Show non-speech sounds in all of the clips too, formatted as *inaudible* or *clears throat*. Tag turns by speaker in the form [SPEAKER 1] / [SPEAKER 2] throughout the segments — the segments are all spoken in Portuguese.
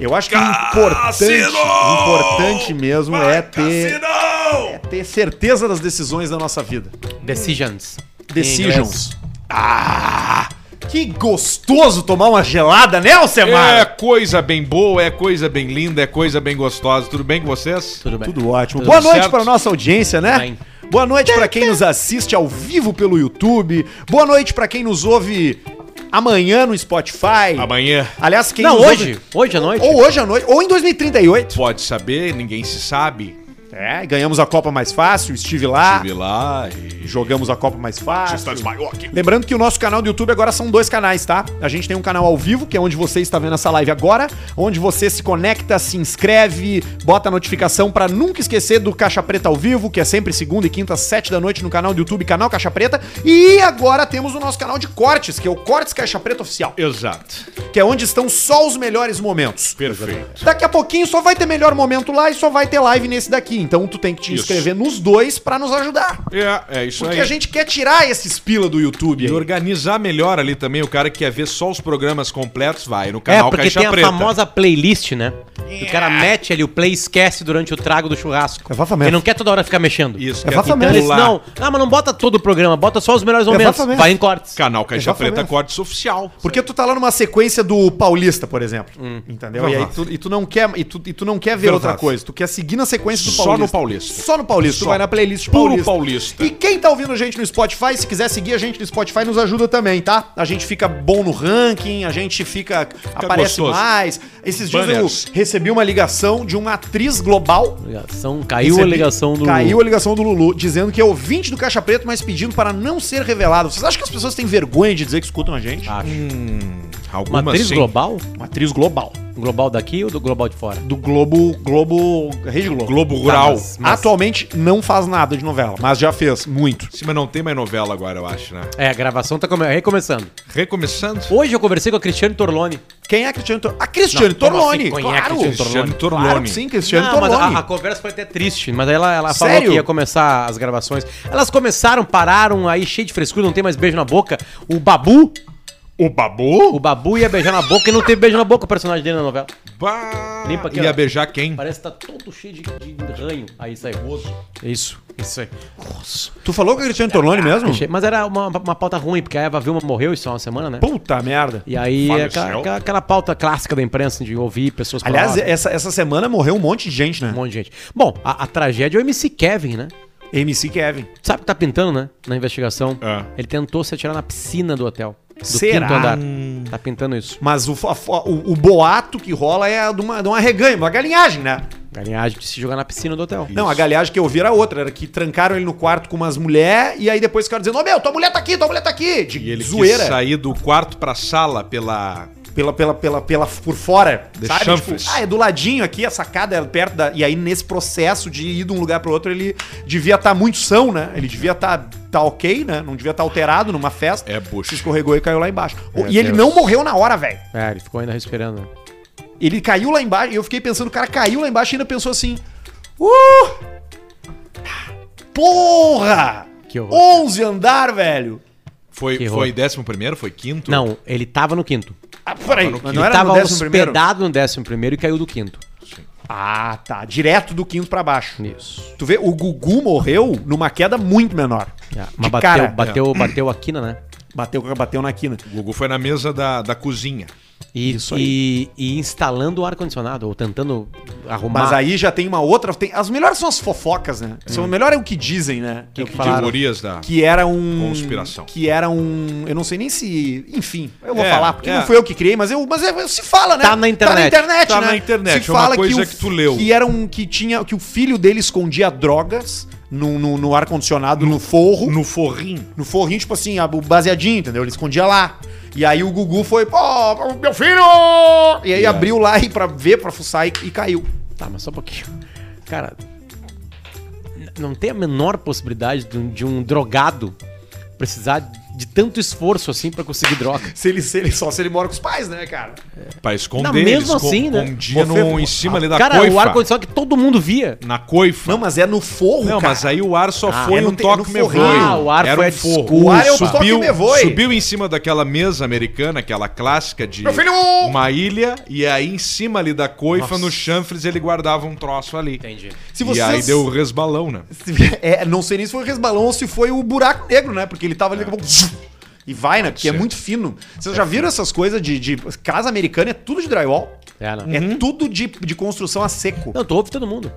[SPEAKER 1] Eu acho que importante, importante mesmo é ter, é ter certeza das decisões da nossa vida.
[SPEAKER 2] Decisions.
[SPEAKER 1] Decisions. Ah! Que gostoso tomar uma gelada, né,
[SPEAKER 3] É
[SPEAKER 1] Alcemar?
[SPEAKER 3] coisa bem boa, é coisa bem linda, é coisa bem gostosa. Tudo bem com vocês?
[SPEAKER 2] Tudo bem.
[SPEAKER 1] Tudo ótimo. Boa
[SPEAKER 3] Tudo
[SPEAKER 1] noite
[SPEAKER 3] certo?
[SPEAKER 1] para nossa audiência, né?
[SPEAKER 2] Bem.
[SPEAKER 1] Boa noite para quem nos assiste ao vivo pelo YouTube. Boa noite para quem nos ouve amanhã no Spotify.
[SPEAKER 3] Amanhã
[SPEAKER 1] Aliás, quem
[SPEAKER 2] Não,
[SPEAKER 1] nos
[SPEAKER 2] hoje.
[SPEAKER 1] ouve-
[SPEAKER 2] Hoje à noite.
[SPEAKER 1] Ou hoje à noite, ou em 2038.
[SPEAKER 3] pode saber, ninguém se sabe.
[SPEAKER 1] É, ganhamos a Copa mais fácil, estive lá,
[SPEAKER 3] Estive lá e.
[SPEAKER 1] jogamos a Copa mais fácil.
[SPEAKER 3] maior aqui.
[SPEAKER 1] Lembrando que o nosso canal do YouTube agora são dois canais, tá? A gente tem um canal ao vivo, que é onde você está vendo essa live agora, onde você se conecta, se inscreve, bota a notificação pra nunca esquecer do Caixa Preta ao vivo, que é sempre segunda e quinta, às sete da noite no canal do YouTube, canal Caixa Preta. E agora temos o nosso canal de cortes, que é o Cortes Caixa Preta Oficial,
[SPEAKER 3] Exato.
[SPEAKER 1] que é onde estão só os melhores momentos.
[SPEAKER 3] Perfeito.
[SPEAKER 1] Daqui a pouquinho só vai ter melhor momento lá e só vai ter live nesse daqui. Então tu tem que te
[SPEAKER 3] Isso.
[SPEAKER 1] inscrever nos dois pra nos ajudar.
[SPEAKER 3] É, é isso
[SPEAKER 1] Porque
[SPEAKER 3] aí.
[SPEAKER 1] a gente quer tirar esses pila do YouTube.
[SPEAKER 3] E
[SPEAKER 1] aí.
[SPEAKER 3] organizar melhor ali também. O cara que quer ver só os programas completos, vai no
[SPEAKER 2] É,
[SPEAKER 3] canal
[SPEAKER 2] porque
[SPEAKER 3] Caixa
[SPEAKER 2] tem a
[SPEAKER 3] Preta.
[SPEAKER 2] famosa playlist, né? Que O cara mete ali o play e esquece durante o trago do churrasco.
[SPEAKER 1] É vafamento.
[SPEAKER 2] Ele não quer toda hora ficar mexendo.
[SPEAKER 3] Isso,
[SPEAKER 1] É
[SPEAKER 3] quer
[SPEAKER 1] vafamento.
[SPEAKER 2] Então eles
[SPEAKER 3] pular.
[SPEAKER 2] não. Ah, mas não bota todo o programa, bota só os melhores momentos.
[SPEAKER 1] É, vafamento.
[SPEAKER 2] Vai em cortes.
[SPEAKER 3] Canal Caixa
[SPEAKER 1] Exatamente.
[SPEAKER 3] Preta Cortes Oficial.
[SPEAKER 1] É Porque tu tá lá numa sequência do Paulista, por exemplo. Entendeu? E, aí
[SPEAKER 3] Verdade.
[SPEAKER 1] tu, e tu não quer, e tu, e tu não quer ver
[SPEAKER 3] Hum. Verdade.
[SPEAKER 1] outra coisa. Tu quer seguir na sequência do
[SPEAKER 3] Só
[SPEAKER 1] Paulista.
[SPEAKER 3] no Paulista.
[SPEAKER 1] Só no Paulista. Tu
[SPEAKER 3] Só.
[SPEAKER 1] vai na playlist
[SPEAKER 3] Puro
[SPEAKER 1] Paulista.
[SPEAKER 3] Paulista.
[SPEAKER 1] E quem tá ouvindo a gente no Spotify, se quiser seguir a gente no Spotify, nos ajuda também, tá? A gente fica bom no ranking, a gente fica. aparece
[SPEAKER 3] gostoso.
[SPEAKER 1] mais. Esses dias
[SPEAKER 3] Banners.
[SPEAKER 1] eu recebi uma ligação de uma atriz global.
[SPEAKER 2] Ligação, caiu
[SPEAKER 1] Recebi-
[SPEAKER 2] a ligação do.
[SPEAKER 1] é Caiu a ligação do Lulu, dizendo que é ouvinte do Caixa Preto, mas pedindo para não ser revelado. Vocês acham que as pessoas têm vergonha de dizer que escutam a gente?
[SPEAKER 2] Acho. Uma
[SPEAKER 3] Algumas
[SPEAKER 2] atriz
[SPEAKER 3] sim.
[SPEAKER 2] global?
[SPEAKER 1] Uma atriz global.
[SPEAKER 2] Global daqui ou do global de fora?
[SPEAKER 1] do Globo, Globo, Rede Globo. Tá,
[SPEAKER 3] Globo Rural.
[SPEAKER 2] mas-
[SPEAKER 1] Atualmente não faz nada de novela, mas já fez muito.
[SPEAKER 3] Sim, mas não tem mais novela agora, eu acho, né?
[SPEAKER 2] É, a gravação tá come- recomeçando.
[SPEAKER 3] Recomeçando.
[SPEAKER 2] Hoje eu conversei com a Cristiane Torlone.
[SPEAKER 1] Quem é a Cristiane Torlone? A Cristiane
[SPEAKER 2] Não, como
[SPEAKER 1] Torlone,
[SPEAKER 2] assim? Quem é a
[SPEAKER 1] claro.
[SPEAKER 2] Cristiane
[SPEAKER 3] Cristiane Torlone.
[SPEAKER 1] Claro que sim, Cristiane
[SPEAKER 2] Não, mas
[SPEAKER 1] Torlone.
[SPEAKER 2] a, a conversa foi até triste, mas ela, ela
[SPEAKER 1] Sério?
[SPEAKER 2] falou que ia começar as gravações. Elas começaram, pararam, aí cheio de frescura, não tem mais beijo na boca. O Babu,
[SPEAKER 3] O Babu?
[SPEAKER 2] o Babu ia beijar na boca e não teve beijo na boca o personagem dele na novela.
[SPEAKER 3] Bah...
[SPEAKER 2] Limpa aqui, ó.
[SPEAKER 3] Ia beijar quem?
[SPEAKER 2] Parece que tá todo cheio de, de ranho. Aí sai roso. Isso, isso aí.
[SPEAKER 1] Tu falou com a Cristiane Torlone mesmo?
[SPEAKER 2] Achei- Mas era uma, uma pauta ruim, porque a Eva Vilma morreu isso há uma semana, né?
[SPEAKER 1] Puta merda.
[SPEAKER 2] E aí,
[SPEAKER 3] Faleceu.
[SPEAKER 2] aquela, aquela- aquela pauta clássica da imprensa de ouvir pessoas
[SPEAKER 1] Aliás, é-
[SPEAKER 2] falar,
[SPEAKER 1] essa, essa semana morreu um monte de gente, né?
[SPEAKER 2] um monte de gente. Bom, a, a tragédia é o MC Kevin, né?
[SPEAKER 1] MC Kevin.
[SPEAKER 2] Sabe o que tá pintando, né? Na investigação.
[SPEAKER 3] É.
[SPEAKER 2] Ele tentou se atirar na piscina do hotel. Do
[SPEAKER 1] Ah. Será?
[SPEAKER 2] quinto andar. Tá pintando isso.
[SPEAKER 1] Mas o, fa- fa- o, o boato que rola é a de uma, de uma reganha, uma galinhagem, né?
[SPEAKER 2] Galinhagem de se jogar na piscina do hotel.
[SPEAKER 1] Não, a galinhagem que eu vi era outra, era que trancaram ele no quarto com umas mulheres e aí depois ficaram dizendo, ô meu, tua mulher tá aqui, tua mulher tá aqui, de
[SPEAKER 3] E ele
[SPEAKER 1] zoeira.
[SPEAKER 3] quis sair do quarto pra sala pela...
[SPEAKER 1] pela, pela, pela, pela por fora,
[SPEAKER 3] The
[SPEAKER 1] sabe? Tipo,
[SPEAKER 3] chanfles.
[SPEAKER 1] ah, é do ladinho aqui, a sacada é perto da. E aí, nesse processo de ir de um lugar pro outro, ele devia estar muito são, né? Ele devia estar tá, tá ok, né? Não devia estar alterado numa festa.
[SPEAKER 3] É, bucha.
[SPEAKER 1] Se escorregou e caiu lá embaixo.
[SPEAKER 2] É,
[SPEAKER 1] e ele
[SPEAKER 2] Deus.
[SPEAKER 1] não morreu na hora, velho.
[SPEAKER 2] É, ele ficou ainda respirando. né?
[SPEAKER 1] Ele caiu lá embaixo. E eu fiquei pensando, o cara caiu lá embaixo e ainda pensou assim. Uh! Porra!
[SPEAKER 2] Que horror.
[SPEAKER 1] 11 andar, velho!
[SPEAKER 3] Foi,
[SPEAKER 2] Que
[SPEAKER 3] foi
[SPEAKER 2] horror.
[SPEAKER 3] décimo primeiro? Foi quinto?
[SPEAKER 2] Não, ele tava no quinto.
[SPEAKER 1] Ah, peraí, mas
[SPEAKER 2] ele tava hospedado no décimo primeiro e caiu do quinto.
[SPEAKER 1] Ah, tá. Direto do quinto pra baixo.
[SPEAKER 2] Isso.
[SPEAKER 1] Tu vê, o Gugu morreu numa queda muito menor.
[SPEAKER 2] É,
[SPEAKER 1] De
[SPEAKER 2] mas bateu,
[SPEAKER 1] cara.
[SPEAKER 2] bateu, bateu a quina, né?
[SPEAKER 1] Bateu, bateu na quina.
[SPEAKER 3] O Gugu foi na mesa da, da cozinha.
[SPEAKER 2] E,
[SPEAKER 1] Isso
[SPEAKER 2] e, e instalando o ar-condicionado, ou tentando arrumar.
[SPEAKER 1] Mas aí já tem uma outra. Tem, as melhores são as fofocas, né? São, o melhor é o que dizem, né?
[SPEAKER 2] Hum. que
[SPEAKER 1] É o
[SPEAKER 2] que falaram?
[SPEAKER 3] Teorias da...
[SPEAKER 1] Que era um.
[SPEAKER 3] Conspiração.
[SPEAKER 1] Que era um. Eu não sei nem se. Enfim, eu vou
[SPEAKER 3] É,
[SPEAKER 1] falar, porque
[SPEAKER 3] é.
[SPEAKER 1] não foi eu que criei, mas eu. Mas é- se fala, né?
[SPEAKER 2] Tá na internet.
[SPEAKER 1] Tá na internet,
[SPEAKER 3] Tá
[SPEAKER 1] né?
[SPEAKER 3] na internet,
[SPEAKER 1] Se
[SPEAKER 3] é uma
[SPEAKER 1] fala
[SPEAKER 3] coisa
[SPEAKER 1] o-
[SPEAKER 3] que tu leu.
[SPEAKER 1] Que era um. Que tinha. Que o filho dele escondia drogas no, no, no ar-condicionado, no forro.
[SPEAKER 3] No forrinho.
[SPEAKER 1] No forrinho, tipo assim, a- o baseadinho, entendeu? Ele escondia lá. E aí o Gugu foi, pô, meu filho! E aí
[SPEAKER 3] E aí?
[SPEAKER 1] abriu lá e pra ver, pra fuçar e, e caiu.
[SPEAKER 2] Tá, mas só um pouquinho. Cara, n- não tem a menor possibilidade de um, de um drogado precisar de tanto esforço assim pra conseguir droga.
[SPEAKER 1] Se ele, se ele, só se ele mora com os pais, né, cara?
[SPEAKER 3] Pra esconder
[SPEAKER 2] Não, mesmo
[SPEAKER 3] esco-
[SPEAKER 2] assim, né?
[SPEAKER 3] escondia
[SPEAKER 1] Você-
[SPEAKER 3] um no, em cima ali *laughs* da
[SPEAKER 2] Cara,
[SPEAKER 3] coifa.
[SPEAKER 2] o ar-condicionado que todo mundo via.
[SPEAKER 3] Na coifa.
[SPEAKER 1] Não, mas é no forro,
[SPEAKER 3] Não, mas aí o ar só
[SPEAKER 1] Ah, é
[SPEAKER 3] foi
[SPEAKER 1] no
[SPEAKER 3] um
[SPEAKER 1] te- no
[SPEAKER 3] toque me
[SPEAKER 1] forrinho.
[SPEAKER 3] voe.
[SPEAKER 2] Ah, o ar foi a
[SPEAKER 1] O ar é o toque
[SPEAKER 3] um subiu,
[SPEAKER 1] me voe.
[SPEAKER 3] subiu em cima daquela mesa americana, aquela clássica de
[SPEAKER 1] Meu filho!
[SPEAKER 3] uma ilha, e aí em cima ali da coifa,
[SPEAKER 2] Nossa.
[SPEAKER 3] no chanfres, ele guardava um troço ali.
[SPEAKER 2] Entendi.
[SPEAKER 1] Se
[SPEAKER 3] e
[SPEAKER 1] vocês-
[SPEAKER 3] aí deu o resbalão, né?
[SPEAKER 1] Se- É, não sei nem se foi o resbalão ou se foi o buraco negro, né? Porque ele tava ali daqui a pouco. zzzz, E vai, né? Porque é
[SPEAKER 3] ser.
[SPEAKER 1] muito fino. Vocês já viram essas coisas de, de. Casa americana é tudo de drywall.
[SPEAKER 2] É, não.
[SPEAKER 1] É tudo de, de construção a seco.
[SPEAKER 2] Não, tu ouve todo mundo.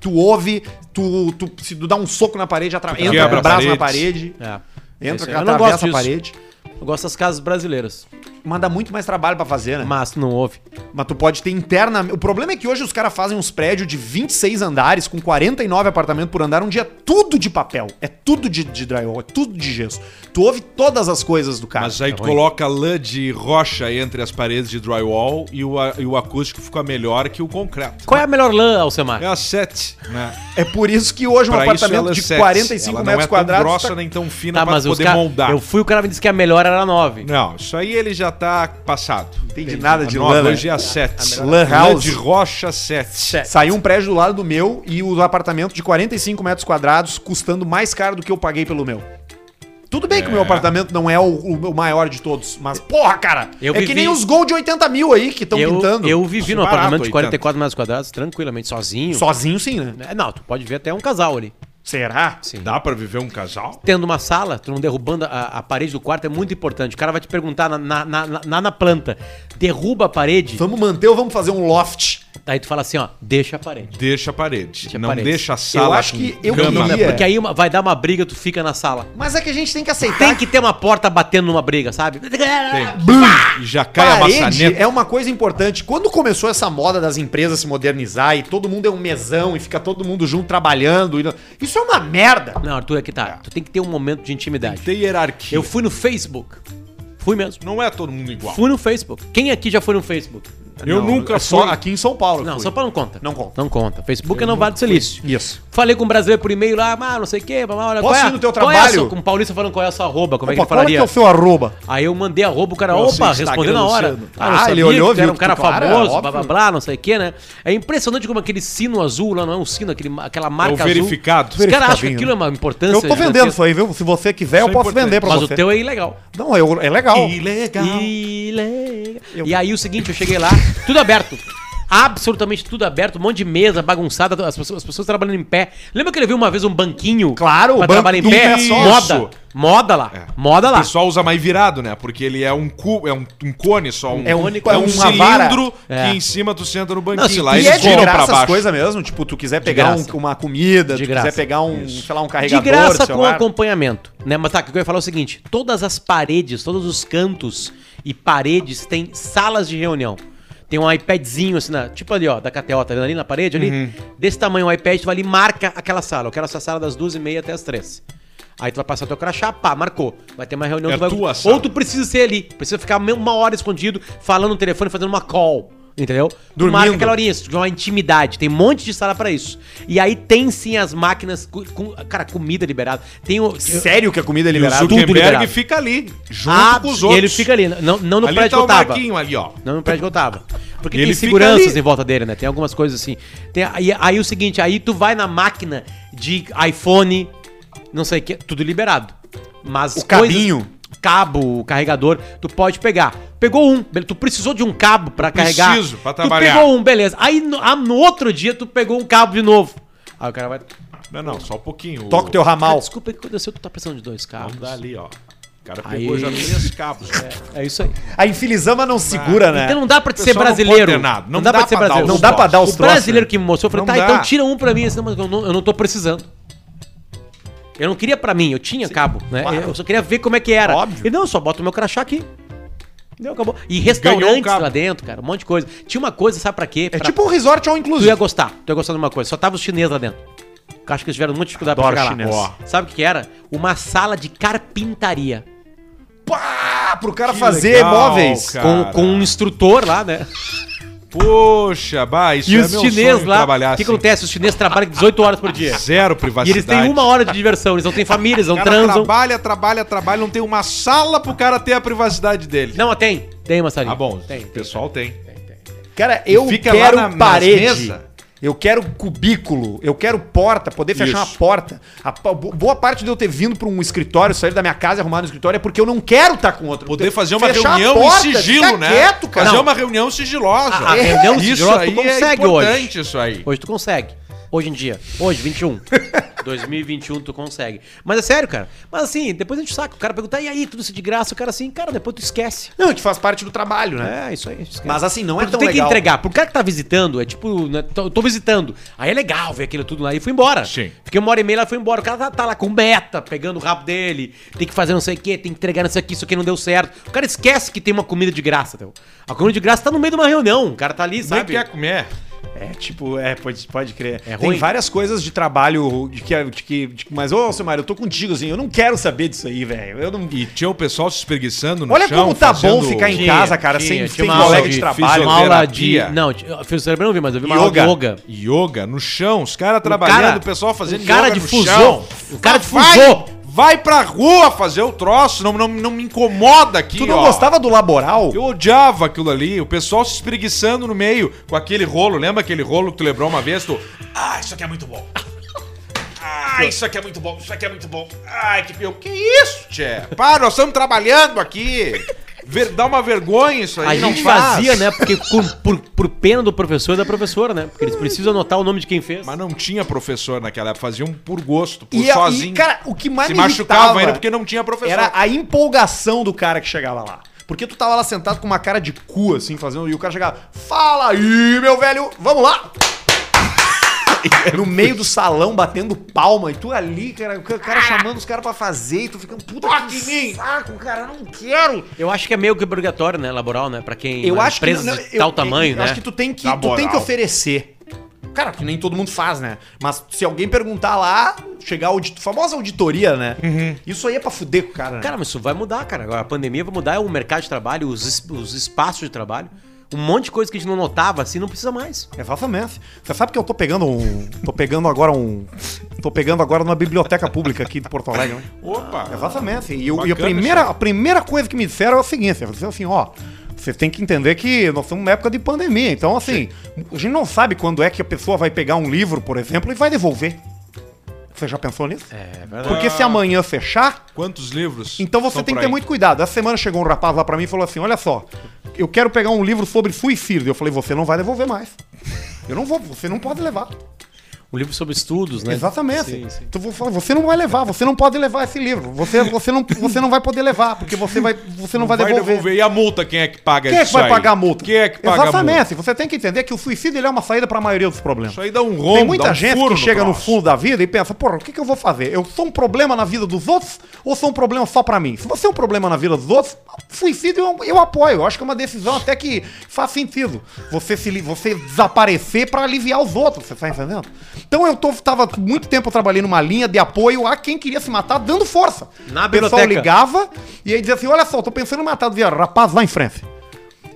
[SPEAKER 1] Tu ouve, tu, tu, se tu dá um soco na parede, atra...
[SPEAKER 3] Quebra
[SPEAKER 1] entra com o
[SPEAKER 3] a
[SPEAKER 1] braço na
[SPEAKER 3] parede.
[SPEAKER 1] parede.
[SPEAKER 2] É.
[SPEAKER 1] Entra,
[SPEAKER 2] Esse-
[SPEAKER 1] que
[SPEAKER 2] eu não
[SPEAKER 1] atravessa
[SPEAKER 2] gosto
[SPEAKER 1] a
[SPEAKER 2] disso.
[SPEAKER 1] parede.
[SPEAKER 2] Eu gosto das casas brasileiras.
[SPEAKER 1] Mas dá muito mais trabalho pra fazer, né? Mas,
[SPEAKER 2] Mas tu não ouve.
[SPEAKER 1] tu pode ter interna. O problema é que hoje os caras fazem uns prédios de 26 andares, com 49 apartamentos por andar, um dia tudo de papel. É tudo de, de drywall, é tudo de gesso. Tu ouve todas as coisas do cara.
[SPEAKER 3] Mas aí tu
[SPEAKER 2] ruim.
[SPEAKER 3] coloca lã de rocha entre as paredes de drywall e o, a- e o acústico fica melhor que o concreto.
[SPEAKER 2] Qual é a melhor lã, Alcemar?
[SPEAKER 3] É a 7, né?
[SPEAKER 1] É por isso que hoje Ah. um
[SPEAKER 3] Pra isso
[SPEAKER 1] apartamento
[SPEAKER 3] ela é
[SPEAKER 1] de
[SPEAKER 3] sete.
[SPEAKER 1] 45
[SPEAKER 3] Ela
[SPEAKER 1] metros
[SPEAKER 3] Não é tão
[SPEAKER 1] quadrados.
[SPEAKER 3] grossa
[SPEAKER 1] tá-
[SPEAKER 3] nem tão fina
[SPEAKER 2] Tá,
[SPEAKER 3] pra
[SPEAKER 2] mas os
[SPEAKER 3] poder
[SPEAKER 2] caras.
[SPEAKER 3] moldar.
[SPEAKER 2] Eu fui, o cara me disse que a melhor era a 9.
[SPEAKER 3] Não, isso aí ele já tá passado.
[SPEAKER 1] Entendi nada de
[SPEAKER 3] A nova
[SPEAKER 1] lã, né?
[SPEAKER 3] Hoje é a 7.
[SPEAKER 1] A melhor- Lan house.
[SPEAKER 3] de rocha 7.
[SPEAKER 1] Saiu um prédio do lado do meu e o apartamento de 45 metros quadrados custando mais caro do que eu paguei pelo meu. Tudo bem que o meu apartamento não é o, o maior de todos, mas porra, cara!
[SPEAKER 2] Eu
[SPEAKER 1] é que
[SPEAKER 2] vivi-
[SPEAKER 1] nem os gols de 80 mil aí que estão
[SPEAKER 2] Eu,
[SPEAKER 1] pintando.
[SPEAKER 2] eu vivi num
[SPEAKER 3] é Barato,
[SPEAKER 2] apartamento de
[SPEAKER 3] 80.
[SPEAKER 2] 44 metros quadrados, tranquilamente, sozinho.
[SPEAKER 1] Sozinho sim, né?
[SPEAKER 2] É, Não, tu pode ver até um casal ali.
[SPEAKER 1] Será?
[SPEAKER 2] Sim.
[SPEAKER 3] Dá pra viver um casal?
[SPEAKER 2] Tendo uma sala, tu não derrubando a, a parede do quarto é muito importante. O cara vai te perguntar na, na, na, na- na planta, derruba a parede,
[SPEAKER 1] Vamos manter ou vamos fazer um loft?
[SPEAKER 2] aí tu fala assim, ó, deixa a parede.
[SPEAKER 3] Deixa a parede.
[SPEAKER 2] Deixa a
[SPEAKER 3] não
[SPEAKER 2] parede.
[SPEAKER 3] deixa a sala.
[SPEAKER 1] Eu acho
[SPEAKER 3] com
[SPEAKER 1] que eu
[SPEAKER 3] cama.
[SPEAKER 1] queria-
[SPEAKER 2] Porque aí uma- vai dar uma briga, tu fica na sala.
[SPEAKER 1] Mas é que a gente tem que aceitar.
[SPEAKER 2] Tem que ter uma porta batendo numa briga, sabe?
[SPEAKER 3] Tem.
[SPEAKER 1] Blum!
[SPEAKER 3] E já cai a
[SPEAKER 1] Parede
[SPEAKER 3] maçaneta.
[SPEAKER 1] é uma coisa importante. Quando começou essa moda das empresas se modernizar e todo mundo é um mesão e fica todo mundo junto trabalhando, e- isso é uma merda.
[SPEAKER 2] Não, Arthur, é que tá. Tu tem que ter um momento de intimidade.
[SPEAKER 3] Tem hierarquia.
[SPEAKER 2] Eu fui no Facebook. Fui mesmo.
[SPEAKER 3] Não é todo mundo igual.
[SPEAKER 2] Fui no Facebook. Quem aqui já foi no Facebook?
[SPEAKER 3] Eu nunca
[SPEAKER 1] é só
[SPEAKER 3] fui.
[SPEAKER 1] aqui em São Paulo.
[SPEAKER 2] Não,
[SPEAKER 1] fui.
[SPEAKER 2] só pra não conta.
[SPEAKER 1] Não conta.
[SPEAKER 2] Não conta. Facebook é não vale do silício.
[SPEAKER 1] Isso.
[SPEAKER 2] Falei com um brasileiro por e-mail lá, ah, não sei o quê, blá, blá, olha,
[SPEAKER 1] Posso
[SPEAKER 2] qual é,
[SPEAKER 1] ir no teu
[SPEAKER 2] qual é a
[SPEAKER 1] trabalho?
[SPEAKER 2] sua- com o Paulista falando qual é a sua arroba, como é que
[SPEAKER 1] Opa,
[SPEAKER 2] ele
[SPEAKER 1] qual é que
[SPEAKER 2] falaria?
[SPEAKER 1] é o seu arroba?
[SPEAKER 2] Aí eu mandei arroba, o cara,
[SPEAKER 3] Nossa,
[SPEAKER 2] opa,
[SPEAKER 3] Instagram
[SPEAKER 2] respondeu na hora.
[SPEAKER 3] Luciano.
[SPEAKER 2] não
[SPEAKER 1] tá Ah, ele
[SPEAKER 2] sabia
[SPEAKER 1] olhou,
[SPEAKER 2] que tu Era
[SPEAKER 1] viu?
[SPEAKER 2] um cara
[SPEAKER 1] Claro,
[SPEAKER 2] famoso,
[SPEAKER 1] óbvio.
[SPEAKER 2] blá, blá, blá, não sei o quê, né? É impressionante como aquele sino azul lá, não é um sino, aquele, aquela
[SPEAKER 3] É
[SPEAKER 2] marca
[SPEAKER 3] o
[SPEAKER 2] azul.
[SPEAKER 3] verificado.
[SPEAKER 2] Os caras acham que
[SPEAKER 1] Verificadinho. né?
[SPEAKER 2] aquilo é uma importância.
[SPEAKER 1] Eu tô vendendo isso aí, viu? Se você quiser,
[SPEAKER 3] Isso
[SPEAKER 1] eu
[SPEAKER 3] é
[SPEAKER 1] posso
[SPEAKER 3] importante.
[SPEAKER 1] vender pra
[SPEAKER 2] Mas
[SPEAKER 1] você.
[SPEAKER 2] o teu é ilegal.
[SPEAKER 1] Não, eu- é legal.
[SPEAKER 3] Ilegal.
[SPEAKER 2] E, le-
[SPEAKER 1] Eu-
[SPEAKER 2] e aí o seguinte, eu cheguei lá, tudo aberto. Absolutamente tudo aberto, um monte de mesa bagunçada, as pessoas, as pessoas trabalhando em pé. Lembra que ele viu uma vez um banquinho?
[SPEAKER 1] Claro,
[SPEAKER 2] pra
[SPEAKER 1] banco
[SPEAKER 2] trabalhar em
[SPEAKER 1] de um
[SPEAKER 2] pé.
[SPEAKER 1] pé só. É.
[SPEAKER 2] moda. Moda lá. Moda
[SPEAKER 3] O
[SPEAKER 2] lá.
[SPEAKER 3] pessoal usa mais virado, né? Porque ele é um cu, é um, um cone só, um,
[SPEAKER 1] É um-
[SPEAKER 3] é um
[SPEAKER 1] uma vara.
[SPEAKER 3] cilindro
[SPEAKER 2] É.
[SPEAKER 3] que em cima tu senta no
[SPEAKER 2] Não, se
[SPEAKER 3] banquinho.
[SPEAKER 2] tu
[SPEAKER 3] lá
[SPEAKER 1] E
[SPEAKER 3] eles
[SPEAKER 1] é de
[SPEAKER 3] viram pra
[SPEAKER 1] graça as
[SPEAKER 3] baixo.
[SPEAKER 1] coisas mesmo? Tipo, tu quiser pegar
[SPEAKER 2] graça.
[SPEAKER 1] um- uma comida,
[SPEAKER 2] De
[SPEAKER 1] tu
[SPEAKER 2] graça.
[SPEAKER 1] quiser pegar um, sei lá, um
[SPEAKER 2] De
[SPEAKER 1] carregador,
[SPEAKER 2] graça
[SPEAKER 1] sei
[SPEAKER 2] com
[SPEAKER 1] lá.
[SPEAKER 2] acompanhamento. Né? Mas tá, o que eu ia falar é o seguinte: todas as paredes, todos os cantos e paredes têm salas de reunião. Tem um iPadzinho assim, na- tipo ali, ó, da KTO, tá vendo ali na parede ali?
[SPEAKER 3] Uhum.
[SPEAKER 2] Desse tamanho o iPad, tu vai ali e marca aquela sala. Eu quero essa sala das duas e meia até as três. Aí tu vai passar teu crachá, pá, marcou. Vai ter uma reunião.
[SPEAKER 3] É
[SPEAKER 2] tu vai...
[SPEAKER 3] tua sala.
[SPEAKER 2] Ou tu precisa ser ali. Precisa ficar me- uma hora escondido, falando no telefone, fazendo uma call. Entendeu? Tu
[SPEAKER 1] Dormindo.
[SPEAKER 2] Marca aquela horinha, isso, de uma intimidade. Tem um monte de sala pra isso. E aí tem sim as máquinas cu- com, cara, comida liberada. Tem o
[SPEAKER 1] Sério que a comida é
[SPEAKER 3] E o
[SPEAKER 1] liberada?
[SPEAKER 2] Zuc-
[SPEAKER 3] Zuckerberg
[SPEAKER 2] liberado.
[SPEAKER 3] fica ali, junto
[SPEAKER 2] Ah,
[SPEAKER 3] com os
[SPEAKER 2] e
[SPEAKER 3] outros.
[SPEAKER 2] ele fica ali, não, não no
[SPEAKER 3] ali
[SPEAKER 2] prédio
[SPEAKER 3] tá o
[SPEAKER 2] que eu tava.
[SPEAKER 3] Marquinho ali, ó.
[SPEAKER 2] Não no prédio que eu tava. Porque
[SPEAKER 3] E ele
[SPEAKER 2] tem
[SPEAKER 3] fica
[SPEAKER 2] seguranças
[SPEAKER 3] ali.
[SPEAKER 2] em volta dele, né? Tem algumas coisas assim. Tem, aí, aí o seguinte, aí tu vai na máquina de iPhone, não sei o que, tudo liberado. Mas
[SPEAKER 1] O cabinho.
[SPEAKER 2] Cabo, carregador, tu pode pegar. Pegou um, be- tu precisou de um cabo pra
[SPEAKER 3] Preciso,
[SPEAKER 2] carregar.
[SPEAKER 3] pra
[SPEAKER 2] Tu
[SPEAKER 3] trabalhar.
[SPEAKER 2] pegou um, beleza. Aí no, ah, no outro dia tu pegou um cabo de novo. Aí o cara vai.
[SPEAKER 3] Não, não, só um pouquinho.
[SPEAKER 1] Toca o teu
[SPEAKER 2] Ah,
[SPEAKER 1] ramal.
[SPEAKER 2] desculpa, o que aconteceu? Tu tá precisando de dois cabos.
[SPEAKER 3] Vamos dar ali, ó. O cara
[SPEAKER 2] Aí.
[SPEAKER 3] pegou já três cabos.
[SPEAKER 2] É isso aí.
[SPEAKER 1] A infilizama não segura, né?
[SPEAKER 2] Então não dá pra te
[SPEAKER 3] O
[SPEAKER 2] ser
[SPEAKER 3] pessoal não
[SPEAKER 2] brasileiro.
[SPEAKER 3] pode ter nada. Não
[SPEAKER 2] pra
[SPEAKER 3] dá
[SPEAKER 2] te ser
[SPEAKER 3] pra dar os
[SPEAKER 2] brasileiro. Não dá pra
[SPEAKER 1] troços.
[SPEAKER 2] dar os
[SPEAKER 1] O
[SPEAKER 2] troços. O
[SPEAKER 1] brasileiro
[SPEAKER 2] brasileiro que me mostrou, eu
[SPEAKER 3] Não
[SPEAKER 2] falei, tá,
[SPEAKER 3] dá.
[SPEAKER 2] então tira um pra mim. Assim, não, mas eu, não, eu não tô precisando. Eu não queria pra mim, eu tinha cabo, né?
[SPEAKER 1] claro.
[SPEAKER 2] Eu só queria ver como é que era.
[SPEAKER 1] Óbvio.
[SPEAKER 2] E não, eu só boto o meu crachá aqui. Deu, acabou. E
[SPEAKER 3] Ganhou um
[SPEAKER 2] restaurantes
[SPEAKER 3] cabo.
[SPEAKER 2] lá dentro, cara, um monte de coisa. Tinha uma coisa, sabe pra quê?
[SPEAKER 1] É
[SPEAKER 2] Pra-
[SPEAKER 1] tipo um resort all
[SPEAKER 2] Tu ia
[SPEAKER 1] inclusive.
[SPEAKER 2] gostar, tu ia gostar de uma coisa. Só tava os chineses lá dentro. Eu acho que eles tiveram muita dificuldade
[SPEAKER 1] Adoro
[SPEAKER 2] pra chegar
[SPEAKER 1] chinês.
[SPEAKER 2] lá. Ó. Sabe o que que era? Uma sala de carpintaria.
[SPEAKER 1] Pá, Ah, pro cara
[SPEAKER 3] Que
[SPEAKER 1] fazer
[SPEAKER 3] legal,
[SPEAKER 1] móveis.
[SPEAKER 3] cara.
[SPEAKER 2] Com, com um instrutor lá, né?
[SPEAKER 3] Poxa, bah, isso é
[SPEAKER 2] E os
[SPEAKER 3] meu
[SPEAKER 2] chineses
[SPEAKER 3] sonho,
[SPEAKER 2] lá,
[SPEAKER 3] trabalhar
[SPEAKER 2] o que
[SPEAKER 3] assim.
[SPEAKER 2] acontece? Os chineses trabalham 18 horas por dia.
[SPEAKER 3] Zero
[SPEAKER 2] E
[SPEAKER 3] privacidade.
[SPEAKER 2] eles têm uma hora de diversão, eles não têm família, eles
[SPEAKER 3] O
[SPEAKER 2] não
[SPEAKER 3] cara
[SPEAKER 2] transam.
[SPEAKER 3] trabalha, trabalha, trabalha, não tem uma sala pro cara ter a privacidade dele.
[SPEAKER 2] Não, mas tem. Tem, Massarinho.
[SPEAKER 3] Ah, bom,
[SPEAKER 2] tem.
[SPEAKER 3] o pessoal tem.
[SPEAKER 1] Cara, eu
[SPEAKER 3] fica lá
[SPEAKER 1] quero
[SPEAKER 3] na- nas
[SPEAKER 1] parede.
[SPEAKER 3] mesa.
[SPEAKER 1] Eu quero cubículo, eu quero porta, poder fechar
[SPEAKER 3] Isso.
[SPEAKER 1] uma porta. A po- bo- boa parte de eu ter vindo pra um escritório, sair da minha casa e arrumar no escritório é porque eu não quero estar com outro.
[SPEAKER 3] Poder fazer uma
[SPEAKER 1] Fechar a
[SPEAKER 3] reunião
[SPEAKER 1] porta,
[SPEAKER 3] em sigilo,
[SPEAKER 1] ficar
[SPEAKER 3] né?
[SPEAKER 1] quieto, cara.
[SPEAKER 3] Fazer
[SPEAKER 1] Não.
[SPEAKER 3] uma reunião sigilosa. é
[SPEAKER 2] A- a reunião sigilosa tu consegue hoje.
[SPEAKER 3] importante isso aí.
[SPEAKER 2] Hoje tu consegue. Hoje em dia. Hoje,
[SPEAKER 3] *laughs*
[SPEAKER 2] 21. 2021 tu consegue. Mas é sério, cara. Mas assim, depois a gente saca. O cara pergunta, e aí, tudo isso de graça? O cara assim, cara, depois tu esquece.
[SPEAKER 1] Não, que faz parte do trabalho, né?
[SPEAKER 2] É, isso aí. esquece.
[SPEAKER 1] Mas assim, não é
[SPEAKER 2] Porque tu
[SPEAKER 1] tão
[SPEAKER 2] tem
[SPEAKER 1] legal.
[SPEAKER 2] que entregar. Pro cara que tá visitando, é tipo, né, tô, eu tô visitando. Aí é legal ver aquilo tudo lá. E fui embora.
[SPEAKER 3] Sim.
[SPEAKER 2] Fiquei uma hora e meia, lá foi embora. O cara tá, tá lá com meta, pegando o rabo dele. Tem que fazer não sei o quê, tem que entregar não sei o quê, isso aqui não deu certo. O cara esquece que tem uma comida de graça, teu. A comida de graça tá no meio de uma reunião. O cara tá ali,
[SPEAKER 3] Nem
[SPEAKER 2] sabe?
[SPEAKER 3] quer comer.
[SPEAKER 1] É, tipo, é, pode, pode crer.
[SPEAKER 2] É
[SPEAKER 1] Tem
[SPEAKER 2] ruim.
[SPEAKER 1] várias coisas de trabalho de que. De que de que- mas, ô, Silmar, eu tô contigo, assim, eu não quero saber disso aí, velho. Eu não.
[SPEAKER 3] E tinha o pessoal se espreguiçando no
[SPEAKER 1] Olha
[SPEAKER 3] chão.
[SPEAKER 1] como tá
[SPEAKER 3] fazendo-
[SPEAKER 1] bom ficar em
[SPEAKER 2] Tinha,
[SPEAKER 1] casa, cara,
[SPEAKER 2] tinha,
[SPEAKER 1] sem,
[SPEAKER 2] tinha
[SPEAKER 1] sem
[SPEAKER 2] uma aula
[SPEAKER 1] colega
[SPEAKER 2] de
[SPEAKER 1] de trabalho.
[SPEAKER 2] uma aula de.
[SPEAKER 3] Terapia.
[SPEAKER 2] Não, eu fiz cérebro, não vi, mas eu vi uma
[SPEAKER 1] Yoga.
[SPEAKER 2] aula de yoga.
[SPEAKER 3] Yoga no chão, os caras trabalhando,
[SPEAKER 2] cara-
[SPEAKER 3] o pessoal fazendo
[SPEAKER 2] um cara
[SPEAKER 3] yoga
[SPEAKER 2] de
[SPEAKER 3] no
[SPEAKER 2] fusô.
[SPEAKER 3] chão.
[SPEAKER 2] Um cara de
[SPEAKER 3] Vai-
[SPEAKER 2] fusô.
[SPEAKER 3] Vai pra rua fazer o troço, não, não, não me incomoda aqui,
[SPEAKER 1] Tu não
[SPEAKER 3] ó.
[SPEAKER 1] gostava do laboral?
[SPEAKER 3] Eu odiava aquilo ali, o pessoal se espreguiçando no meio com aquele rolo, lembra aquele rolo que tu lembrou uma vez? Tu, ah, isso aqui é muito bom. Ah, isso aqui é muito bom, isso aqui é muito bom. Ai, que eu, que isso, tchê? Para, nós estamos trabalhando aqui. Ver- dá uma vergonha isso aí,
[SPEAKER 2] A
[SPEAKER 3] não
[SPEAKER 2] gente
[SPEAKER 3] faz.
[SPEAKER 2] fazia, né? Porque por, por, por pena do professor e da professora, né? Porque eles precisam anotar o nome de quem fez.
[SPEAKER 3] Mas não tinha professor naquela época, faziam por gosto, por
[SPEAKER 1] E, a-
[SPEAKER 3] sozinho.
[SPEAKER 1] e, cara, o que mais
[SPEAKER 3] se
[SPEAKER 1] me
[SPEAKER 3] machucava
[SPEAKER 1] irritava
[SPEAKER 3] ainda porque não tinha professor.
[SPEAKER 1] era a empolgação do cara que chegava lá. Porque tu tava lá sentado com uma cara de cu, assim, fazendo, e o cara chegava, fala aí, meu velho, vamos
[SPEAKER 3] *laughs*
[SPEAKER 1] lá! No meio do salão, batendo palma, e tu ali, cara, o cara chamando os caras pra fazer, e tu ficando puta
[SPEAKER 3] Toque
[SPEAKER 1] que
[SPEAKER 3] em mim!"
[SPEAKER 1] saco, cara, não quero!
[SPEAKER 2] Eu acho que é meio que obrigatório, né? Laboral, né? Pra quem.
[SPEAKER 1] Eu
[SPEAKER 2] uma
[SPEAKER 1] acho que,
[SPEAKER 2] empresa
[SPEAKER 1] não,
[SPEAKER 2] de
[SPEAKER 1] eu-
[SPEAKER 2] tal
[SPEAKER 1] eu
[SPEAKER 2] tamanho, né?
[SPEAKER 1] acho que tu tem que,
[SPEAKER 3] Na
[SPEAKER 1] tu tem que
[SPEAKER 3] moral.
[SPEAKER 1] oferecer. Cara, que nem todo mundo faz, né? Mas se alguém perguntar lá, chegar a audit... famosa auditoria, né?
[SPEAKER 3] Uhum.
[SPEAKER 1] Isso aí é pra fuder com o cara, né?
[SPEAKER 2] Cara, mas isso vai mudar, cara. Agora a pandemia vai mudar é o mercado de trabalho, os, es- os espaços de trabalho. Um monte de coisa que a gente não notava, assim, não precisa mais.
[SPEAKER 1] É Exatamente. Você sabe que eu tô pegando um. tô pegando agora um. Tô pegando agora numa biblioteca pública aqui de Porto Alegre, né?
[SPEAKER 3] Opa!
[SPEAKER 1] Exatamente. assim. E, eu- e
[SPEAKER 3] Bacana,
[SPEAKER 1] a, primeira, a primeira coisa que me disseram é o seguinte: eles disseram assim, ó. Você tem que entender que nós estamos numa época de pandemia. Então, assim, a gente não sabe quando é que a pessoa vai pegar um livro, por exemplo, e vai devolver. Você já pensou nisso?
[SPEAKER 2] É verdade.
[SPEAKER 1] Porque se amanhã fechar,
[SPEAKER 3] Quantos livros?
[SPEAKER 1] então você
[SPEAKER 3] estão
[SPEAKER 1] tem que
[SPEAKER 3] por
[SPEAKER 1] ter
[SPEAKER 3] aí?
[SPEAKER 1] muito cuidado. Essa semana chegou um rapaz lá pra mim e falou assim: Olha só, eu quero pegar um livro sobre suicídio. Eu falei: Você não vai devolver mais. Eu não vou, você não pode levar.
[SPEAKER 2] Um livro sobre estudos, né?
[SPEAKER 1] Exatamente.
[SPEAKER 2] Sim, sim.
[SPEAKER 1] Então eu vou falar, você não vai levar, você não pode levar esse livro. Você, você, não, você não vai poder levar, porque você, vai, você não, vai, devolver.
[SPEAKER 3] E a multa, quem é que paga
[SPEAKER 1] Quem é que vai
[SPEAKER 3] aí?
[SPEAKER 1] pagar a multa?
[SPEAKER 3] Quem é que paga
[SPEAKER 1] Exatamente.
[SPEAKER 3] a multa?
[SPEAKER 1] Você tem que entender que o suicídio ele é uma saída pra maioria dos problemas.
[SPEAKER 3] Isso aí dá um rombo,
[SPEAKER 1] Tem muita
[SPEAKER 3] dá um
[SPEAKER 1] gente
[SPEAKER 3] furo
[SPEAKER 1] que chega no
[SPEAKER 3] troço.
[SPEAKER 1] fundo da vida e pensa, porra, o que, que eu vou fazer? Eu sou um problema na vida dos outros ou sou um problema só pra mim? Se você é um problema na vida dos outros, suicídio eu, eu apoio. Eu acho que é uma decisão até que faz sentido. Você, se, li- você desaparecer pra aliviar os outros, você tá entendendo? Então eu tô, tava muito tempo trabalhando numa linha de apoio a quem queria se matar, dando força.
[SPEAKER 2] Na
[SPEAKER 1] O pessoal
[SPEAKER 2] biblioteca.
[SPEAKER 1] ligava e aí dizia assim, olha só, tô pensando em matar. Dizia, rapaz, vai em frente.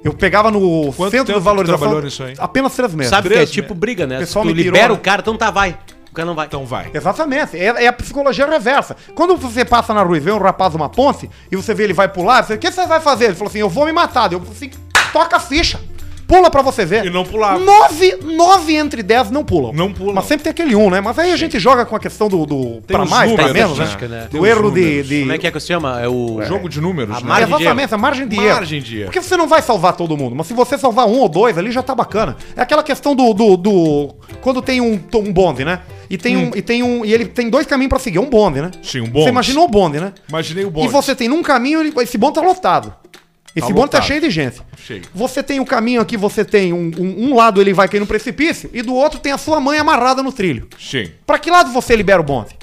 [SPEAKER 1] Eu pegava no
[SPEAKER 3] Quanto
[SPEAKER 1] centro
[SPEAKER 3] tempo
[SPEAKER 1] de
[SPEAKER 3] tu
[SPEAKER 1] valorização
[SPEAKER 3] trabalhou nisso aí?
[SPEAKER 1] apenas três meses.
[SPEAKER 2] Sabe que é
[SPEAKER 3] Três
[SPEAKER 2] tipo
[SPEAKER 3] meses.
[SPEAKER 2] briga, né?
[SPEAKER 1] Pessoal
[SPEAKER 2] tu
[SPEAKER 1] me pirou,
[SPEAKER 2] libera
[SPEAKER 1] né?
[SPEAKER 2] o cara, então tá, vai. O cara não vai.
[SPEAKER 3] Então vai.
[SPEAKER 1] Exatamente. É, é a psicologia reversa. Quando você passa na rua e vê um rapaz numa ponte, e você vê ele vai pular, você, o que você vai fazer? Ele falou assim, eu vou me matar. Eu falei assim, toca a ficha. Pula pra você ver.
[SPEAKER 3] E não pulava.
[SPEAKER 1] Nove, nove entre dez não pulam.
[SPEAKER 3] Não pulam.
[SPEAKER 1] Mas sempre tem aquele um, né? Mas aí a gente joga com a questão do, do
[SPEAKER 3] Tem
[SPEAKER 1] pra
[SPEAKER 3] os
[SPEAKER 1] mais, pra
[SPEAKER 3] números,
[SPEAKER 1] menos,
[SPEAKER 2] né?
[SPEAKER 1] né?
[SPEAKER 2] Tem
[SPEAKER 1] Do
[SPEAKER 3] os
[SPEAKER 1] erro de,
[SPEAKER 3] números.
[SPEAKER 1] de-
[SPEAKER 2] Como é que é que se chama? É o.
[SPEAKER 3] Jogo de números, né?
[SPEAKER 2] A margem- de
[SPEAKER 1] Exatamente, a é margem de erro.
[SPEAKER 3] Margem de erro.
[SPEAKER 1] Porque você não vai salvar todo mundo, mas se você salvar um ou dois ali já tá bacana. É aquela questão do. do, do- quando tem um, um bonde, né? E tem, um, e tem um. E ele tem dois caminhos pra seguir. É um bonde, né?
[SPEAKER 3] Hum. Sim, um bonde.
[SPEAKER 1] Você imaginou o bonde, né?
[SPEAKER 3] Imaginei o bonde.
[SPEAKER 1] E você tem num caminho, ele- esse bonde tá lotado. Esse bonde tá
[SPEAKER 3] lotado.
[SPEAKER 1] cheio de gente.
[SPEAKER 3] Cheio.
[SPEAKER 1] Você tem um caminho aqui, você tem um, um, um lado ele vai cair no precipício e do outro tem a sua mãe amarrada no trilho.
[SPEAKER 3] Sim.
[SPEAKER 1] Pra que lado você libera o bonde?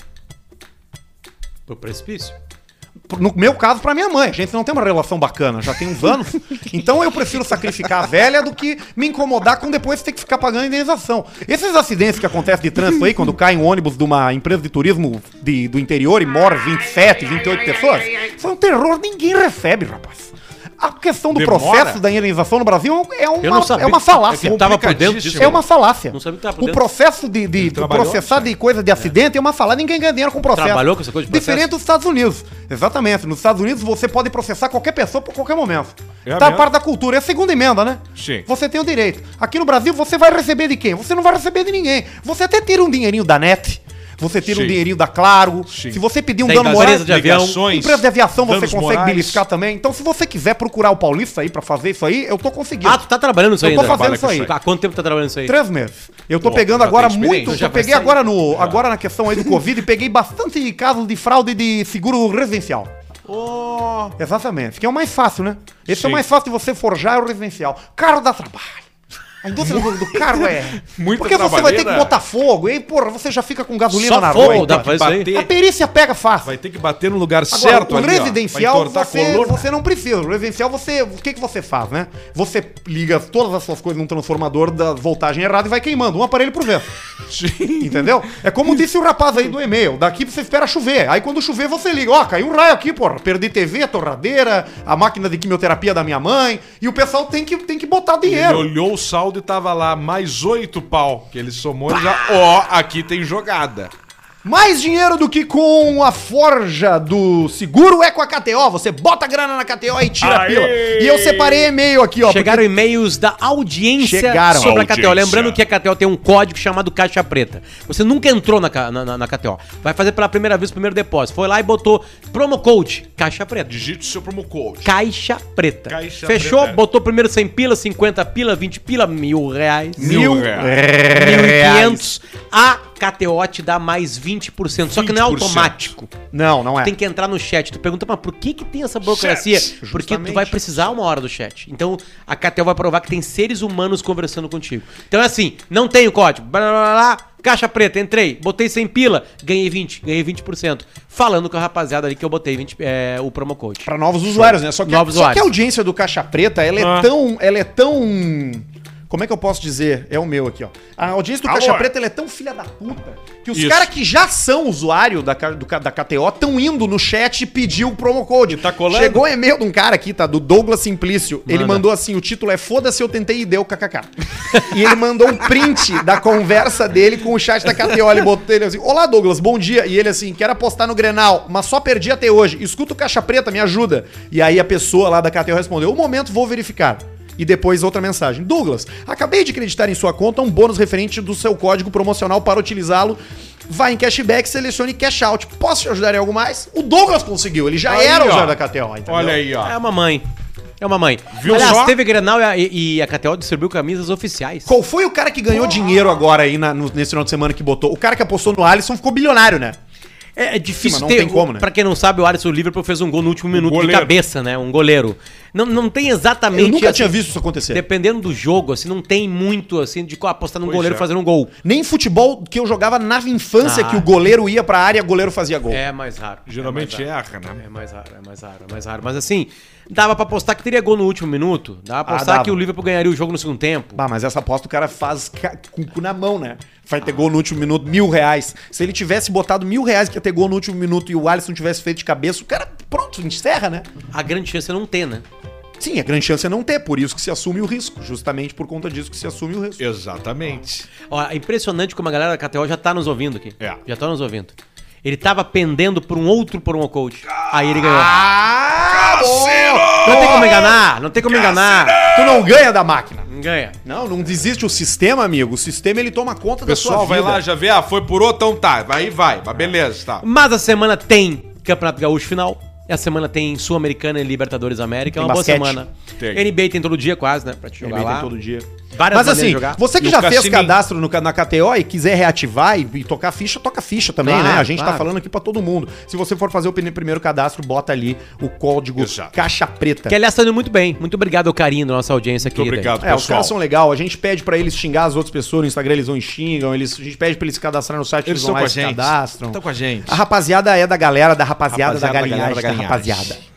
[SPEAKER 2] Pro precipício?
[SPEAKER 1] no meu caso, pra minha mãe. A gente não tem uma relação bacana, já tem uns anos.
[SPEAKER 2] *laughs*
[SPEAKER 1] então eu prefiro sacrificar a velha do que me incomodar com depois ter que ficar pagando indenização. Esses acidentes que acontecem de trânsito aí, quando cai um ônibus de uma empresa de turismo de- é do interior e morre 27, 28 pessoas, foi um terror, ninguém recebe, rapaz. A questão do
[SPEAKER 3] Demora?
[SPEAKER 1] processo da indenização no Brasil é uma,
[SPEAKER 2] Eu não sabia. tá
[SPEAKER 1] é uma falácia.
[SPEAKER 2] Eu tava por dentro disso.
[SPEAKER 1] É uma falácia.
[SPEAKER 2] Não sabia que tava por
[SPEAKER 1] o
[SPEAKER 2] dentro.
[SPEAKER 1] processo de, de- de
[SPEAKER 3] trabalhou,
[SPEAKER 1] processar de coisa de acidente é uma falácia. Ninguém ganha dinheiro com processo.
[SPEAKER 2] Trabalhou com essa coisa de processo?
[SPEAKER 1] Diferente dos Estados Unidos. Exatamente. Nos Estados Unidos você pode processar qualquer pessoa por qualquer momento.
[SPEAKER 3] É
[SPEAKER 1] tá a
[SPEAKER 3] mesmo?
[SPEAKER 1] parte da cultura. É a segunda emenda, né?
[SPEAKER 3] Sim.
[SPEAKER 1] Você tem o direito. Aqui no Brasil você vai receber de quem? Você não vai receber de ninguém. Você até tira um dinheirinho da NET. Você tira um
[SPEAKER 3] Sim.
[SPEAKER 1] dinheirinho da Claro.
[SPEAKER 3] Sim.
[SPEAKER 1] Se você pedir um
[SPEAKER 2] Tem
[SPEAKER 1] dano
[SPEAKER 2] das
[SPEAKER 1] moral...
[SPEAKER 2] empresas de avião.
[SPEAKER 3] Ligações,
[SPEAKER 1] Empresa de aviação você
[SPEAKER 3] danos
[SPEAKER 1] consegue
[SPEAKER 3] morais.
[SPEAKER 1] beliscar também. Então, se você quiser procurar o Paulista aí pra fazer isso aí, eu tô conseguindo.
[SPEAKER 2] Ah, tu tá trabalhando isso
[SPEAKER 1] Eu
[SPEAKER 2] aí
[SPEAKER 1] tô
[SPEAKER 2] ainda?
[SPEAKER 1] fazendo isso aí.
[SPEAKER 2] Há quanto tempo tu tá trabalhando isso aí?
[SPEAKER 1] Três meses. Eu tô
[SPEAKER 3] Bom,
[SPEAKER 1] pegando
[SPEAKER 3] já
[SPEAKER 1] agora
[SPEAKER 3] tem experiência,
[SPEAKER 1] muito.
[SPEAKER 2] já
[SPEAKER 1] Eu
[SPEAKER 2] vai
[SPEAKER 1] peguei
[SPEAKER 2] sair.
[SPEAKER 1] agora no. Agora na questão aí do Covid, peguei bastante casos de fraude de seguro residencial.
[SPEAKER 3] Oh,
[SPEAKER 1] Exatamente. Que é o mais fácil, né? Esse é o
[SPEAKER 3] Sim.
[SPEAKER 1] mais fácil de você forjar é o residencial. Carro dá trabalho. A indústria do, do carro é.
[SPEAKER 3] Muita
[SPEAKER 1] Porque você vai ter que
[SPEAKER 3] trabalheira.
[SPEAKER 1] botar fogo, e aí, porra, você já fica com gasolina
[SPEAKER 2] Só
[SPEAKER 1] na
[SPEAKER 2] fogo
[SPEAKER 1] rua.
[SPEAKER 2] dá
[SPEAKER 1] então.
[SPEAKER 2] pra isso aí?
[SPEAKER 1] A perícia pega fácil.
[SPEAKER 3] Vai ter que bater no lugar
[SPEAKER 1] Agora,
[SPEAKER 3] certo
[SPEAKER 1] o
[SPEAKER 3] ali, ó, pra
[SPEAKER 1] residencial
[SPEAKER 3] entortar a
[SPEAKER 1] você,
[SPEAKER 3] coluna.
[SPEAKER 1] você não precisa. O residencial você, o que que você faz, né? Você liga todas as suas coisas num transformador da voltagem errada e vai queimando um aparelho por
[SPEAKER 3] *laughs*
[SPEAKER 1] vez.
[SPEAKER 3] Sim.
[SPEAKER 1] Entendeu? É como disse o rapaz aí do e-mail, daqui você espera chover. Aí quando chover você liga, ó, caiu um raio aqui, porra, perdi TV, torradeira, a máquina de quimioterapia da minha mãe, e o pessoal tem que tem que botar
[SPEAKER 3] Ele
[SPEAKER 1] dinheiro.
[SPEAKER 3] olhou o saldo e tava lá mais oito pau. Que ele somou e já. Ó, aqui tem jogada.
[SPEAKER 1] Mais dinheiro do que com a forja do seguro é com a KTO. Você bota a grana na KTO e tira a
[SPEAKER 3] Aê!
[SPEAKER 1] pila. E eu separei e-mail aqui, ó.
[SPEAKER 2] Chegaram e-mails da audiência
[SPEAKER 1] Chegaram.
[SPEAKER 2] sobre a KTO.
[SPEAKER 3] Audiência.
[SPEAKER 2] Lembrando que a KTO tem um código chamado Caixa Preta. Você nunca entrou na, ca- na, na- na KTO. Vai fazer pela primeira vez o primeiro depósito. Foi lá e botou promo code Caixa Preta.
[SPEAKER 3] Digite o seu promo code.
[SPEAKER 2] Caixa Preta.
[SPEAKER 3] Caixa
[SPEAKER 2] Fechou,
[SPEAKER 3] Preta.
[SPEAKER 2] botou primeiro 100 pila, 50 pila, 20 pila, mil reais.
[SPEAKER 1] Mil
[SPEAKER 3] Mil reais.
[SPEAKER 1] reais.
[SPEAKER 2] 1.500. A KTO te dá mais 20%. Só que não é
[SPEAKER 3] 20%.
[SPEAKER 2] automático.
[SPEAKER 1] Não, não é.
[SPEAKER 2] Tem que entrar no chat. Tu pergunta, mas por que, que tem essa burocracia?
[SPEAKER 3] Chat,
[SPEAKER 2] Porque
[SPEAKER 1] justamente.
[SPEAKER 2] tu vai precisar uma hora do chat. Então a KTO vai provar que tem seres humanos conversando contigo. Então é assim: não tem o código. Blá, blá, blá, blá, caixa preta, entrei, botei 100 pila, ganhei 20, ganhei 20%. Falando com a rapaziada ali que eu botei 20, é, o promo code.
[SPEAKER 1] Pra novos usuários, né? Só que,
[SPEAKER 2] Novos
[SPEAKER 1] só que a
[SPEAKER 2] usuários.
[SPEAKER 1] audiência do Caixa Preta, ela é
[SPEAKER 3] Ah.
[SPEAKER 1] tão. Ela é tão. Como é que eu posso dizer? É o meu aqui, ó. A audiência do
[SPEAKER 3] Alô.
[SPEAKER 1] Caixa Preta ela é tão filha da puta que os
[SPEAKER 3] Isso.
[SPEAKER 1] caras que já são usuário da, Ca- do Ca- da KTO estão indo no chat pedir o promo code.
[SPEAKER 3] tá colando?
[SPEAKER 1] Chegou um e-mail de um cara aqui, tá? Do Douglas Simplício. Ele
[SPEAKER 2] Manda.
[SPEAKER 1] mandou assim: o título é Foda-se, eu tentei e deu kkk. e ele mandou um print da conversa dele com o chat da KTO. Ele botou ele assim: Olá, Douglas, bom dia. E ele assim: Quero apostar no Grenal, mas só perdi até hoje. Escuta o Caixa Preta, me ajuda. E aí a pessoa lá da KTO respondeu: Um momento, vou verificar. E depois outra mensagem. Douglas, acabei de acreditar em sua conta um bônus referente do seu código promocional para utilizá-lo. Vá em cashback, selecione cash out. Posso te ajudar em algo mais? O Douglas conseguiu, ele já
[SPEAKER 3] Aí,
[SPEAKER 1] era
[SPEAKER 3] ó.
[SPEAKER 1] usuário da KTO, entendeu?
[SPEAKER 3] Olha aí, ó.
[SPEAKER 2] É uma mãe. É uma mãe.
[SPEAKER 3] Viu
[SPEAKER 2] Aliás,
[SPEAKER 3] só?
[SPEAKER 2] teve Grenal e a, e- e a KTO distribuiu camisas oficiais.
[SPEAKER 1] Qual foi o cara que ganhou dinheiro agora aí na- no- nesse final de semana que botou? O cara que apostou no Alisson ficou bilionário, né?
[SPEAKER 2] É, é
[SPEAKER 1] Sim,
[SPEAKER 2] difícil
[SPEAKER 1] mas não
[SPEAKER 2] ter.
[SPEAKER 1] tem como, né?
[SPEAKER 2] Pra quem não sabe, o Alisson Liverpool fez um gol no último minuto de
[SPEAKER 3] goleiro.
[SPEAKER 2] cabeça, né? Um goleiro. Não, não tem exatamente.
[SPEAKER 1] Eu nunca
[SPEAKER 2] assim,
[SPEAKER 1] tinha visto isso acontecer.
[SPEAKER 2] Dependendo do jogo, assim, não tem muito, assim, de qual apostar num
[SPEAKER 3] Pois
[SPEAKER 2] goleiro
[SPEAKER 3] é.
[SPEAKER 2] fazer um gol.
[SPEAKER 1] Nem futebol que eu jogava na infância
[SPEAKER 2] Ah.
[SPEAKER 1] que o goleiro ia pra área, goleiro fazia gol.
[SPEAKER 2] É mais raro.
[SPEAKER 3] Geralmente
[SPEAKER 2] é.
[SPEAKER 3] erra, né?
[SPEAKER 2] mais raro. É mais raro, é mais raro, é mais raro. Mas assim, dava pra apostar que teria gol no último minuto. Dava pra
[SPEAKER 1] Ah,
[SPEAKER 2] apostar
[SPEAKER 1] dava.
[SPEAKER 2] que o Liverpool ganharia o jogo no segundo tempo.
[SPEAKER 1] Bah, mas essa aposta o cara faz ca- com o cu na mão, né? Vai ter gol no último minuto, mil reais. Se ele tivesse botado mil reais que ia ter gol no último minuto e o Alisson tivesse feito de cabeça, o cara, pronto, encerra, né?
[SPEAKER 2] A grande chance é não ter, né?
[SPEAKER 1] Sim, a grande chance é não ter, por isso que se assume o risco. Justamente por conta disso que se assume o risco.
[SPEAKER 3] Exatamente.
[SPEAKER 2] Ó, é impressionante como a galera da KTO já tá nos ouvindo aqui.
[SPEAKER 3] É.
[SPEAKER 2] Já tá nos ouvindo. Ele tava pendendo por um outro promo code. Aí ele ganhou.
[SPEAKER 1] Ah,
[SPEAKER 2] Não tem
[SPEAKER 3] Ah!
[SPEAKER 2] como enganar, não tem como enganar.
[SPEAKER 1] Tu não ganha da máquina.
[SPEAKER 2] Não Ganha.
[SPEAKER 1] Não, não desiste o sistema, amigo. O sistema ele toma conta da sua
[SPEAKER 3] Pessoal, vai
[SPEAKER 1] vida.
[SPEAKER 3] lá, já vê. Ah, foi por outro, então tá. Aí vai. Mas beleza, tá.
[SPEAKER 2] Mas a semana tem Campeonato Gaúcho final. E a semana tem Sul-Americana e Libertadores América. É
[SPEAKER 1] Tem
[SPEAKER 2] uma
[SPEAKER 1] basquete.
[SPEAKER 2] boa semana.
[SPEAKER 3] Tem.
[SPEAKER 2] NBA tem todo dia quase, né? Pra te jogar
[SPEAKER 1] Ele
[SPEAKER 2] lá.
[SPEAKER 1] tem todo dia.
[SPEAKER 2] Várias
[SPEAKER 1] Mas
[SPEAKER 2] maneiras de
[SPEAKER 1] assim,
[SPEAKER 2] jogar.
[SPEAKER 1] você que
[SPEAKER 3] E o
[SPEAKER 1] já fez
[SPEAKER 3] Cassini.
[SPEAKER 1] cadastro no, ca- na KTO e quiser reativar e, e tocar ficha, toca ficha também,
[SPEAKER 2] Claro,
[SPEAKER 1] né? A gente tá
[SPEAKER 2] claro.
[SPEAKER 1] falando aqui pra todo mundo. Se você for fazer o prim- primeiro cadastro, bota ali o código
[SPEAKER 3] Exato.
[SPEAKER 1] caixa preta.
[SPEAKER 2] Que aliás tá indo muito bem. Muito obrigado ao carinho da nossa audiência
[SPEAKER 3] Muito
[SPEAKER 2] querida.
[SPEAKER 3] obrigado,
[SPEAKER 1] É, os
[SPEAKER 3] pessoal.
[SPEAKER 1] caras são legal. A gente pede pra eles xingar as outras pessoas no Instagram, eles vão e xingam. Eles, a gente pede pra eles se cadastrar no site,
[SPEAKER 3] Eles
[SPEAKER 1] vão
[SPEAKER 3] estão com a
[SPEAKER 1] e se
[SPEAKER 3] gente.
[SPEAKER 1] cadastram. Então
[SPEAKER 3] Estão com a gente.
[SPEAKER 1] A rapaziada é da galera, da rapaziada,
[SPEAKER 3] Rapaziada
[SPEAKER 1] da
[SPEAKER 3] da
[SPEAKER 1] galinhagem,
[SPEAKER 3] galera
[SPEAKER 1] da,
[SPEAKER 3] da galinhagem.
[SPEAKER 1] rapaziada.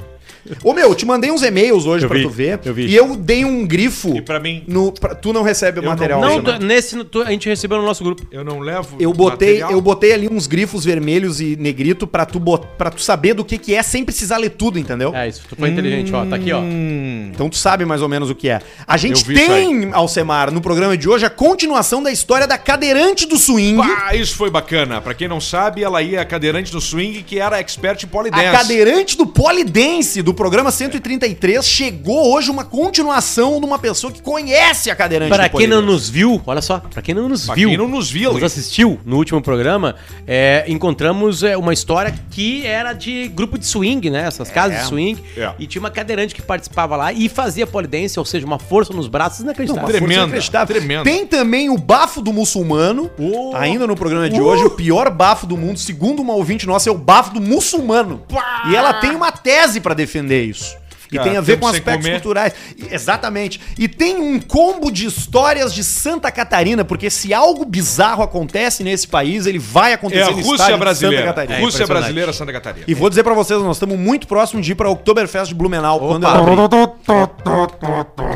[SPEAKER 1] Ô meu, eu te mandei uns e-mails hoje
[SPEAKER 4] Eu
[SPEAKER 1] pra
[SPEAKER 4] vi,
[SPEAKER 1] tu ver.
[SPEAKER 4] eu vi.
[SPEAKER 1] E eu dei um grifo.
[SPEAKER 3] E pra mim?
[SPEAKER 1] No, pra- tu não recebe o
[SPEAKER 3] Eu não-
[SPEAKER 1] material.
[SPEAKER 2] Não,
[SPEAKER 1] hoje, né?
[SPEAKER 2] tu- nesse tu- a gente recebeu no nosso grupo.
[SPEAKER 3] Eu não levo.
[SPEAKER 1] Eu botei,
[SPEAKER 3] material.
[SPEAKER 1] eu botei ali uns grifos vermelhos e negrito pra tu, bot- pra tu saber do que, que é sem precisar ler tudo, entendeu?
[SPEAKER 2] É isso, tu foi inteligente, ó. Tá aqui, ó.
[SPEAKER 3] Hum.
[SPEAKER 1] Então tu sabe mais ou menos o que é. A gente
[SPEAKER 3] Eu vi isso
[SPEAKER 1] tem, Alcemar, no programa de hoje, a continuação da história da cadeirante do swing.
[SPEAKER 3] Pá, isso foi bacana. Pra quem não sabe, ela ia cadeirante do swing, que era expert em
[SPEAKER 1] A
[SPEAKER 3] polidance.
[SPEAKER 1] cadeirante do Polidense do programa 133 chegou hoje uma continuação de uma pessoa que conhece a cadeirante
[SPEAKER 2] Pra
[SPEAKER 1] do
[SPEAKER 2] quem não
[SPEAKER 1] polidense.
[SPEAKER 2] nos viu, olha só, pra quem não nos
[SPEAKER 3] Tipo Pra
[SPEAKER 2] viu.
[SPEAKER 3] quem não nos viu,
[SPEAKER 2] nos
[SPEAKER 3] hein?
[SPEAKER 2] assistiu no último programa, é, encontramos é, uma história que era de grupo de swing, né? Essas casas de swing.
[SPEAKER 3] É.
[SPEAKER 2] E tinha uma cadeirante que participava lá e fazia polidência, ou seja, uma força nos braços inacreditável.
[SPEAKER 3] Não, Tremenda,
[SPEAKER 1] Inacreditável.
[SPEAKER 3] tremenda.
[SPEAKER 1] Tem também o bafo do muçulmano.
[SPEAKER 2] Oh.
[SPEAKER 1] Ainda no programa de
[SPEAKER 2] Uh.
[SPEAKER 1] hoje, o pior bafo do mundo, segundo uma ouvinte nossa, é o bafo do muçulmano. E ela tem uma tese pra defender isso. E
[SPEAKER 3] Cara,
[SPEAKER 1] tem a ver
[SPEAKER 3] tempo
[SPEAKER 1] com
[SPEAKER 3] sem
[SPEAKER 1] aspectos
[SPEAKER 3] comer.
[SPEAKER 1] culturais. E- Exatamente. E tem um combo de histórias de Santa Catarina, porque se algo bizarro acontece nesse país, ele vai acontecer
[SPEAKER 3] É a
[SPEAKER 1] no estado
[SPEAKER 3] Rússia
[SPEAKER 1] de
[SPEAKER 3] brasileira.
[SPEAKER 1] Catarina.
[SPEAKER 2] É,
[SPEAKER 3] Rússia
[SPEAKER 2] impressionante.
[SPEAKER 3] brasileira, Santa Catarina.
[SPEAKER 1] E vou dizer pra vocês, nós estamos muito próximos de ir pra Oktoberfest de Blumenau, quando eu abrir.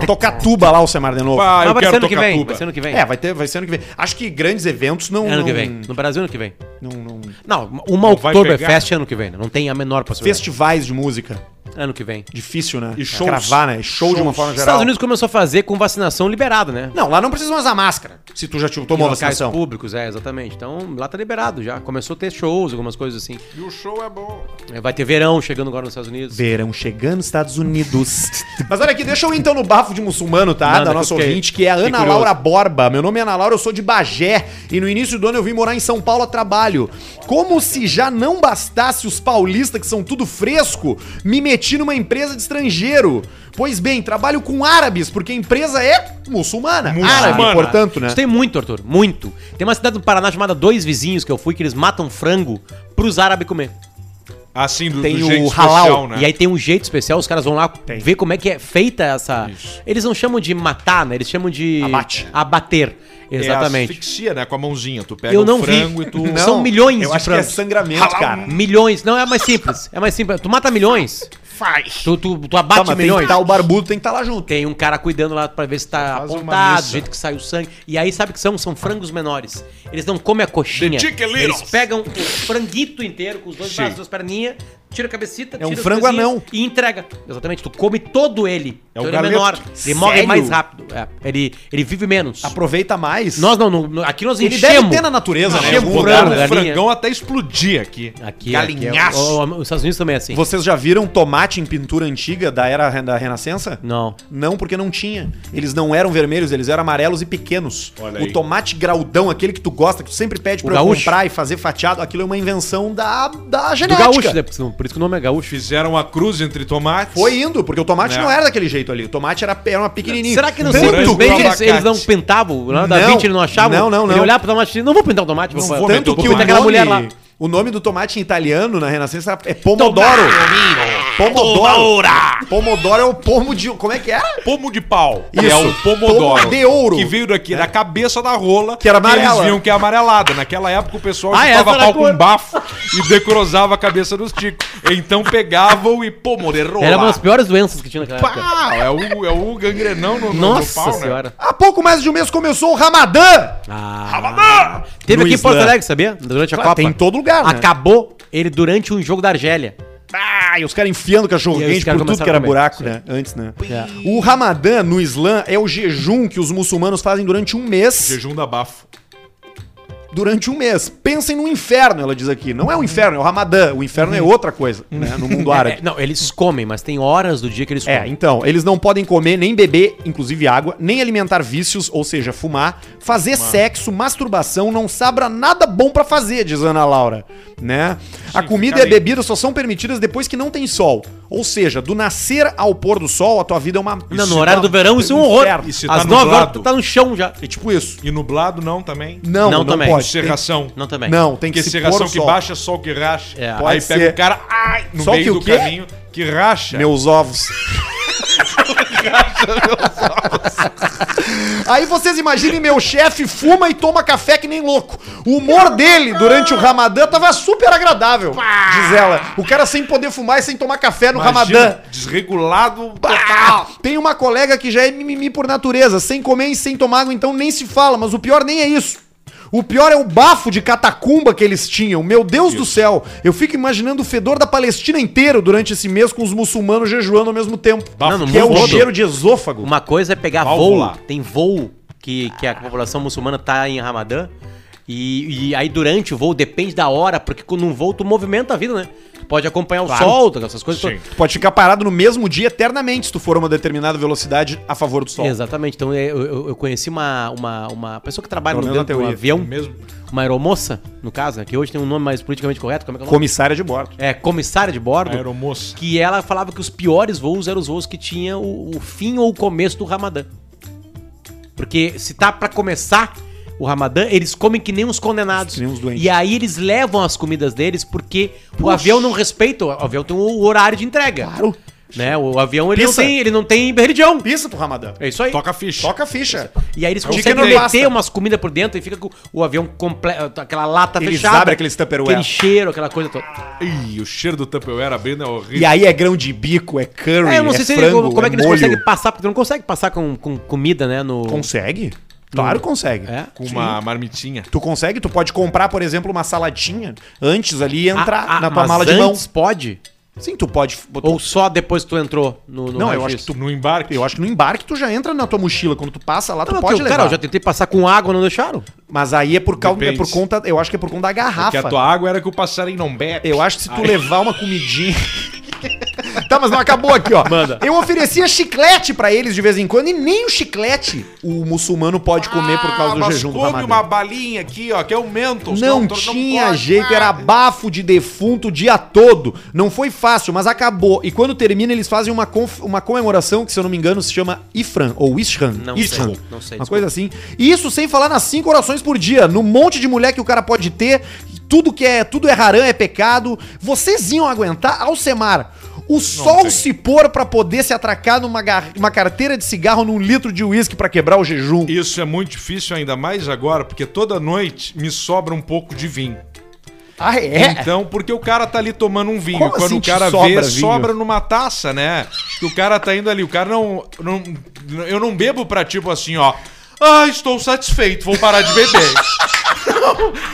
[SPEAKER 1] Tocar tuba lá, o Semar de novo.
[SPEAKER 3] Pá,
[SPEAKER 2] Mas
[SPEAKER 3] eu
[SPEAKER 2] vai ser
[SPEAKER 3] quero
[SPEAKER 2] ano que
[SPEAKER 3] tocar
[SPEAKER 2] vem,
[SPEAKER 3] tuba.
[SPEAKER 2] vai ser ano que vem.
[SPEAKER 1] É, um vai ter, vai ser ano que vem. Acho que grandes eventos não.
[SPEAKER 2] ano
[SPEAKER 1] não-
[SPEAKER 2] que vem. No Brasil, ano que vem.
[SPEAKER 1] não- não-
[SPEAKER 2] Não, uma
[SPEAKER 3] Não vai
[SPEAKER 2] Oktoberfest ano que vem. né? Não tem a menor possibilidade.
[SPEAKER 1] Festivais de música.
[SPEAKER 2] Ano que vem.
[SPEAKER 1] Difícil, né?
[SPEAKER 3] E shows.
[SPEAKER 1] Gravar, né? Show de uma
[SPEAKER 3] Shows.
[SPEAKER 1] forma
[SPEAKER 2] Os
[SPEAKER 1] geral.
[SPEAKER 2] Estados Unidos começou a fazer com vacinação liberada, né?
[SPEAKER 1] Não, lá não precisa usar máscara. Se tu já te- tomou
[SPEAKER 2] Em locais
[SPEAKER 1] vacinação.
[SPEAKER 2] públicos, é, exatamente. Então, lá tá liberado já. Começou a ter shows, algumas coisas assim.
[SPEAKER 3] E o show é bom.
[SPEAKER 2] É, Vai ter verão chegando agora nos Estados Unidos.
[SPEAKER 1] Verão chegando nos Estados Unidos. *laughs* Mas olha aqui, deixa eu ir então no bafo de muçulmano, tá?
[SPEAKER 2] Manda,
[SPEAKER 1] da
[SPEAKER 2] que
[SPEAKER 1] nossa
[SPEAKER 2] eu fiquei-
[SPEAKER 1] ouvinte, que é a
[SPEAKER 2] fiquei
[SPEAKER 1] Ana
[SPEAKER 2] curioso.
[SPEAKER 1] Laura Borba. Meu nome é Ana Laura, eu sou de Bagé. E no início do ano eu vim morar em São Paulo a trabalho. Como se já não bastasse os paulistas, que são tudo fresco, me meti numa empresa de estrangeiro. Pois bem, trabalho com árabes, porque a empresa é muçulmana.
[SPEAKER 3] Muçulmana.
[SPEAKER 1] Árabe, portanto, né?
[SPEAKER 2] Isso tem muito, Arthur, muito. Tem uma cidade do Paraná chamada Dois Vizinhos, que eu fui, que eles matam frango pros árabes comer.
[SPEAKER 3] Assim, do,
[SPEAKER 1] Tem
[SPEAKER 3] do
[SPEAKER 1] o
[SPEAKER 3] jeito
[SPEAKER 1] halal,
[SPEAKER 3] especial, né?
[SPEAKER 2] E aí tem um jeito especial, os caras vão lá
[SPEAKER 1] Tem.
[SPEAKER 2] ver como é que é feita essa...
[SPEAKER 3] Isso.
[SPEAKER 2] Eles não chamam de matar, né? Eles chamam de...
[SPEAKER 1] Abate.
[SPEAKER 2] Abater,
[SPEAKER 3] É
[SPEAKER 2] exatamente.
[SPEAKER 3] asfixia, né? Com a mãozinha. Tu pega
[SPEAKER 2] eu
[SPEAKER 3] o
[SPEAKER 2] não
[SPEAKER 3] frango
[SPEAKER 2] vi.
[SPEAKER 3] e tu...
[SPEAKER 1] Não,
[SPEAKER 2] São milhões
[SPEAKER 1] eu
[SPEAKER 2] de
[SPEAKER 1] acho que é
[SPEAKER 2] frangos.
[SPEAKER 1] sangramento,
[SPEAKER 3] Halal.
[SPEAKER 1] cara.
[SPEAKER 2] Milhões. Não, é mais simples. É mais simples. Tu mata milhões.
[SPEAKER 3] Faz.
[SPEAKER 2] Tu, tu, tu
[SPEAKER 1] Tá,
[SPEAKER 2] abate
[SPEAKER 1] mas tem que
[SPEAKER 2] milhões.
[SPEAKER 1] tá, o barbudo tem que estar lá junto.
[SPEAKER 2] Tem um cara cuidando lá pra ver se tá
[SPEAKER 3] Faz uma
[SPEAKER 2] apontado, do
[SPEAKER 3] missa.
[SPEAKER 2] jeito que sai o sangue. E aí sabe o que são? São frangos menores. Eles não comem a
[SPEAKER 3] The
[SPEAKER 2] coxinha.
[SPEAKER 3] chicken littles.
[SPEAKER 2] Eles pegam o franguito inteiro com os dois
[SPEAKER 3] Sim.
[SPEAKER 2] braços, duas perninhas, tira a cabecita,
[SPEAKER 1] É um
[SPEAKER 2] tira as
[SPEAKER 1] frango
[SPEAKER 2] coisinhas
[SPEAKER 1] anão.
[SPEAKER 2] E entrega. Exatamente, tu come todo ele.
[SPEAKER 3] É um
[SPEAKER 2] ele é
[SPEAKER 3] galeto.
[SPEAKER 2] menor. Ele
[SPEAKER 1] Sério?
[SPEAKER 2] morre mais rápido. É, ele, ele vive menos.
[SPEAKER 1] Aproveita mais.
[SPEAKER 2] Nós não, no- no- aqui nós
[SPEAKER 1] Ele
[SPEAKER 2] enchemos.
[SPEAKER 1] deve ter na natureza, né?
[SPEAKER 2] Enchemos
[SPEAKER 1] Algum
[SPEAKER 2] o
[SPEAKER 1] lugar,
[SPEAKER 2] frango,
[SPEAKER 1] né?
[SPEAKER 3] o
[SPEAKER 2] galinha.
[SPEAKER 3] frangão até explodir aqui.
[SPEAKER 2] Aqui, é.
[SPEAKER 3] Galinhaço.
[SPEAKER 2] aqui, ó, ó, os Estados Unidos também é assim.
[SPEAKER 1] Vocês já viram tomate em pintura antiga da era da Renascença?
[SPEAKER 2] Não.
[SPEAKER 1] Não, porque não tinha. Eles não eram vermelhos, eles eram amarelos e pequenos.
[SPEAKER 3] Olha
[SPEAKER 1] o
[SPEAKER 3] aí.
[SPEAKER 1] tomate graudão, aquele que tu gosta, que tu sempre pede
[SPEAKER 2] O
[SPEAKER 1] pra eu
[SPEAKER 2] gaúcho.
[SPEAKER 1] comprar e fazer fatiado, aquilo é uma invenção da, da
[SPEAKER 2] Do
[SPEAKER 1] genética.
[SPEAKER 2] gaúcho, né? Por isso que o nome é gaúcho.
[SPEAKER 3] Fizeram a cruz entre tomates.
[SPEAKER 1] Foi indo, porque o tomate
[SPEAKER 3] Né?
[SPEAKER 1] não era daquele jeito ali. O tomate era, era uma pequenininha.
[SPEAKER 2] Será que não
[SPEAKER 1] Tanto
[SPEAKER 2] simplesmente
[SPEAKER 1] que-
[SPEAKER 2] eles,
[SPEAKER 3] abacate.
[SPEAKER 2] eles um não pintavam? Lá da
[SPEAKER 1] Não,
[SPEAKER 2] Vinci ele não achava?
[SPEAKER 1] não, não,
[SPEAKER 2] Ele
[SPEAKER 1] não.
[SPEAKER 2] olhava pro tomate e dizia, não vou pintar o tomate.
[SPEAKER 1] Não
[SPEAKER 2] papai.
[SPEAKER 1] vou
[SPEAKER 3] meter
[SPEAKER 1] tanto
[SPEAKER 3] o
[SPEAKER 1] que o
[SPEAKER 2] tomate.
[SPEAKER 1] nome,
[SPEAKER 2] Aquela mulher lá.
[SPEAKER 1] o nome do tomate em italiano na Renascença é pomodoro. Pomodoro. Pomodoro é o pomo de... Como é que é?
[SPEAKER 3] Pomo de pau. que
[SPEAKER 1] Isso.
[SPEAKER 3] É o pomodoro.
[SPEAKER 1] Pomo de ouro. É.
[SPEAKER 3] Que veio daqui, da cabeça da rola.
[SPEAKER 1] Que era amarela.
[SPEAKER 3] Eles viam que é amarelada. Naquela época o pessoal
[SPEAKER 2] Ah, essa
[SPEAKER 3] juntava
[SPEAKER 2] era a
[SPEAKER 3] pau
[SPEAKER 2] cor.
[SPEAKER 3] com bafo e decrosava a cabeça dos ticos. Então pegavam e pomo de rola.
[SPEAKER 2] Era uma das piores doenças que tinha naquela época.
[SPEAKER 3] Pá, é o, é o gangrenão no, no- no
[SPEAKER 2] Nossa
[SPEAKER 3] pau, né?
[SPEAKER 2] senhora.
[SPEAKER 1] Há pouco mais de um mês começou o Ramadã.
[SPEAKER 2] Ah. Teve
[SPEAKER 1] No
[SPEAKER 2] aqui em Porto
[SPEAKER 1] Islã.
[SPEAKER 2] Alegre, sabia? Durante a
[SPEAKER 1] Claro,
[SPEAKER 2] Copa.
[SPEAKER 1] tem em todo lugar, né?
[SPEAKER 2] Acabou ele durante um jogo da Argélia.
[SPEAKER 1] Ah, e os caras enfiando cachorro
[SPEAKER 2] E aí os
[SPEAKER 1] quente por
[SPEAKER 2] caras
[SPEAKER 1] tudo que
[SPEAKER 2] começaram
[SPEAKER 1] era
[SPEAKER 2] a comer.
[SPEAKER 1] buraco, né? Antes, né? O Ramadã no Islã é o jejum que os muçulmanos fazem durante um mês.
[SPEAKER 3] Jejum da bafo.
[SPEAKER 1] Durante um mês. Pensem no inferno, ela diz aqui. Não é o inferno, é o Ramadã. O inferno
[SPEAKER 2] Uhum.
[SPEAKER 1] é outra coisa, né? No mundo
[SPEAKER 2] É,
[SPEAKER 1] árabe.
[SPEAKER 2] é, não, eles comem, mas tem horas do dia que eles comem.
[SPEAKER 1] É, então, eles não podem comer nem beber, inclusive água, nem alimentar vícios, ou seja, fumar, fazer sexo, masturbação, não sabra nada bom pra fazer, diz Ana Laura, né? a comida e a
[SPEAKER 3] fica bem.
[SPEAKER 1] bebida só são permitidas depois que não tem sol. Ou seja, do nascer ao pôr do sol, a tua vida é uma
[SPEAKER 2] Não,
[SPEAKER 1] Isso
[SPEAKER 2] no horário
[SPEAKER 1] tá-
[SPEAKER 2] do verão isso é um horror.
[SPEAKER 1] inferno.
[SPEAKER 3] Isso
[SPEAKER 2] Às
[SPEAKER 3] tá
[SPEAKER 2] nove horas
[SPEAKER 3] nublado.
[SPEAKER 2] tu tá no chão já.
[SPEAKER 1] É tipo isso.
[SPEAKER 3] E nublado não também?
[SPEAKER 1] Não,
[SPEAKER 2] Não,
[SPEAKER 1] não,
[SPEAKER 2] também.
[SPEAKER 1] pode. Tem-
[SPEAKER 3] Serração.
[SPEAKER 2] Não também.
[SPEAKER 1] Não, tem
[SPEAKER 3] Tem que
[SPEAKER 1] que
[SPEAKER 3] ser
[SPEAKER 1] pôr
[SPEAKER 3] ração
[SPEAKER 1] do
[SPEAKER 3] que
[SPEAKER 1] sol.
[SPEAKER 3] baixa, sol que racha.
[SPEAKER 2] É.
[SPEAKER 3] Aí
[SPEAKER 1] Pode
[SPEAKER 3] pega
[SPEAKER 1] ser.
[SPEAKER 3] o cara, ai, no
[SPEAKER 1] Sol
[SPEAKER 3] meio
[SPEAKER 1] que o
[SPEAKER 3] do
[SPEAKER 1] quê?
[SPEAKER 3] caminho, que racha.
[SPEAKER 1] Meus ovos. Aí vocês imaginem meu chefe fuma e toma café que nem louco. O humor dele durante o Ramadã tava super agradável, diz ela. O cara sem poder fumar e sem tomar café no Ramadã.
[SPEAKER 3] Desregulado.
[SPEAKER 1] Pá! Tem uma colega que já é mimimi por natureza, sem comer e sem tomar água, então nem se fala, mas o pior nem é isso. O pior é o bafo de catacumba que eles tinham. Meu Deus do céu, eu fico imaginando o fedor da Palestina inteiro durante esse mês com os muçulmanos jejuando ao mesmo tempo.
[SPEAKER 2] Não, no
[SPEAKER 1] que é
[SPEAKER 2] mundo
[SPEAKER 1] o
[SPEAKER 2] todo.
[SPEAKER 1] cheiro de esôfago.
[SPEAKER 2] Uma coisa é pegar
[SPEAKER 3] Tipo, Válvula.
[SPEAKER 2] voo. Tem voo que, que a população muçulmana tá em Ramadã. E, e aí durante o voo, depende da hora, porque num voo tu movimenta a vida, né? Tu pode acompanhar o
[SPEAKER 1] Claro.
[SPEAKER 2] sol, todas essas coisas. então
[SPEAKER 3] Sim.
[SPEAKER 2] todas.
[SPEAKER 1] Pode ficar parado no mesmo dia eternamente se tu for a uma determinada velocidade a favor do sol.
[SPEAKER 2] Exatamente. Então é, eu, eu- eu conheci uma, uma, uma pessoa que trabalha
[SPEAKER 1] Pelo
[SPEAKER 2] no
[SPEAKER 1] menos na
[SPEAKER 2] dentro de um
[SPEAKER 1] teoria.
[SPEAKER 2] avião,
[SPEAKER 3] é Mesmo.
[SPEAKER 2] uma aeromoça, no caso, né? que hoje tem um nome mais politicamente correto, como é que é o nome?
[SPEAKER 1] Comissária de bordo.
[SPEAKER 2] É, comissária de bordo.
[SPEAKER 3] Aeromoça.
[SPEAKER 2] que ela falava que os piores voos eram os voos que tinha o, o fim ou o começo do Ramadã. Porque se tá pra começar o Ramadã, eles comem que nem uns condenados.
[SPEAKER 1] Que nem uns doentes.
[SPEAKER 2] E aí eles levam as comidas deles porque o avião não respeita, o avião tem o horário de entrega.
[SPEAKER 1] Claro.
[SPEAKER 2] Né? O avião ele não,
[SPEAKER 1] Pizza.
[SPEAKER 2] tem, ele não tem religião.
[SPEAKER 1] Pisa pro Ramadã.
[SPEAKER 2] É isso aí.
[SPEAKER 3] Toca a ficha.
[SPEAKER 1] Toca a ficha.
[SPEAKER 2] E aí eles
[SPEAKER 1] É o que
[SPEAKER 2] conseguem
[SPEAKER 1] não
[SPEAKER 2] meter
[SPEAKER 1] basta.
[SPEAKER 2] umas comidas por dentro e fica com o avião completo, aquela lata
[SPEAKER 1] Eles
[SPEAKER 2] fechada.
[SPEAKER 1] abrem aqueles Tupperware.
[SPEAKER 2] Aquele cheiro, aquela coisa toda.
[SPEAKER 3] Ih, o cheiro do Tupperware abrindo é horrível.
[SPEAKER 1] E aí é grão de bico, é curry,
[SPEAKER 2] É, eu não sei se ele-
[SPEAKER 1] frango,
[SPEAKER 2] como é que eles
[SPEAKER 1] molho.
[SPEAKER 2] conseguem passar, porque tu não consegue passar com, com comida, né? No...
[SPEAKER 1] Consegue? Claro que consegue.
[SPEAKER 2] É?
[SPEAKER 3] Com uma marmitinha.
[SPEAKER 1] Tu consegue, tu pode comprar, por exemplo, uma saladinha antes ali e entrar
[SPEAKER 2] Ah, ah,
[SPEAKER 1] na tua
[SPEAKER 2] mas
[SPEAKER 1] mala de mão.
[SPEAKER 2] antes Pode?
[SPEAKER 1] Sim, tu pode.
[SPEAKER 2] Ou só depois que tu entrou no, no
[SPEAKER 1] Não, eu
[SPEAKER 2] raio-x?
[SPEAKER 1] acho que tu-
[SPEAKER 3] No embarque.
[SPEAKER 1] Eu acho que no embarque tu já entra na tua mochila. Quando tu passa lá, tu
[SPEAKER 2] Não, mas
[SPEAKER 1] pode
[SPEAKER 2] que eu-
[SPEAKER 1] levar.
[SPEAKER 2] Cara, eu já tentei passar com água, não deixaram.
[SPEAKER 1] Mas aí é por, causa, é
[SPEAKER 3] Depende.
[SPEAKER 1] por conta. Eu acho que é por conta da
[SPEAKER 3] Porque
[SPEAKER 1] garrafa.
[SPEAKER 3] a tua água era que o passarinho não bebe.
[SPEAKER 1] Eu acho que se tu levar uma comidinha. *laughs* tá, mas não acabou aqui, ó.
[SPEAKER 2] Manda.
[SPEAKER 1] Eu oferecia chiclete pra eles de vez em quando e nem o chiclete o muçulmano pode comer por causa
[SPEAKER 2] Ah,
[SPEAKER 1] do
[SPEAKER 3] Ah, mas
[SPEAKER 1] jejum do
[SPEAKER 3] come
[SPEAKER 1] Ramadã.
[SPEAKER 3] uma balinha aqui, ó, que é o Mentos.
[SPEAKER 1] Não,
[SPEAKER 3] tu-
[SPEAKER 1] tinha
[SPEAKER 3] pode.
[SPEAKER 1] jeito, era bafo de defunto o dia todo. Não foi fácil, mas acabou. E quando termina, eles fazem uma, conf- uma comemoração que, se eu não me engano, se chama Ifran ou Ishan.
[SPEAKER 2] Não
[SPEAKER 1] Ishan.
[SPEAKER 2] sei, não sei,
[SPEAKER 1] Uma coisa assim. E isso sem falar nas cinco orações por dia, no monte de mulher que o cara pode ter. Tudo que é, tudo é harã, é pecado. Vocês iam aguentar Alcemar. O sol
[SPEAKER 3] tem.
[SPEAKER 1] se pôr pra poder se atracar numa gar- uma carteira de cigarro num litro de uísque pra quebrar o jejum.
[SPEAKER 3] Isso é muito difícil ainda mais agora, porque toda noite me sobra um pouco de vinho.
[SPEAKER 1] Ah, é?
[SPEAKER 3] Então, porque o cara tá ali tomando um vinho.
[SPEAKER 1] Como
[SPEAKER 3] Quando
[SPEAKER 1] assim
[SPEAKER 3] o
[SPEAKER 1] te
[SPEAKER 3] cara
[SPEAKER 1] sobra
[SPEAKER 3] vê,
[SPEAKER 1] vinho?
[SPEAKER 3] sobra numa taça, né? Que o cara tá indo ali. O cara não, não. Eu não bebo pra tipo assim, ó. Ah, estou satisfeito, vou parar
[SPEAKER 1] *laughs*
[SPEAKER 3] de beber.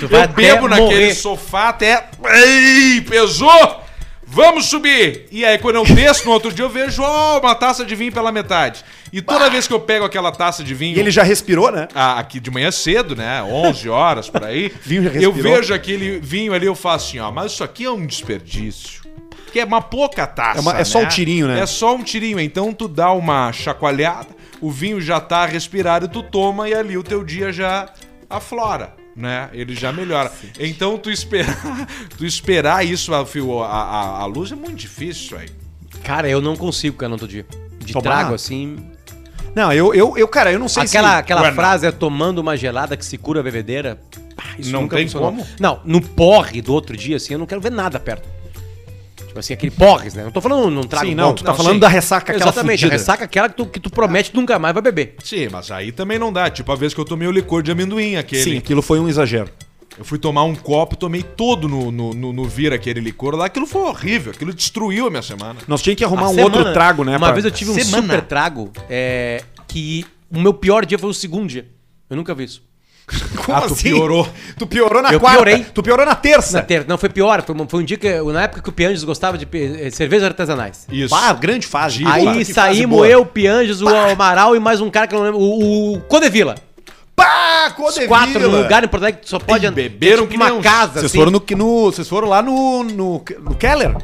[SPEAKER 2] Tu vai
[SPEAKER 3] Eu
[SPEAKER 2] até
[SPEAKER 3] bebo naquele
[SPEAKER 2] morrer.
[SPEAKER 3] sofá até. Ei, pesou! Vamos subir! E aí, quando eu desço no outro dia, eu vejo ó, uma taça de vinho pela metade. E toda vez que eu pego aquela taça de vinho.
[SPEAKER 1] E ele já respirou, né?
[SPEAKER 3] Ah, aqui de manhã cedo, né? 11 horas
[SPEAKER 1] *laughs*
[SPEAKER 3] por aí.
[SPEAKER 1] Vinho já
[SPEAKER 3] eu
[SPEAKER 1] respirou.
[SPEAKER 3] vejo aquele vinho ali, eu faço assim, ó, mas isso aqui é um desperdício. Que é uma pouca taça.
[SPEAKER 1] É uma- é só um tirinho, né?
[SPEAKER 3] É só um tirinho. Então tu dá uma chacoalhada, o vinho já tá respirado, tu toma e ali o teu dia já aflora. Né? Ele já melhora. Então tu esperar, *laughs* tu esperar isso, a, fio- a, a- a luz é muito difícil aí.
[SPEAKER 2] Cara, eu não consigo, cara, no outro dia. De
[SPEAKER 1] Tomar?
[SPEAKER 2] trago, assim...
[SPEAKER 1] Não, eu, eu, eu, cara, eu não sei
[SPEAKER 2] Aquela,
[SPEAKER 1] se...
[SPEAKER 2] aquela
[SPEAKER 3] Bueno.
[SPEAKER 2] frase é tomando uma gelada que se cura a bebedeira. Pá, isso
[SPEAKER 3] Não
[SPEAKER 2] nunca
[SPEAKER 3] tem
[SPEAKER 2] funcionou.
[SPEAKER 3] como.
[SPEAKER 2] Não, no porre do outro dia, assim, eu não quero ver nada perto. Tipo assim, aquele porres, né? Não tô falando num trago
[SPEAKER 1] Sim, não,
[SPEAKER 2] bom.
[SPEAKER 1] tu tá
[SPEAKER 3] Não,
[SPEAKER 1] falando
[SPEAKER 3] sim.
[SPEAKER 1] da ressaca, aquela
[SPEAKER 2] Exatamente, a
[SPEAKER 1] fudida.
[SPEAKER 2] ressaca é aquela que tu, que tu promete que nunca mais vai beber.
[SPEAKER 3] Sim, mas aí também não dá. Tipo a vez que eu tomei o licor de amendoim, aquele.
[SPEAKER 1] Sim, aquilo foi um exagero.
[SPEAKER 3] Eu fui tomar um copo, tomei todo no, no, no, no Vira aquele licor lá. Aquilo foi horrível, aquilo destruiu a minha semana.
[SPEAKER 1] Nós tínhamos que arrumar
[SPEAKER 2] A
[SPEAKER 1] um
[SPEAKER 2] semana-
[SPEAKER 1] outro trago, né?
[SPEAKER 2] Uma
[SPEAKER 1] pra-
[SPEAKER 2] vez eu tive um
[SPEAKER 4] Semana.
[SPEAKER 2] super trago é, que o meu pior dia foi o segundo dia. Eu nunca vi isso.
[SPEAKER 1] Como
[SPEAKER 3] Ah, tu
[SPEAKER 2] assim?
[SPEAKER 3] piorou.
[SPEAKER 1] Tu piorou na
[SPEAKER 2] Eu
[SPEAKER 1] quarta.
[SPEAKER 2] piorei.
[SPEAKER 1] Tu piorou na terça.
[SPEAKER 2] Na terça, não, foi pior. Foi, um- foi um dia que, eu- na época que o Pianges gostava de pe- eh, cervejas artesanais.
[SPEAKER 3] Isso.
[SPEAKER 1] Pá, grande fase.
[SPEAKER 2] Aí
[SPEAKER 1] Puta, que fase
[SPEAKER 2] saímos
[SPEAKER 1] boa.
[SPEAKER 2] eu, Pianges, o Amaral e mais um cara que eu não lembro. O, o Codevila.
[SPEAKER 1] Pá, Codevila.
[SPEAKER 2] Quatro num lugar em Porto Alegre que só pode
[SPEAKER 3] E
[SPEAKER 2] andar.
[SPEAKER 3] beberam que
[SPEAKER 2] uma
[SPEAKER 3] nem uns-
[SPEAKER 2] casa.
[SPEAKER 1] um Vocês
[SPEAKER 2] assim.
[SPEAKER 1] foram, no, no- vocês foram lá no, no, no Keller?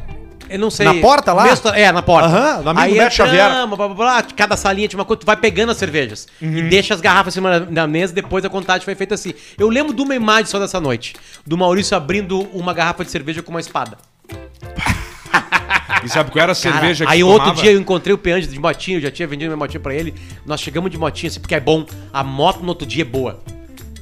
[SPEAKER 2] Eu não sei.
[SPEAKER 1] Na porta lá?
[SPEAKER 2] Mesmo- é, na porta.
[SPEAKER 1] Aham, do amigo
[SPEAKER 2] Aí
[SPEAKER 1] Beto Xavier.
[SPEAKER 2] entramos, blá, blá, blá, cada salinha tinha uma coisa, tu vai pegando as cervejas.
[SPEAKER 1] Uhum.
[SPEAKER 2] E deixa as garrafas em cima da- da mesa, depois a contagem foi feita assim. Eu lembro de uma imagem só dessa noite. Do Maurício abrindo uma garrafa de cerveja com uma espada.
[SPEAKER 3] E sabe qual era a
[SPEAKER 2] Cara,
[SPEAKER 3] cerveja que
[SPEAKER 2] aí
[SPEAKER 3] tu
[SPEAKER 2] outro
[SPEAKER 3] tomava?
[SPEAKER 2] dia eu encontrei o Peandes de motinho, eu já tinha vendido minha motinha pra ele. Nós chegamos de motinha assim, porque é bom. A moto no outro dia é boa.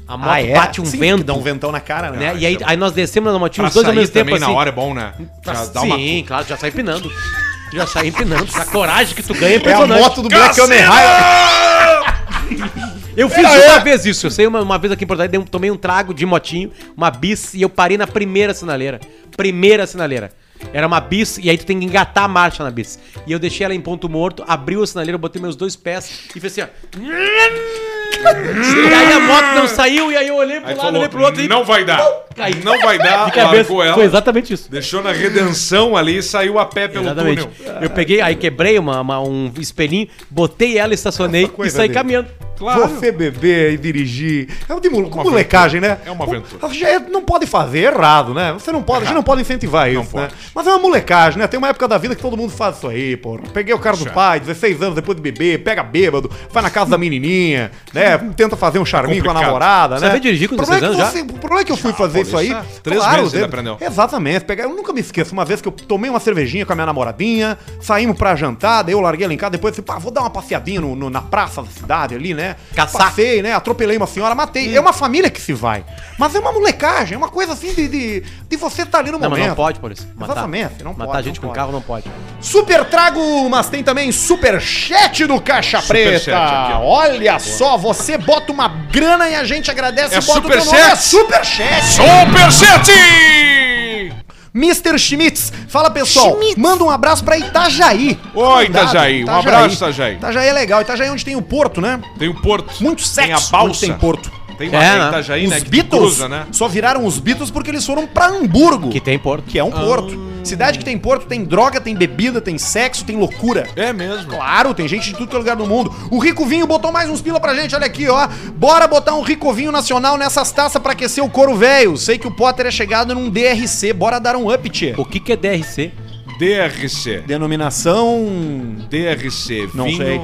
[SPEAKER 2] A moto bate um
[SPEAKER 1] Ah, Sim,
[SPEAKER 2] vento,
[SPEAKER 1] que Dá um ventão na cara, né?
[SPEAKER 2] né? e aí, aí nós descemos na motinha,
[SPEAKER 3] Pra
[SPEAKER 2] os dois ao
[SPEAKER 3] sair
[SPEAKER 2] mesmo tempo
[SPEAKER 3] também
[SPEAKER 2] assim.
[SPEAKER 3] na hora é bom, né? Já dá uma...
[SPEAKER 2] Sim, claro, já sai pinando. Já sai empinando. A coragem que tu ganha é
[SPEAKER 1] É a
[SPEAKER 2] impressionante.
[SPEAKER 1] moto do Black Homem Raio.
[SPEAKER 2] Eu fiz uma vez isso. Eu sei uma, uma vez aqui em Porto Alegre, dei um- tomei um trago de motinho, uma bis, e eu parei na primeira sinaleira. Primeira sinaleira. Era uma bis, e aí tu tem que engatar a marcha na bis. E eu deixei ela em ponto morto, abriu a sinaleira, eu botei meus dois pés e fiz assim, ó. E aí a moto não saiu, e aí eu olhei pro
[SPEAKER 3] Aí
[SPEAKER 2] lado,
[SPEAKER 3] falou,
[SPEAKER 2] olhei pro outro e.
[SPEAKER 3] não vai dar.
[SPEAKER 2] Caiu.
[SPEAKER 3] Não vai dar,
[SPEAKER 2] *laughs* de cabeça.
[SPEAKER 3] largou ela.
[SPEAKER 2] Foi exatamente isso.
[SPEAKER 3] Deixou na redenção ali e saiu a pé pelo
[SPEAKER 2] Exatamente.
[SPEAKER 3] túnel.
[SPEAKER 2] Eu peguei, aí quebrei uma, uma- um espelhinho, botei ela, estacionei e
[SPEAKER 4] coisa
[SPEAKER 2] saí
[SPEAKER 4] dele.
[SPEAKER 2] caminhando.
[SPEAKER 3] Claro.
[SPEAKER 4] Você beber e dirigir. É um de mole-
[SPEAKER 3] uma
[SPEAKER 4] molecagem, né?
[SPEAKER 3] É uma aventura.
[SPEAKER 4] O- Já é- não pode fazer é errado, né? Você não pode, a gente não pode incentivar isso, né?
[SPEAKER 3] pode.
[SPEAKER 4] Mas é uma molecagem, né? Tem uma época da vida que todo mundo faz isso aí, pô. Peguei o cara do pai, 16 anos depois de beber, pega bêbado, vai na casa da menininha, né? Tenta fazer um charminho com a
[SPEAKER 3] Complicado.
[SPEAKER 4] namorada, né?
[SPEAKER 2] veio dirigir com
[SPEAKER 4] O problema
[SPEAKER 2] 16 anos
[SPEAKER 4] é que você- O problema é que eu fui fazer isso aí. né?
[SPEAKER 3] já. Três meses ele aprendeu.
[SPEAKER 4] Exatamente. Pegar, eu nunca me esqueço. Uma vez que eu tomei uma cervejinha com a minha namoradinha, saímos pra jantar, daí eu larguei ela em casa, depois eu disse, pá, vou dar uma passeadinha no- no- na praça da cidade ali, né?
[SPEAKER 2] Caçar. Hum.
[SPEAKER 4] Passei, né? Atropelei uma senhora, matei. É uma família que se vai. Mas é uma molecagem, é uma coisa assim de, de, de você estar ali no
[SPEAKER 2] Não,
[SPEAKER 4] momento.
[SPEAKER 2] mas não pode, Polícia. Matar,
[SPEAKER 4] Exatamente, não
[SPEAKER 2] matar
[SPEAKER 4] pode,
[SPEAKER 2] gente
[SPEAKER 4] não
[SPEAKER 2] com
[SPEAKER 4] pode.
[SPEAKER 2] carro não pode.
[SPEAKER 1] Super trago, mas tem também super chat do Caixa Preta.
[SPEAKER 3] Superchat aqui, ó.
[SPEAKER 1] Olha só, você bota uma grana e a gente agradece
[SPEAKER 3] É
[SPEAKER 1] e bota
[SPEAKER 3] superchat?
[SPEAKER 1] É super chat.
[SPEAKER 3] Superchat!
[SPEAKER 1] Mr. Schmitz, fala pessoal, manda um abraço pra Itajaí.
[SPEAKER 3] Oi, Itajaí, um abraço, Itajaí.
[SPEAKER 1] Itajaí é legal, Itajaí é onde tem o porto, né?
[SPEAKER 3] Tem o Porto.
[SPEAKER 1] Muito sexo
[SPEAKER 3] Tem a
[SPEAKER 1] onde
[SPEAKER 3] balsa.
[SPEAKER 1] tem porto.
[SPEAKER 3] Tem
[SPEAKER 2] É,
[SPEAKER 3] uma
[SPEAKER 2] né?
[SPEAKER 3] é, aí,
[SPEAKER 1] Os
[SPEAKER 3] né? que
[SPEAKER 1] Beatles
[SPEAKER 3] cruza, né?
[SPEAKER 1] só viraram os Beatles porque eles foram pra Hamburgo,
[SPEAKER 2] Que tem porto.
[SPEAKER 1] que é um porto. Cidade que tem porto, tem droga, tem bebida, tem sexo, tem loucura.
[SPEAKER 3] É mesmo.
[SPEAKER 1] Claro, tem gente de tudo que é lugar do mundo. O Ricovinho botou mais uns pila pra gente, olha aqui, ó. Bora botar um Ricovinho nacional nessas taças pra aquecer o couro velho. Sei que o Potter é chegado num DRC, bora dar um up, tchê.
[SPEAKER 2] O que, que é DRC?
[SPEAKER 3] DRC.
[SPEAKER 1] Denominação
[SPEAKER 3] DRC.
[SPEAKER 1] Não
[SPEAKER 3] vinho. tá,
[SPEAKER 1] sei.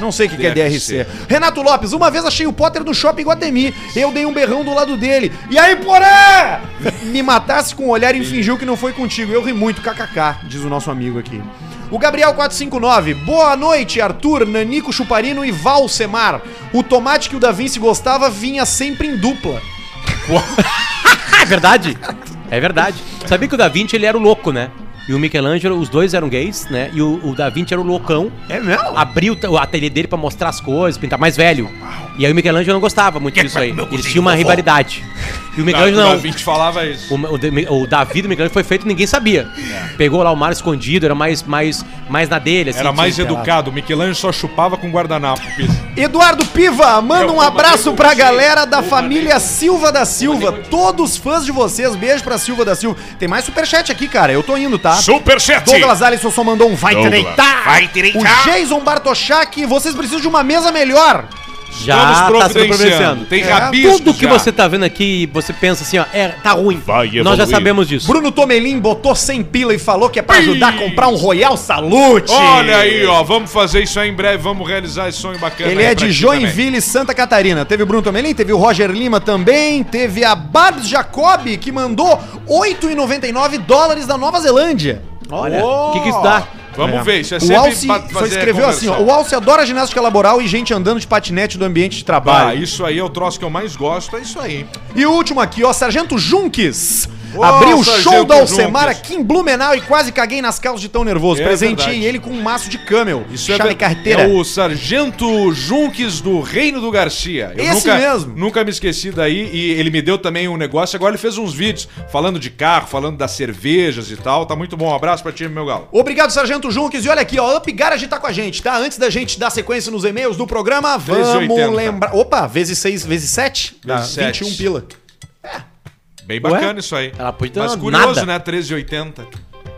[SPEAKER 1] Não sei o que, que é
[SPEAKER 3] DRC.
[SPEAKER 1] DRC. Renato Lopes, uma vez achei o Potter no shopping Guatemi. Eu dei um berrão do lado dele. E aí, porã! Me matasse com o olhar e fingiu que não foi contigo. Eu ri muito, kkk, diz o nosso amigo aqui. O Gabriel 459, boa noite, Arthur, Nanico Chuparino e Valsemar. O tomate que o Da Vinci gostava vinha sempre em dupla.
[SPEAKER 2] Ah, é verdade! É verdade. Sabia que o Da Vinci ele era o louco, né? E o Michelangelo, os dois eram gays, né? E o, o Da Vinci era o loucão.
[SPEAKER 1] É mesmo?
[SPEAKER 2] Abriu o ateliê dele pra mostrar as coisas, pintar mais velho. E aí o Michelangelo não gostava muito disso aí. Eles tinham uma rivalidade. E o Michelangelo
[SPEAKER 3] Não,
[SPEAKER 2] não.
[SPEAKER 3] Tá, o Davi te falava isso.
[SPEAKER 2] O, o, de- o Davi do Michelangelo foi feito e ninguém sabia.
[SPEAKER 1] É.
[SPEAKER 2] Pegou lá o mar escondido, era mais, mais, mais na dele. assim,
[SPEAKER 3] Era mais
[SPEAKER 2] tinha-
[SPEAKER 3] educado. O Michelangelo só chupava com guardanapo. Pisa.
[SPEAKER 1] Eduardo Piva, manda um
[SPEAKER 3] Eu
[SPEAKER 1] abraço
[SPEAKER 3] mandei
[SPEAKER 1] pra
[SPEAKER 3] você.
[SPEAKER 1] galera da
[SPEAKER 3] Eu
[SPEAKER 1] família Silva da Silva. Todos fãs de vocês, beijo pra Silva da Silva. Tem mais superchat aqui, cara. Eu tô indo, tá?
[SPEAKER 3] Superchat!
[SPEAKER 1] Douglas Alisson só mandou um vai
[SPEAKER 3] Douglas,
[SPEAKER 1] direitar.
[SPEAKER 3] vai direitar.
[SPEAKER 1] O Jason Bartoschak, vocês precisam de uma mesa melhor.
[SPEAKER 2] Já tá sendo providenciando.
[SPEAKER 3] providenciando. Tem
[SPEAKER 2] É.
[SPEAKER 3] rabisco
[SPEAKER 2] Tudo que
[SPEAKER 3] já.
[SPEAKER 2] você tá vendo aqui, você pensa assim, ó, é, tá ruim.
[SPEAKER 3] Vai
[SPEAKER 2] Nós já
[SPEAKER 3] evoluir.
[SPEAKER 2] sabemos disso.
[SPEAKER 1] Bruno Tomelin botou 100 pila e falou que é pra ajudar a comprar um Royal Salute.
[SPEAKER 3] Olha aí, ó. Vamos fazer isso aí em breve. Vamos realizar esse sonho bacana.
[SPEAKER 1] Ele
[SPEAKER 3] aí
[SPEAKER 1] é
[SPEAKER 3] pra
[SPEAKER 1] de
[SPEAKER 3] ti também.
[SPEAKER 1] Joinville, Santa Catarina. Teve o Bruno Tomelin, teve o Roger Lima também, teve a Babs Jacob, que mandou 8,99 dólares da Nova Zelândia.
[SPEAKER 2] Olha,
[SPEAKER 1] Oh.
[SPEAKER 2] o que, que isso dá?
[SPEAKER 3] Vamos ver. Isso é
[SPEAKER 1] O Alce
[SPEAKER 3] pra-
[SPEAKER 1] só
[SPEAKER 3] fazer
[SPEAKER 1] escreveu assim, ó.
[SPEAKER 3] conversão.
[SPEAKER 1] O Alce adora ginástica laboral e gente andando de patinete do ambiente de trabalho.
[SPEAKER 3] Bah, isso aí é o troço que eu mais gosto. É isso aí, hein?
[SPEAKER 1] E o último aqui, ó, Sargento Junques.
[SPEAKER 3] Ô,
[SPEAKER 1] Abriu o
[SPEAKER 3] Sargento
[SPEAKER 1] show da Alcemara
[SPEAKER 3] Junques.
[SPEAKER 1] aqui em Blumenau e quase caguei nas calças de tão nervoso.
[SPEAKER 3] É
[SPEAKER 1] Presenteei
[SPEAKER 3] verdade.
[SPEAKER 1] ele com um maço de camel.
[SPEAKER 3] Isso é,
[SPEAKER 1] chave
[SPEAKER 3] ver-
[SPEAKER 1] carteira.
[SPEAKER 3] é o Sargento Junques do Reino do Garcia.
[SPEAKER 1] Esse
[SPEAKER 3] nunca,
[SPEAKER 1] mesmo.
[SPEAKER 3] Nunca me esqueci daí e ele me deu também um negócio. Agora ele fez uns vídeos falando de carro, falando das cervejas e tal. Tá muito bom. Um abraço pra ti, meu galo.
[SPEAKER 1] Obrigado, Sargento Junques. E olha aqui, ó, Up Garage tá com a gente, tá? Antes da gente dar sequência nos e-mails do programa, vamos
[SPEAKER 3] 3,80.
[SPEAKER 1] lembrar. Opa, vezes 6, vezes 7? Dá
[SPEAKER 3] Vezes sete.
[SPEAKER 1] 21 pila.
[SPEAKER 3] Bem bacana isso aí.
[SPEAKER 2] Ela podia ter
[SPEAKER 3] Mas
[SPEAKER 2] uma
[SPEAKER 3] curioso,
[SPEAKER 2] nada.
[SPEAKER 3] né? 13,80.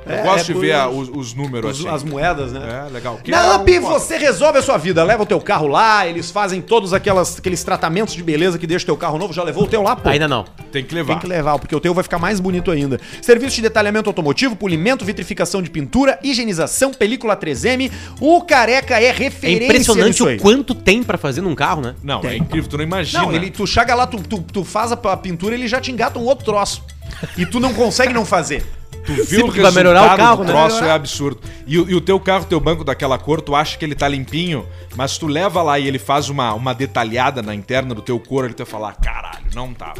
[SPEAKER 1] É,
[SPEAKER 3] Eu gosto
[SPEAKER 1] é
[SPEAKER 3] de
[SPEAKER 1] por-
[SPEAKER 3] ver a- os, os números
[SPEAKER 1] Os-
[SPEAKER 3] assim.
[SPEAKER 1] As moedas, né?
[SPEAKER 3] É, legal. Que é
[SPEAKER 1] Na
[SPEAKER 3] um-
[SPEAKER 1] UP você resolve a sua vida, leva o teu carro lá, eles fazem todos aquelas, aqueles tratamentos de beleza que deixa o teu carro novo, já levou o teu lá, pô?
[SPEAKER 2] Ainda não.
[SPEAKER 3] Tem que
[SPEAKER 1] Tem
[SPEAKER 3] levar.
[SPEAKER 1] que levar, porque o teu vai ficar mais bonito ainda. Serviço de detalhamento automotivo, polimento, vitrificação de pintura, higienização, película 3M. O Careca é
[SPEAKER 2] É
[SPEAKER 1] referência
[SPEAKER 2] impressionante
[SPEAKER 1] nisso aí.
[SPEAKER 2] o quanto tem pra fazer num carro, né?
[SPEAKER 3] Não, é
[SPEAKER 1] Tem.
[SPEAKER 3] incrível. Tu não imagina.
[SPEAKER 1] Não, ele, tu chega lá, tu, tu, tu faz a, a pintura, ele já te engata um outro troço. E tu não consegue não fazer.
[SPEAKER 3] Tu viu o
[SPEAKER 2] Sempre vai melhorar o
[SPEAKER 3] resultado
[SPEAKER 2] carro,
[SPEAKER 3] do
[SPEAKER 2] né?
[SPEAKER 3] troço
[SPEAKER 1] Melhorar.
[SPEAKER 3] é absurdo. E, o- e o teu carro, teu banco daquela cor, tu acha que ele tá limpinho, mas tu leva lá e ele faz uma, uma detalhada na interna do teu couro, ele tu vai falar, caralho, não tava.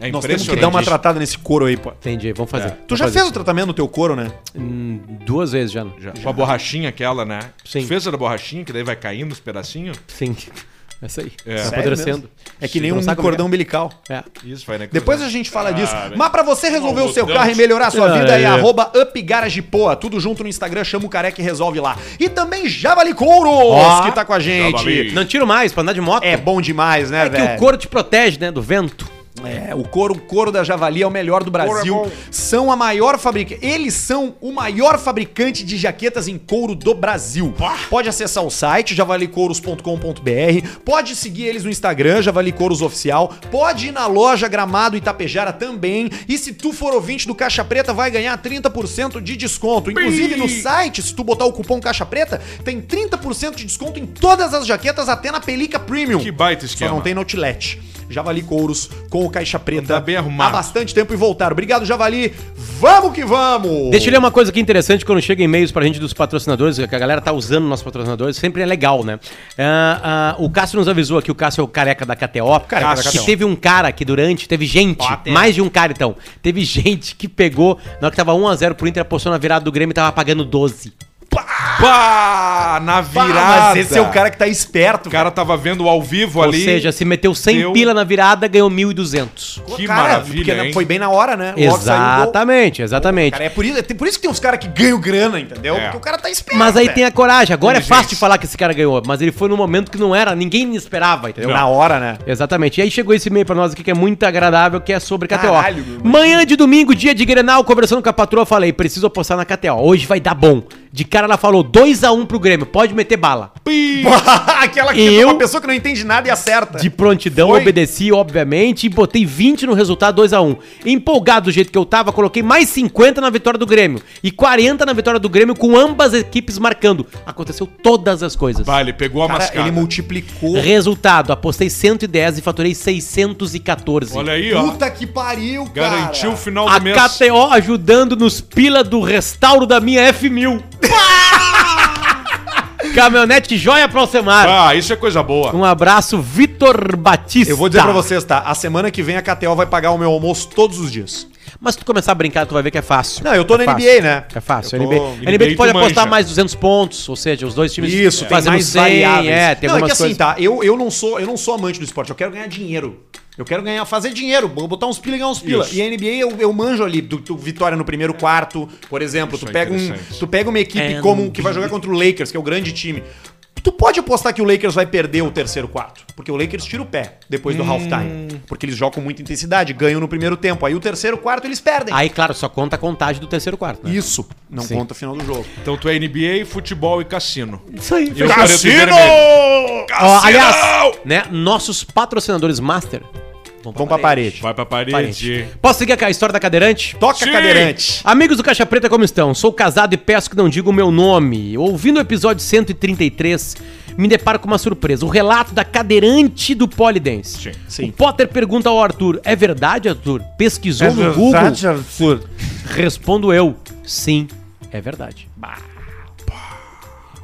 [SPEAKER 3] É
[SPEAKER 1] Nós temos que dar uma tratada nesse couro aí, pô.
[SPEAKER 2] Entendi, vamos fazer.
[SPEAKER 1] É. Tu já fez o tratamento no teu couro, né?
[SPEAKER 2] Hum, Duas vezes já.
[SPEAKER 3] Já. Com a borrachinha aquela, né?
[SPEAKER 2] Sim.
[SPEAKER 3] Tu Fez a da borrachinha, que daí vai caindo os pedacinhos.
[SPEAKER 2] Sim. *laughs* Essa aí.
[SPEAKER 3] É.
[SPEAKER 2] Tá
[SPEAKER 3] Sério
[SPEAKER 2] apodrecendo.
[SPEAKER 1] É que
[SPEAKER 2] Sim,
[SPEAKER 1] nem
[SPEAKER 2] tu não
[SPEAKER 1] um
[SPEAKER 2] sabe como
[SPEAKER 1] cordão umbilical.
[SPEAKER 2] É. É.
[SPEAKER 3] Isso, vai, né?
[SPEAKER 1] Depois a gente fala disso.
[SPEAKER 3] velho.
[SPEAKER 1] Mas pra você resolver o seu
[SPEAKER 3] Maldão.
[SPEAKER 1] carro e melhorar a sua
[SPEAKER 2] Ah,
[SPEAKER 1] vida é,
[SPEAKER 2] é.
[SPEAKER 1] arroba upgaragepoa. Tudo junto no Instagram, chama o careca e resolve lá. E também Javali Couro,
[SPEAKER 2] Ó,
[SPEAKER 1] que tá com a gente.
[SPEAKER 3] Javali.
[SPEAKER 2] Não tiro mais pra andar de moto.
[SPEAKER 1] É bom demais, né,
[SPEAKER 2] É que
[SPEAKER 1] velho?
[SPEAKER 2] o couro te protege, né? Do vento.
[SPEAKER 1] É, o couro, o couro da Javali é o melhor do Brasil. são a maior fabricante. Eles são o maior fabricante de jaquetas em couro do Brasil. Pode acessar o site javalicouros.com.br, pode seguir eles no Instagram, Javali Couros Oficial, pode ir na loja Gramado Itapejara também. E se tu for ouvinte do Caixa Preta, vai ganhar 30% de desconto. Inclusive no site, se tu botar o cupom Caixa Preta, tem 30% de desconto em todas as jaquetas, até na Pelica Premium.
[SPEAKER 3] Que baita
[SPEAKER 1] Só
[SPEAKER 3] esquema.
[SPEAKER 1] não tem no outlet. Javali Couros com o Caixa Preta
[SPEAKER 3] Tá bem arrumado.
[SPEAKER 1] há bastante tempo e voltaram. Obrigado, Javali. Vamos que vamos! Ah,
[SPEAKER 2] Deixa eu ler uma coisa aqui interessante quando chega e-mails pra gente dos patrocinadores, que a galera tá usando nossos patrocinadores, sempre é legal, né? Ah, ah, o Cássio nos avisou aqui, o Cássio é o careca da KTO.
[SPEAKER 1] Careca da
[SPEAKER 2] que
[SPEAKER 1] KTO.
[SPEAKER 2] teve um cara que durante, teve gente,
[SPEAKER 1] Ó, tem.
[SPEAKER 2] mais de um cara então, teve gente que pegou, na hora que tava 1x0 pro Inter, apostou na virada do Grêmio e tava pagando 12.
[SPEAKER 3] Pá, na virada.
[SPEAKER 1] Pá, mas esse é o cara que assim, tá esperto.
[SPEAKER 3] O cara tava vendo ao vivo ali.
[SPEAKER 2] Ou seja, se meteu 100
[SPEAKER 3] deu-
[SPEAKER 2] pila na virada, ganhou 1.200.
[SPEAKER 1] Pô,
[SPEAKER 3] que
[SPEAKER 1] cara,
[SPEAKER 3] maravilha, hein?
[SPEAKER 1] foi bem na hora, né? Logo saiu o gol.
[SPEAKER 2] Exatamente, exatamente.
[SPEAKER 1] Cara, é por isso, é por isso que tem uns caras que ganham grana, entendeu?
[SPEAKER 3] É.
[SPEAKER 1] Porque o cara tá esperto.
[SPEAKER 2] Mas aí
[SPEAKER 1] né?
[SPEAKER 2] tem a coragem. Agora é
[SPEAKER 3] Inteligência.
[SPEAKER 2] fácil de falar que esse cara ganhou, mas ele foi num momento que não era, ninguém esperava, entendeu?
[SPEAKER 1] Na hora, né?
[SPEAKER 2] Exatamente. E aí chegou esse e-mail pra nós aqui que é muito agradável, que é sobre KTO.
[SPEAKER 1] Caralho, meu.
[SPEAKER 2] Manhã de domingo, dia de Grenal, conversando com a patroa, falei, preciso apostar na KTO. Hoje vai dar bom. De cara ela falou 2 a 1 pro Grêmio, pode meter bala.
[SPEAKER 1] *laughs* Aquela que
[SPEAKER 2] Eu-
[SPEAKER 1] uma pessoa que não entende nada e acerta.
[SPEAKER 2] De prontidão,
[SPEAKER 3] Foi.
[SPEAKER 2] obedeci, obviamente, e botei 20 no resultado 2 a 1 Empolgado do jeito que eu tava, coloquei mais 50 na vitória do Grêmio e 40 na vitória do Grêmio, com ambas equipes marcando. Aconteceu todas as coisas.
[SPEAKER 3] Vale, pegou a
[SPEAKER 1] Cara,
[SPEAKER 3] mascada.
[SPEAKER 1] ele multiplicou.
[SPEAKER 2] Resultado, apostei 110 e faturei 614.
[SPEAKER 3] Olha aí, ó.
[SPEAKER 1] Puta que pariu, cara.
[SPEAKER 3] Garantiu o final do
[SPEAKER 2] A
[SPEAKER 3] mês.
[SPEAKER 2] KTO ajudando nos pila do restauro da
[SPEAKER 1] *laughs*
[SPEAKER 2] minha F1000. Caminhonete joia pro Alcemar.
[SPEAKER 3] Ah, isso é coisa boa.
[SPEAKER 2] Um abraço, Vitor Batista.
[SPEAKER 1] Tá. Eu vou dizer pra vocês, tá? A semana que vem a KTO vai pagar o meu almoço todos os dias.
[SPEAKER 2] Mas se tu começar a brincar, tu vai ver que é fácil.
[SPEAKER 1] Não, eu tô
[SPEAKER 2] é
[SPEAKER 1] na
[SPEAKER 2] fácil.
[SPEAKER 1] NBA, né?
[SPEAKER 2] É fácil.
[SPEAKER 1] Eu tô-
[SPEAKER 2] NBA,
[SPEAKER 3] NBA
[SPEAKER 2] NBA tu
[SPEAKER 3] tu
[SPEAKER 2] pode
[SPEAKER 3] manja.
[SPEAKER 2] apostar mais 200 pontos, ou seja, os dois times
[SPEAKER 1] Isso, tem
[SPEAKER 2] fazendo
[SPEAKER 1] mais
[SPEAKER 2] 100,
[SPEAKER 1] variáveis. não,
[SPEAKER 2] é, tem
[SPEAKER 1] é que
[SPEAKER 2] algumas
[SPEAKER 1] assim,
[SPEAKER 2] coisas.
[SPEAKER 1] tá, eu, eu, não sou, eu não sou amante do esporte, eu quero ganhar dinheiro. Eu quero ganhar, fazer dinheiro, vou botar uns pila e ganhar uns pila.
[SPEAKER 3] Isso.
[SPEAKER 1] E a NBA eu, eu manjo ali, do, do vitória no primeiro quarto, por exemplo.
[SPEAKER 3] Isso
[SPEAKER 1] tu,
[SPEAKER 3] é
[SPEAKER 1] pega um,
[SPEAKER 3] interessante.
[SPEAKER 1] tu pega uma equipe
[SPEAKER 2] É,
[SPEAKER 1] como que vai jogar contra o Lakers, que é o grande time. Tu pode apostar que o Lakers vai perder o terceiro quarto, porque o Lakers tira o pé depois do halftime. Porque eles jogam com muita intensidade, ganham no primeiro tempo. Aí o terceiro quarto eles perdem.
[SPEAKER 2] Aí, claro, só conta a contagem do terceiro quarto, né?
[SPEAKER 1] Isso não
[SPEAKER 2] Sim.
[SPEAKER 1] conta o final do jogo.
[SPEAKER 3] Então tu é NBA, futebol e cassino.
[SPEAKER 2] Isso aí.
[SPEAKER 3] E eu
[SPEAKER 1] Cassino!
[SPEAKER 2] Ó, aliás, né, nossos patrocinadores master vão
[SPEAKER 1] Vamos pra parede.
[SPEAKER 3] Vai pra parede.
[SPEAKER 2] Parente. Posso seguir a história da cadeirante?
[SPEAKER 1] Toca
[SPEAKER 3] Sim.
[SPEAKER 1] cadeirante.
[SPEAKER 2] Amigos do Caixa Preta, como estão? Sou casado e peço que não diga o meu nome. Ouvindo o episódio 133, me deparo com uma surpresa. O relato da cadeirante do Polidense.
[SPEAKER 3] Sim,
[SPEAKER 1] sim. É
[SPEAKER 2] O Potter pergunta ao Arthur, é verdade, Arthur? Pesquisou no Google? Respondo eu, sim, é verdade.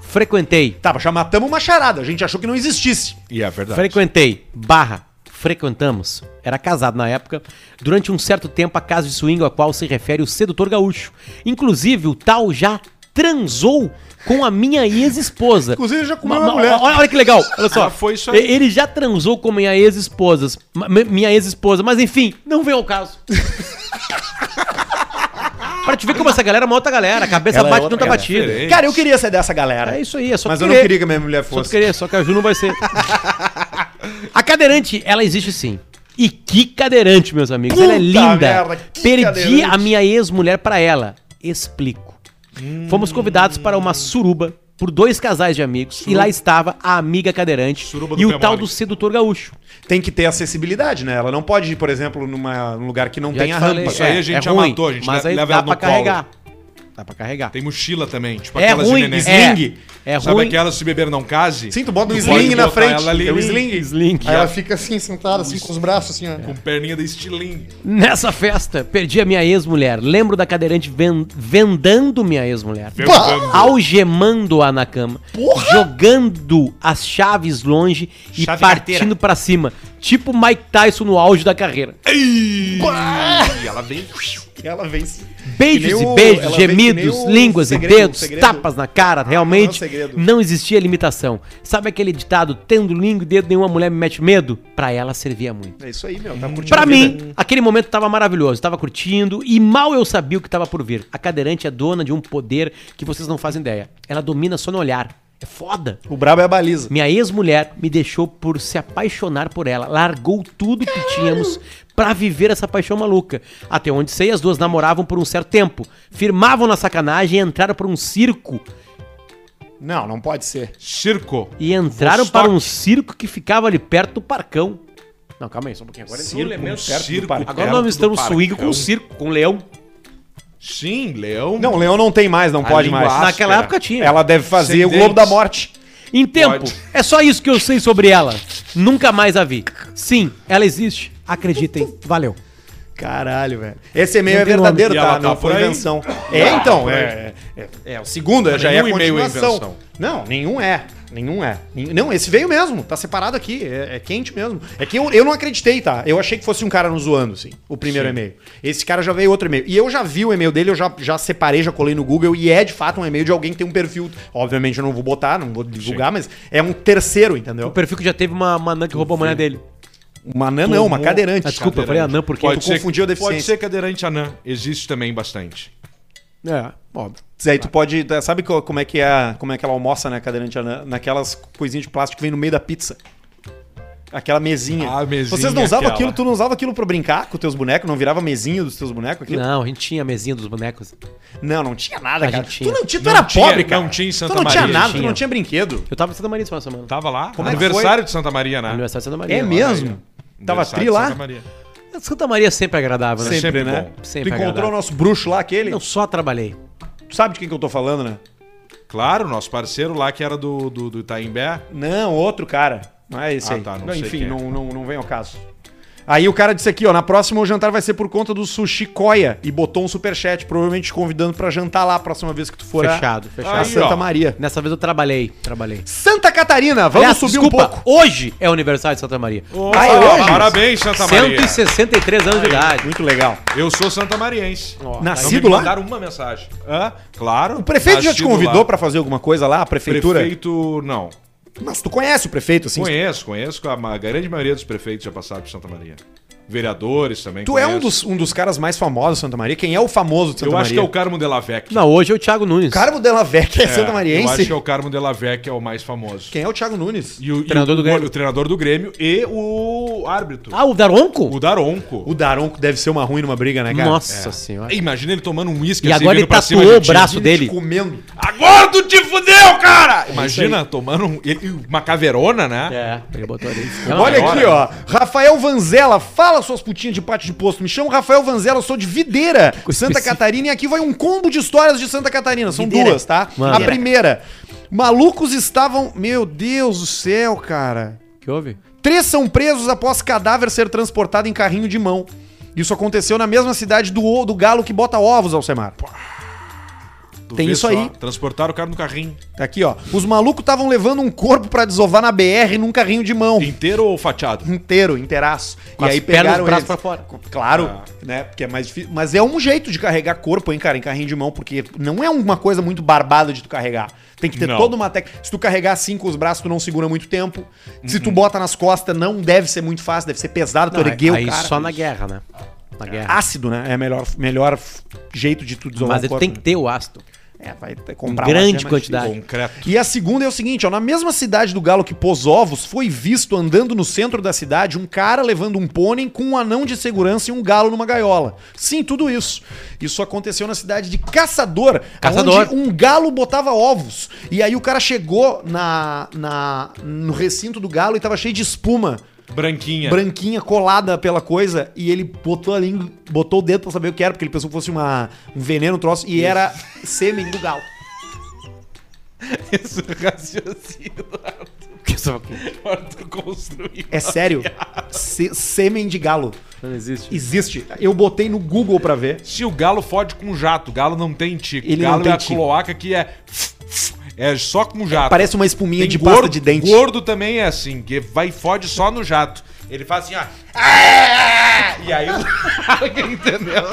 [SPEAKER 2] Frequentei,
[SPEAKER 1] Tá, mas já matamos uma charada, a gente achou que não existisse.
[SPEAKER 3] E é verdade.
[SPEAKER 2] frequentei, barra, frequentamos. Era casado na época, durante um certo tempo a casa de swing a qual se refere o sedutor gaúcho. Inclusive, o tal já transou com a minha ex-esposa.
[SPEAKER 1] Inclusive, já
[SPEAKER 2] Ma-
[SPEAKER 1] comeu uma
[SPEAKER 2] ma-
[SPEAKER 1] mulher.
[SPEAKER 2] Olha, olha que legal, olha só.
[SPEAKER 3] Ah, foi isso aí.
[SPEAKER 2] E- Ele já transou com minha ex-esposa, ma- mi- minha ex-esposa, mas enfim, não vem
[SPEAKER 1] *laughs*
[SPEAKER 2] ao caso. pra te ver como essa galera é uma outra galera, a cabeça
[SPEAKER 1] Ela é
[SPEAKER 2] bate
[SPEAKER 1] outra
[SPEAKER 2] não tá
[SPEAKER 1] galera.
[SPEAKER 2] batida.
[SPEAKER 3] Diferente.
[SPEAKER 1] Cara, eu queria ser dessa galera.
[SPEAKER 2] É isso aí, é só
[SPEAKER 1] mas
[SPEAKER 2] tu
[SPEAKER 1] eu não
[SPEAKER 2] querer.
[SPEAKER 1] queria que a minha mulher
[SPEAKER 2] Só tu
[SPEAKER 1] fosse.
[SPEAKER 2] querer, só que a Ju não vai
[SPEAKER 3] *laughs*
[SPEAKER 2] ser. a cadeirante, ela existe sim. E que cadeirante, meus amigos. ela é
[SPEAKER 1] Puta
[SPEAKER 2] linda.
[SPEAKER 1] merda, que
[SPEAKER 2] Perdi
[SPEAKER 1] cadeirante.
[SPEAKER 2] a minha ex-mulher pra ela. Explico.
[SPEAKER 3] Hum.
[SPEAKER 2] Fomos convidados para uma suruba por dois casais de amigos e lá estava a amiga cadeirante
[SPEAKER 3] Suruba do
[SPEAKER 2] e
[SPEAKER 3] pé
[SPEAKER 2] o tal
[SPEAKER 3] mole.
[SPEAKER 2] do sedutor gaúcho.
[SPEAKER 1] Tem que ter acessibilidade, né? Ela não pode ir, por exemplo, numa, num lugar que não
[SPEAKER 2] Já
[SPEAKER 1] tem
[SPEAKER 2] te
[SPEAKER 1] a
[SPEAKER 2] falei, É,
[SPEAKER 1] rampa.
[SPEAKER 3] Isso aí a gente já
[SPEAKER 2] ruim,
[SPEAKER 3] matou, a gente
[SPEAKER 2] mas
[SPEAKER 3] le-
[SPEAKER 2] aí
[SPEAKER 3] leva
[SPEAKER 2] dá
[SPEAKER 3] ela no
[SPEAKER 2] pra
[SPEAKER 3] colo.
[SPEAKER 2] carregar. Dá pra carregar.
[SPEAKER 3] Tem mochila também, tipo
[SPEAKER 2] É
[SPEAKER 3] aquelas
[SPEAKER 2] ruim,
[SPEAKER 3] de neném.
[SPEAKER 2] sling. É, é
[SPEAKER 3] Sabe
[SPEAKER 2] ruim.
[SPEAKER 3] aquelas se beber não case?
[SPEAKER 1] Sim, tu bota um
[SPEAKER 3] Tu
[SPEAKER 1] sling
[SPEAKER 3] pode
[SPEAKER 1] na
[SPEAKER 3] botar
[SPEAKER 1] frente.
[SPEAKER 3] ela ali.
[SPEAKER 1] É o sling.
[SPEAKER 2] Sling.
[SPEAKER 5] Aí ela fica assim, sentada, assim, com os braços, assim, ó.
[SPEAKER 3] Com perninha da estilingue.
[SPEAKER 2] Nessa festa, perdi a minha ex-mulher. Lembro da cadeirante ven- vendando minha ex-mulher. Algemando-a na cama, jogando as chaves longe e
[SPEAKER 1] Chave
[SPEAKER 2] partindo pra cima. Tipo Mike Tyson no auge da carreira.
[SPEAKER 1] É,
[SPEAKER 3] E ela vem.
[SPEAKER 1] Ela vence. Que
[SPEAKER 2] Beijos
[SPEAKER 1] nem
[SPEAKER 2] e
[SPEAKER 1] o-
[SPEAKER 2] beijos,
[SPEAKER 1] ela vem que
[SPEAKER 2] gemidos,
[SPEAKER 1] nem o
[SPEAKER 2] línguas
[SPEAKER 1] segredo,
[SPEAKER 2] e
[SPEAKER 1] o
[SPEAKER 2] dedos,
[SPEAKER 1] segredo.
[SPEAKER 2] tapas na cara, realmente
[SPEAKER 1] não é o segredo.
[SPEAKER 2] não, existia limitação. Sabe aquele ditado, tendo língua e dedo, nenhuma mulher me mete medo? Pra ela servia muito.
[SPEAKER 1] É isso aí, meu. Tá curtindo
[SPEAKER 2] Pra
[SPEAKER 1] a
[SPEAKER 2] mim,
[SPEAKER 1] vida.
[SPEAKER 2] aquele momento tava maravilhoso, tava curtindo e mal eu sabia o que tava por vir. A cadeirante é dona de um poder que vocês não fazem ideia. Ela domina só no olhar. É foda.
[SPEAKER 1] O brabo é a baliza.
[SPEAKER 2] Minha ex-mulher me deixou por se apaixonar por ela. Largou tudo que tínhamos pra viver essa paixão maluca. Até onde sei, as duas namoravam por um certo tempo. Firmavam na sacanagem e entraram para um circo.
[SPEAKER 1] Não, não pode ser.
[SPEAKER 3] Circo.
[SPEAKER 2] E entraram
[SPEAKER 3] Vostok.
[SPEAKER 2] para um circo que ficava ali perto do parcão. Não, calma aí, só um pouquinho. Agora,
[SPEAKER 1] Circo, perto do
[SPEAKER 3] circo.
[SPEAKER 1] parque.
[SPEAKER 2] agora
[SPEAKER 3] perto
[SPEAKER 2] nós
[SPEAKER 3] do
[SPEAKER 2] estamos
[SPEAKER 3] parcão.
[SPEAKER 2] swing com o circo, com o leão.
[SPEAKER 3] Sim, leão.
[SPEAKER 1] Não, o leão não tem mais, não
[SPEAKER 3] A
[SPEAKER 1] pode
[SPEAKER 3] língua
[SPEAKER 1] mais.
[SPEAKER 3] áspera.
[SPEAKER 2] Naquela época tinha.
[SPEAKER 1] Ela deve fazer o
[SPEAKER 3] Sem
[SPEAKER 1] Globo da
[SPEAKER 3] dentes.
[SPEAKER 1] Morte.
[SPEAKER 2] Em tempo,
[SPEAKER 3] Pode.
[SPEAKER 2] é só isso que eu sei sobre ela. Nunca mais a vi. Sim, ela existe. Acreditem. Valeu.
[SPEAKER 1] Caralho, velho. Esse e-mail
[SPEAKER 2] Não
[SPEAKER 1] é
[SPEAKER 2] tem
[SPEAKER 1] verdadeiro,
[SPEAKER 3] nome. E
[SPEAKER 1] tá?
[SPEAKER 3] ela tá
[SPEAKER 1] Não
[SPEAKER 3] por
[SPEAKER 1] foi
[SPEAKER 3] aí?
[SPEAKER 1] invenção. É, então,
[SPEAKER 3] por
[SPEAKER 1] é, é, é, O segundo já é a
[SPEAKER 3] Nenhum e-mail é
[SPEAKER 1] continuação.
[SPEAKER 3] invenção.
[SPEAKER 1] Não, nenhum é. Nenhum é. Nen- Não, esse veio mesmo. Tá separado aqui. É, é quente mesmo. É que eu, eu não acreditei, tá? Eu achei que fosse um cara nos zoando, assim, o primeiro e-mail. Esse cara já veio outro e-mail. E eu já vi o e-mail dele, eu já, já separei, já colei no Google. E é, de fato, um e-mail de alguém que tem um perfil. Obviamente eu não vou botar, não vou divulgar, mas é um terceiro,
[SPEAKER 2] O
[SPEAKER 1] entendeu?
[SPEAKER 2] perfil que já teve uma manã que roubou a manã dele.
[SPEAKER 1] Uma anã não, uma cadeirante.
[SPEAKER 2] Ah, desculpa, eu falei anã porque
[SPEAKER 1] Pode
[SPEAKER 2] tu
[SPEAKER 1] ser- confundiu a deficiência.
[SPEAKER 3] Pode ser cadeirante anã. Existe também bastante.
[SPEAKER 2] É, óbvio.
[SPEAKER 1] Isso aí tu pode. tá, Sabe co- como é que é, como é que ela almoça, né, cadeirante? Na- Naquelas coisinhas de plástico que vem no meio da pizza. Aquela mesinha.
[SPEAKER 3] Ah, a mesinha
[SPEAKER 1] Vocês não usavam
[SPEAKER 3] aquela.
[SPEAKER 1] aquilo, tu não usava aquilo pra brincar com teus bonecos, não virava mesinha dos teus bonecos aquilo?
[SPEAKER 2] Não, a gente tinha a mesinha dos bonecos.
[SPEAKER 1] Não, não tinha nada,
[SPEAKER 2] A
[SPEAKER 1] cara.
[SPEAKER 2] gente tinha.
[SPEAKER 1] Tu não tinha, tu
[SPEAKER 3] Não
[SPEAKER 1] era
[SPEAKER 3] tinha,
[SPEAKER 1] pobre, cara.
[SPEAKER 3] não tinha em Santa
[SPEAKER 1] Tu não tinha
[SPEAKER 3] Maria,
[SPEAKER 1] nada, tu
[SPEAKER 2] tinha.
[SPEAKER 1] não tinha brinquedo.
[SPEAKER 2] Eu tava em Santa Maria essa semana.
[SPEAKER 3] Tava lá.
[SPEAKER 1] Como é que
[SPEAKER 3] Aniversário de Santa Maria, né?
[SPEAKER 2] Aniversário de Santa Maria.
[SPEAKER 1] É
[SPEAKER 2] lá.
[SPEAKER 1] mesmo? Tava
[SPEAKER 3] Aniversário
[SPEAKER 1] tri
[SPEAKER 3] de
[SPEAKER 1] lá?
[SPEAKER 3] Santa Maria.
[SPEAKER 2] Santa Maria é sempre agradável, né?
[SPEAKER 1] Sempre,
[SPEAKER 3] Sempre
[SPEAKER 1] né?
[SPEAKER 3] bom.
[SPEAKER 1] Tu
[SPEAKER 2] Sempre é
[SPEAKER 1] encontrou
[SPEAKER 2] agradável.
[SPEAKER 1] o nosso bruxo lá, aquele?
[SPEAKER 2] Eu só trabalhei.
[SPEAKER 1] Tu sabe de quem que eu tô falando, né?
[SPEAKER 3] Claro, nosso parceiro lá que era do, do, do Itaimbé.
[SPEAKER 1] Não, outro cara. Não é esse
[SPEAKER 3] Ah,
[SPEAKER 1] aí.
[SPEAKER 3] tá, não
[SPEAKER 1] Não,
[SPEAKER 3] sei
[SPEAKER 1] enfim,
[SPEAKER 3] quem é.
[SPEAKER 1] não, não, não vem ao caso. Aí o cara disse aqui, ó, na próxima o jantar vai ser por conta do sushi Koya e botou um superchat, provavelmente te convidando pra jantar lá a próxima vez que tu for a-
[SPEAKER 2] Fechado, fechado.
[SPEAKER 1] a
[SPEAKER 3] Aí,
[SPEAKER 1] Santa
[SPEAKER 3] ó.
[SPEAKER 1] Maria.
[SPEAKER 2] Nessa vez eu trabalhei, trabalhei.
[SPEAKER 1] Santa Catarina, vamos
[SPEAKER 2] Aliás,
[SPEAKER 1] subir
[SPEAKER 2] desculpa,
[SPEAKER 1] um pouco.
[SPEAKER 2] hoje é o aniversário de Santa Maria.
[SPEAKER 1] Ah, é hoje?
[SPEAKER 3] Parabéns, Santa Maria.
[SPEAKER 2] 163 anos de idade.
[SPEAKER 1] Muito legal.
[SPEAKER 3] Eu sou santamariense.
[SPEAKER 1] Nascido lá?
[SPEAKER 3] mandaram uma mensagem. Hã? Claro.
[SPEAKER 1] O prefeito já te convidou pra fazer alguma coisa lá, a prefeitura?
[SPEAKER 3] Tá Prefeito, não.
[SPEAKER 1] Mas tu conhece o prefeito, assim?
[SPEAKER 3] Conheço, conheço. A ma- grande maioria dos prefeitos já passaram por Santa Maria. Vereadores também.
[SPEAKER 1] Tu é
[SPEAKER 3] conheço.
[SPEAKER 1] um dos, um dos caras mais famosos de Santa Maria. Quem é o famoso de
[SPEAKER 3] Eu
[SPEAKER 1] Santa
[SPEAKER 3] acho que
[SPEAKER 1] Maria?
[SPEAKER 3] é o Carmo Delavec.
[SPEAKER 2] Não, hoje é o Thiago Nunes.
[SPEAKER 1] Carmo Della Vecchia é, Santa
[SPEAKER 3] Eu acho
[SPEAKER 1] Mariense.
[SPEAKER 3] que é o Carmo Delavec é o mais famoso.
[SPEAKER 1] Quem é o Thiago Nunes?
[SPEAKER 3] E o, e
[SPEAKER 2] Treinador
[SPEAKER 3] o-
[SPEAKER 2] do Grêmio.
[SPEAKER 3] O treinador do Grêmio e o árbitro.
[SPEAKER 2] Ah, o Daronco?
[SPEAKER 3] O Daronco.
[SPEAKER 1] O Daronco deve ser uma ruim numa briga, né, cara?
[SPEAKER 2] Nossa senhora.
[SPEAKER 3] Imagina ele tomando um uísque
[SPEAKER 2] E
[SPEAKER 3] assim,
[SPEAKER 2] agora
[SPEAKER 3] vindo
[SPEAKER 2] ele
[SPEAKER 3] pra cima
[SPEAKER 2] tatuou o
[SPEAKER 3] de ti.
[SPEAKER 2] braço dele.
[SPEAKER 1] Comendo.
[SPEAKER 3] Agora tu te fudeu, cara! É Imagina tomando um- ele- uma caveirona, né?
[SPEAKER 2] É, ele botou ali.
[SPEAKER 1] Olha
[SPEAKER 3] agora.
[SPEAKER 1] aqui, ó. Rafael Vanzella, fala suas putinhas de pátio de posto. Me chamo Rafael Vanzella, eu sou de Videira, Santa Catarina. E aqui vai um combo de histórias de Santa Catarina. São
[SPEAKER 2] Videira.
[SPEAKER 1] duas, tá?
[SPEAKER 2] Manda.
[SPEAKER 1] A primeira. Malucos estavam. Meu Deus do céu, cara.
[SPEAKER 2] O que houve?
[SPEAKER 1] Três são presos após cadáver ser transportado em carrinho de mão. Isso aconteceu na mesma cidade do, o- do galo que bota ovos, Alcemar.
[SPEAKER 3] Tu
[SPEAKER 1] Tem
[SPEAKER 3] vê
[SPEAKER 1] isso aí.
[SPEAKER 3] Transportaram o cara no carrinho.
[SPEAKER 1] Tá aqui, ó. Os malucos estavam levando um corpo pra desovar na BR num carrinho de mão.
[SPEAKER 3] Inteiro ou fatiado?
[SPEAKER 1] inteiro, inteiraço.
[SPEAKER 2] Com
[SPEAKER 1] e
[SPEAKER 2] as
[SPEAKER 1] aí
[SPEAKER 2] pernas e
[SPEAKER 1] pegaram
[SPEAKER 2] os
[SPEAKER 1] eles.
[SPEAKER 2] braços pra fora. Ah.
[SPEAKER 1] Claro, né? Porque é mais difícil. Mas é um jeito de carregar corpo, hein, cara, em carrinho de mão, porque não é uma coisa muito barbada de tu carregar. Tem que ter
[SPEAKER 3] Não.
[SPEAKER 1] toda uma técnica. Se tu carregar assim com os braços, tu não segura muito tempo. Se
[SPEAKER 2] Uhum.
[SPEAKER 1] tu bota nas costas, não deve ser muito fácil, deve ser pesado, tu ergueu,
[SPEAKER 2] aí
[SPEAKER 1] cara.
[SPEAKER 2] só na guerra, né? Na guerra.
[SPEAKER 1] Ácido, né? É o melhor, melhor jeito de tu desovar né?
[SPEAKER 2] Mas ele tem que ter o ácido.
[SPEAKER 1] É, vai ter-
[SPEAKER 2] Em
[SPEAKER 1] comprar uma
[SPEAKER 2] grande
[SPEAKER 1] gema
[SPEAKER 2] quantidade.
[SPEAKER 3] Concreto.
[SPEAKER 1] e a segunda é o seguinte, ó, na mesma cidade do galo que pôs ovos, foi visto andando no centro da cidade um cara levando um pônei com um anão de segurança e um galo numa gaiola. Sim, tudo isso. Isso aconteceu na cidade de Caçador,
[SPEAKER 2] Caçador.
[SPEAKER 1] onde um galo botava ovos. E aí o cara chegou na, na no recinto do galo e tava cheio de espuma.
[SPEAKER 3] Branquinha. *laughs*
[SPEAKER 1] Branquinha colada pela coisa e ele botou a língua, botou o dedo pra saber o que era, porque ele pensou que fosse uma, um veneno, um troço, e era sêmen do galo.
[SPEAKER 3] Isso, raciocínio. Arthur construiu.
[SPEAKER 1] É sério? Se- sêmen de galo.
[SPEAKER 2] Não existe.
[SPEAKER 1] Existe. Eu botei no Google pra ver.
[SPEAKER 3] Se o galo fode com jato, o galo não tem tico.
[SPEAKER 1] Ele
[SPEAKER 3] o galo
[SPEAKER 1] não tem
[SPEAKER 3] é a
[SPEAKER 1] tico.
[SPEAKER 3] cloaca que é. É só com jato.
[SPEAKER 1] Parece uma espuminha
[SPEAKER 3] Tem
[SPEAKER 1] de
[SPEAKER 3] gordo,
[SPEAKER 1] *laughs* pasta de dente.
[SPEAKER 3] Gordo também é assim, que vai e fode só no jato. Ele faz assim, ó. *laughs* "Ah!" E aí o- *laughs* entendeu?